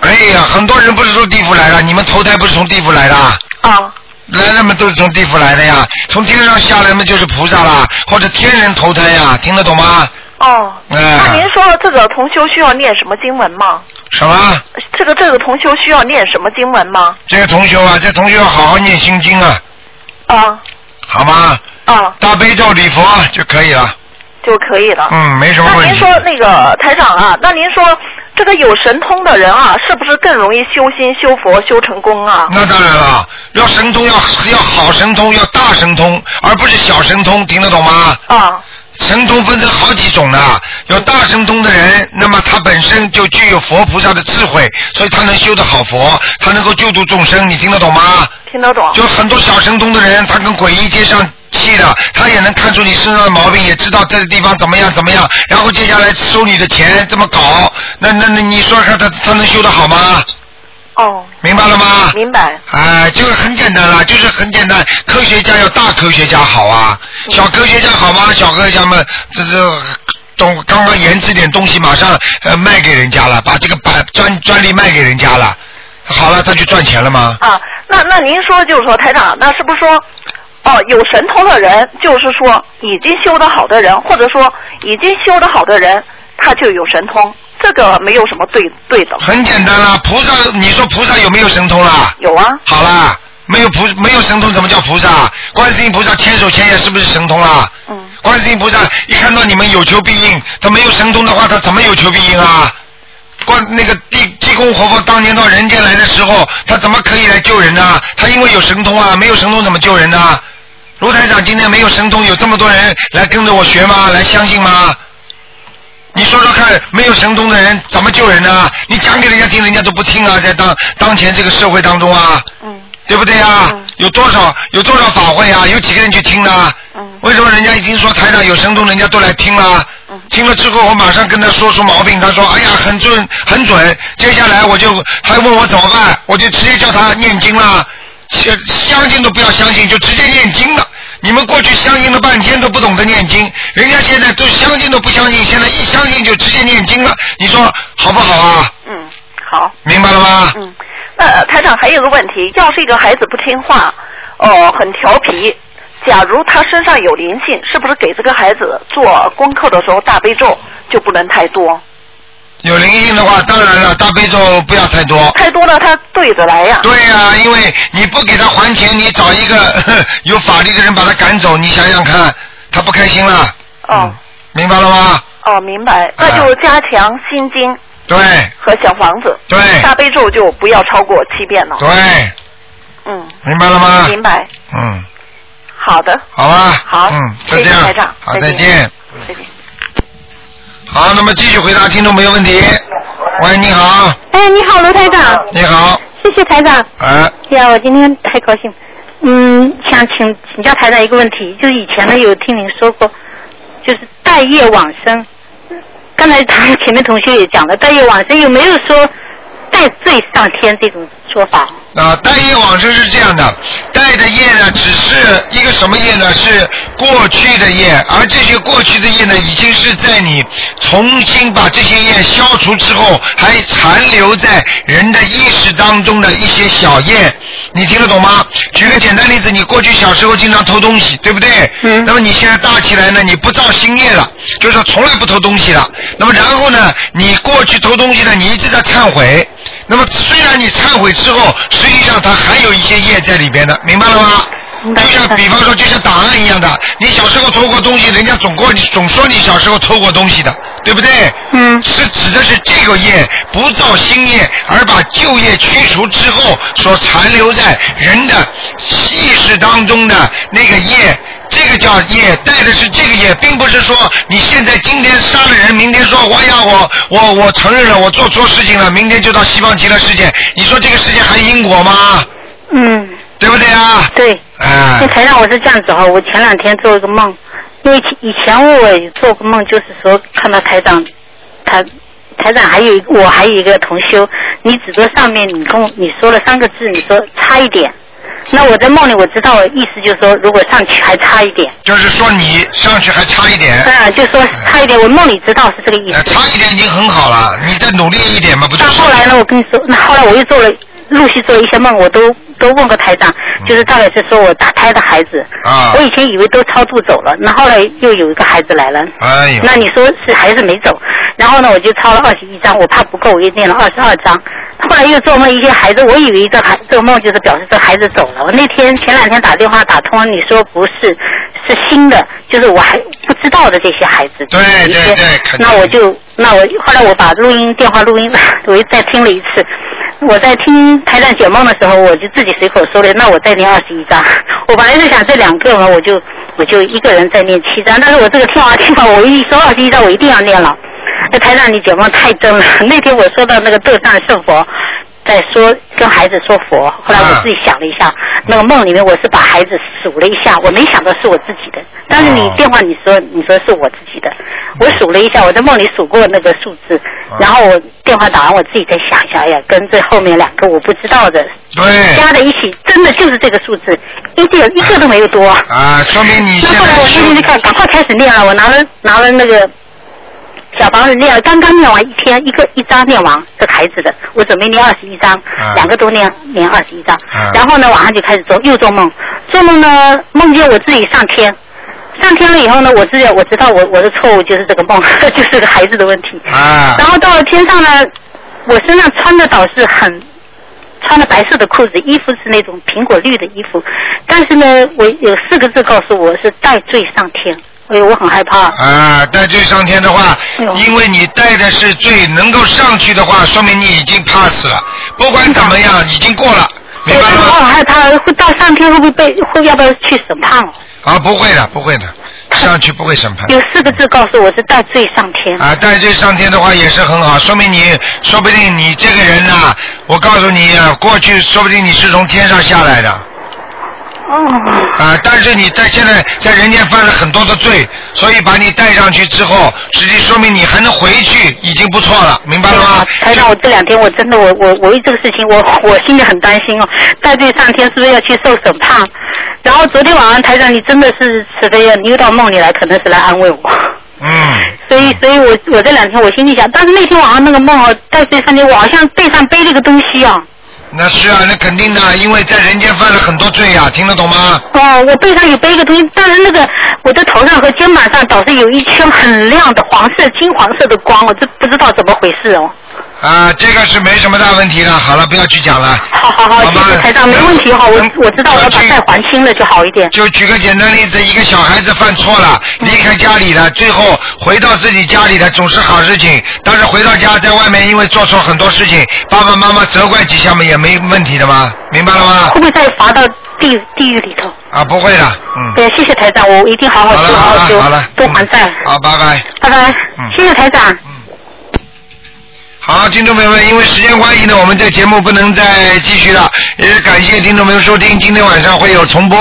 [SPEAKER 1] 哎呀，很多人不是从地府来的，你们投胎不是从地府来的？
[SPEAKER 12] 啊。
[SPEAKER 1] 来的嘛都是从地府来的呀，从天上下来嘛就是菩萨啦，或者天人投胎呀，听得懂吗？
[SPEAKER 12] 哦。那
[SPEAKER 1] 哎、
[SPEAKER 12] 您说这个同修需要念什么经文吗？
[SPEAKER 1] 什么？
[SPEAKER 12] 这个这个同修需要念什么经文吗？
[SPEAKER 1] 这个同学啊，这同学要好好念心经啊，
[SPEAKER 12] 啊
[SPEAKER 1] 好吗？
[SPEAKER 12] 啊，
[SPEAKER 1] 大悲咒礼佛就可以了。
[SPEAKER 12] 就可以了。
[SPEAKER 1] 嗯，没什么
[SPEAKER 12] 那
[SPEAKER 1] 问
[SPEAKER 12] 您
[SPEAKER 1] 题
[SPEAKER 12] 说。那个台长啊，那您说这个有神通的人啊，是不是更容易修心、修佛、修成功啊？
[SPEAKER 1] 那当然了，要神通要要好神通，要大神通，而不是小神通，听得懂吗？
[SPEAKER 12] 啊。
[SPEAKER 1] 神通分成好几种呢，有大神通的人，那么他本身就具有佛菩萨的智慧，所以他能修得好佛，他能够救度众生，你听得懂吗？
[SPEAKER 12] 听得懂。
[SPEAKER 1] 就很多小神通的人，他跟鬼医接上气的，他也能看出你身上的毛病，也知道这个地方怎么样怎么样，然后接下来收你的钱，这么搞，那那那你说说他他能修得好吗？
[SPEAKER 12] 哦。
[SPEAKER 1] 明白了吗？
[SPEAKER 12] 明白。
[SPEAKER 1] 哎，这个很简单啦，就是很简单。科学家要大科学家好啊，
[SPEAKER 12] 嗯
[SPEAKER 1] 小科学家好吗？小科学家们，这这懂刚刚研制点东西，马上呃卖给人家了，把这个版专专利卖给人家了，好了，他去赚钱了吗？
[SPEAKER 12] 啊，那那您说就是说台长，那是不是说，哦，有神通的人，就是说已经修得好的人，或者说已经修得好的人，他就有神通，这个没有什么对对等。
[SPEAKER 1] 很简单啦，菩萨，呃你说菩萨有没有神通啦？
[SPEAKER 12] 有啊。
[SPEAKER 1] 好啦，没有菩没有神通怎么叫菩萨？观世音菩萨千手千眼是不是神通啦？嗯。观世音菩萨一看到你们有求必应，他没有神通的话，他怎么有求必应啊？观那个地济公活佛当年到人间来的时候，他怎么可以来救人呢、他因为有神通啊，没有神通怎么救人呢、卢台长今天没有神通，有这么多人来跟着我学吗？来相信吗？你说说看，没有神通的人怎么救人呢、你讲给人家听，人家都不听啊，在当当前这个社会当中啊，嗯，对不对啊？有多少有多少法会啊？有几个人去听呢？嗯，为什么人家一听说台长有神通，人家都来听了？听了之后，我马上跟他说出毛病，他说：“哎呀，很准，很准。”接下来我就他问我怎么办，我就直接叫他念经了，相相信都不要相信，就直接念经了。你们过去相信了半天都不懂得念经，人家现在都相信都不相信，现在一相信就直接念经了，你说好不好啊？
[SPEAKER 12] 嗯，好。
[SPEAKER 1] 明白了吗？
[SPEAKER 12] 嗯，那呃台长还有个问题，要是一个孩子不听话，哦、很调皮，假如他身上有灵性，是不是给这个孩子做功课的时候大悲咒就不能太多？
[SPEAKER 1] 有灵性的话，当然了，大悲咒不要太多。
[SPEAKER 12] 太多了，他对着来呀。
[SPEAKER 1] 对呀、因为你不给他还钱，你找一个 呵有法力的人把他赶走，你想想看，他不开心了。哦、明白了吗？
[SPEAKER 12] 哦，明白，
[SPEAKER 1] 啊
[SPEAKER 12] 那就加强心经
[SPEAKER 1] 对
[SPEAKER 12] 和小房子，
[SPEAKER 1] 对，
[SPEAKER 12] 大悲咒就不要超过七遍了。
[SPEAKER 1] 对，
[SPEAKER 12] 哦嗯，
[SPEAKER 1] 明白了吗？
[SPEAKER 12] 明白，
[SPEAKER 1] 嗯，
[SPEAKER 12] 好的，
[SPEAKER 1] 好吧。
[SPEAKER 12] 好
[SPEAKER 1] 嗯，就
[SPEAKER 12] 谢
[SPEAKER 1] 这
[SPEAKER 12] 谢
[SPEAKER 1] 样。
[SPEAKER 12] 台长
[SPEAKER 1] 好，
[SPEAKER 12] 再
[SPEAKER 1] 再
[SPEAKER 12] 见
[SPEAKER 1] 见。
[SPEAKER 12] 再见。
[SPEAKER 1] 好，那么继续回答听众朋友问题。喂，你好，
[SPEAKER 13] 哎，你好，卢台长，
[SPEAKER 1] 你好，
[SPEAKER 13] 谢谢台长。
[SPEAKER 1] 哎，
[SPEAKER 13] 哎呀，我今天太高兴。嗯，想请请教台长一个问题，就是以前呢有听您说过，就是待业往生。刚才台前面同学也讲了，待业往生有没有说带罪上天这种说法？
[SPEAKER 1] 啊，带业往生是这样的，带着业呢，只是一个什么业呢？是过去的业，而这些过去的业呢，已经是在你重新把这些业消除之后，还残留在人的意识当中的一些小业，你听得懂吗？举个简单例子，你过去小时候经常偷东西，对不对？嗯。那么你现在大起来呢，你不造新业了，就是说从来不偷东西了。那么然后呢，你过去偷东西呢，你一直在忏悔。那么虽然你忏悔之后，实际上它还有一些业在里边的，明白了吗？就像比方说，就像档案一样的，你小时候偷过东西，人家总过你总说你小时候偷过东西的，对不对？嗯。是指的是这个业不造新业，而把旧业驱除之后所残留在人的意识当中的那个业，这个叫业，带的是这个业，并不是说你现在今天杀了人，明天说我呀我我我承认了我做错事情了，明天就到西方极乐世界，你说这个世界还因果吗？
[SPEAKER 13] 嗯，
[SPEAKER 1] 对不对啊？
[SPEAKER 13] 对。
[SPEAKER 1] 啊、
[SPEAKER 13] 那台长，我是这样子哈，我前两天做一个梦，因为其以前我也做过梦，就是说看到台长，台台长还有一我还有一个同修，你指着上面你跟我你说了三个字，你说差一点。那我在梦里我知道意思就是说，如果上去还差一点，
[SPEAKER 1] 就是说你上去还差一点。
[SPEAKER 13] 嗯，就说差一点，我梦里知道是这个意思。
[SPEAKER 1] 哎差一点已经很好了，你再努力一点嘛，不就
[SPEAKER 13] 那
[SPEAKER 1] 是？
[SPEAKER 13] 后来呢？我跟你说，那后来我又做了，陆续做了一些梦，我都都问过台长，就是大概是说我打胎的孩子，
[SPEAKER 1] 啊
[SPEAKER 13] 我以前以为都超度走了，那后来又有一个孩子来了，
[SPEAKER 1] 哎呦，
[SPEAKER 13] 那你说是还是没走？然后呢，我就抄了二十一张，我怕不够，我又念了二十二张。后来又做梦一些孩子，我以为这孩这个梦就是表示这孩子走了。我那天前两天打电话打通了，你说不是，是新的，就是我还不知道的这些孩子。对对对，那我就那我后来我把录音电话录音 我又再听了一次。我在听台长解梦的时候，我就自己随口说了，那我再念二十一章。 我本来是想这两个嘛，我就我就一个人再念七章，但是我这个天王地方，我一说二十一章，我一定要念了。那哎台长，你解梦太真了。 那天我说到那个斗上是佛，在说跟孩子说佛，后来我自己想了一下，那个梦里面我是把孩子数了一下，我没想到是我自己的。但是你电话你说你说是我自己的，我数了一下，我在梦里数过那个数字，然后我电话打完我自己再想一下，哎呀，跟这后面两个我不知道的
[SPEAKER 1] 对
[SPEAKER 13] 加在一起，真的就是这个数字，一点一个都没有多。
[SPEAKER 1] 啊，说明你
[SPEAKER 13] 那后来我天天就看，赶快开始练了，我拿了拿了那个小房子练了，刚刚练完一天一个一张练完，这个孩子的，我准备练二十一张，
[SPEAKER 1] 啊
[SPEAKER 14] 嗯
[SPEAKER 13] 两个都练练二十一张，
[SPEAKER 14] 嗯
[SPEAKER 13] 然后呢晚上就开始做，又做梦，做梦呢梦见我自己上天。上天了以后呢，我知道我知道我我的错误就是这个梦， 就是个孩子的问题。
[SPEAKER 1] 啊
[SPEAKER 13] 然后到了天上呢，我身上穿的倒是很穿了白色的裤子，衣服是那种苹果绿的衣服，但是呢，我有四个字告诉我是戴罪上天，哎呦，我很害怕。
[SPEAKER 1] 啊，带罪上天的话，因为你带的是罪，能够上去的话，说明你已经 pass 了。不管怎么样，已经过了。
[SPEAKER 13] 对，但是我很害怕，会到上天会不会被会要不要去审判我？
[SPEAKER 1] 啊，不会的，不会的，上去不会审判。
[SPEAKER 13] 有四个字告诉我是戴罪上天。
[SPEAKER 1] 啊，带罪上天的话也是很好，说明你，说不定你这个人呐、我告诉你啊，过去说不定你是从天上下来的。
[SPEAKER 13] 哦。
[SPEAKER 1] 啊，但是你在现在在人间犯了很多的罪，所以把你带上去之后，实际说明你还能回去，已经不错了，明白了吗？
[SPEAKER 13] 台长，我这两天我真的我我我为这个事情我我心里很担心哦，戴罪上天是不是要去受审判？然后昨天晚上台长你真的是慈悲啊，你又到梦里来，可能是来安慰我。
[SPEAKER 1] 嗯。
[SPEAKER 13] 所以，所以我我这两天我心里想，但是那天晚上那个梦哦，戴罪上天，我好像背上背了个东西哦。
[SPEAKER 1] 那是啊，那肯定的，因为在人间犯了很多罪呀、听得懂吗？
[SPEAKER 13] 哦，我背上有背一个东西，但是那个我的头上和肩膀上倒是有一圈很亮的黄色、金黄色的光，哦我这不知道怎么回事哦。
[SPEAKER 1] 啊，这个是没什么大问题的。好了，不要去讲了。
[SPEAKER 13] 好好好，谢谢台长，没问题哈、我
[SPEAKER 1] 嗯
[SPEAKER 13] 我知道我要把债还清了就好一点。嗯
[SPEAKER 1] 就举个简单例子，一个小孩子犯错了，离开家里了，最后回到自己家里的总是好事情，但是回到家在外面因为做错很多事情，爸爸妈妈责怪几下嘛也没问题的嘛，明白了吗？
[SPEAKER 13] 会不会再罚到地地狱里头？
[SPEAKER 1] 啊，不会的，嗯。
[SPEAKER 13] 对，谢谢台长，我一定好好修，好嗯好修，多还债。
[SPEAKER 1] 好，拜拜。
[SPEAKER 13] 拜拜，谢谢台长。
[SPEAKER 1] 好，听众朋友们，因为时间关系呢，我们这节目不能再继续了，也是感谢听众朋友收听，今天晚上会有重播，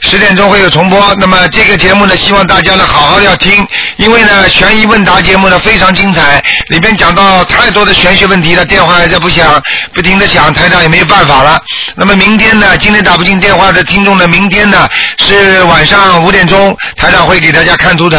[SPEAKER 1] 十点钟会有重播。那么这个节目呢，希望大家呢好好要听，因为呢悬疑问答节目呢非常精彩，里边讲到太多的玄学问题了，电话还在不响，不停的响，台长也没有办法了。那么明天呢，今天打不进电话的听众呢，明天呢是晚上五点钟，台长会给大家看图腾，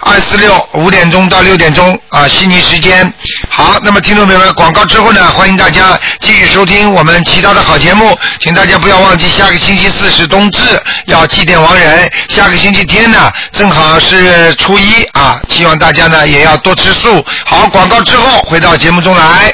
[SPEAKER 1] 二四六五点钟到六点钟啊，悉尼时间。好，那么听众朋友们，广告之后呢，欢迎大家继续收听我们其他的好节目，请大家不要忘记下个星期四是冬至，要祭奠亡人，下个星期天呢正好是初一啊，希望大家呢也要多吃素。好，广告之后回到节目中来。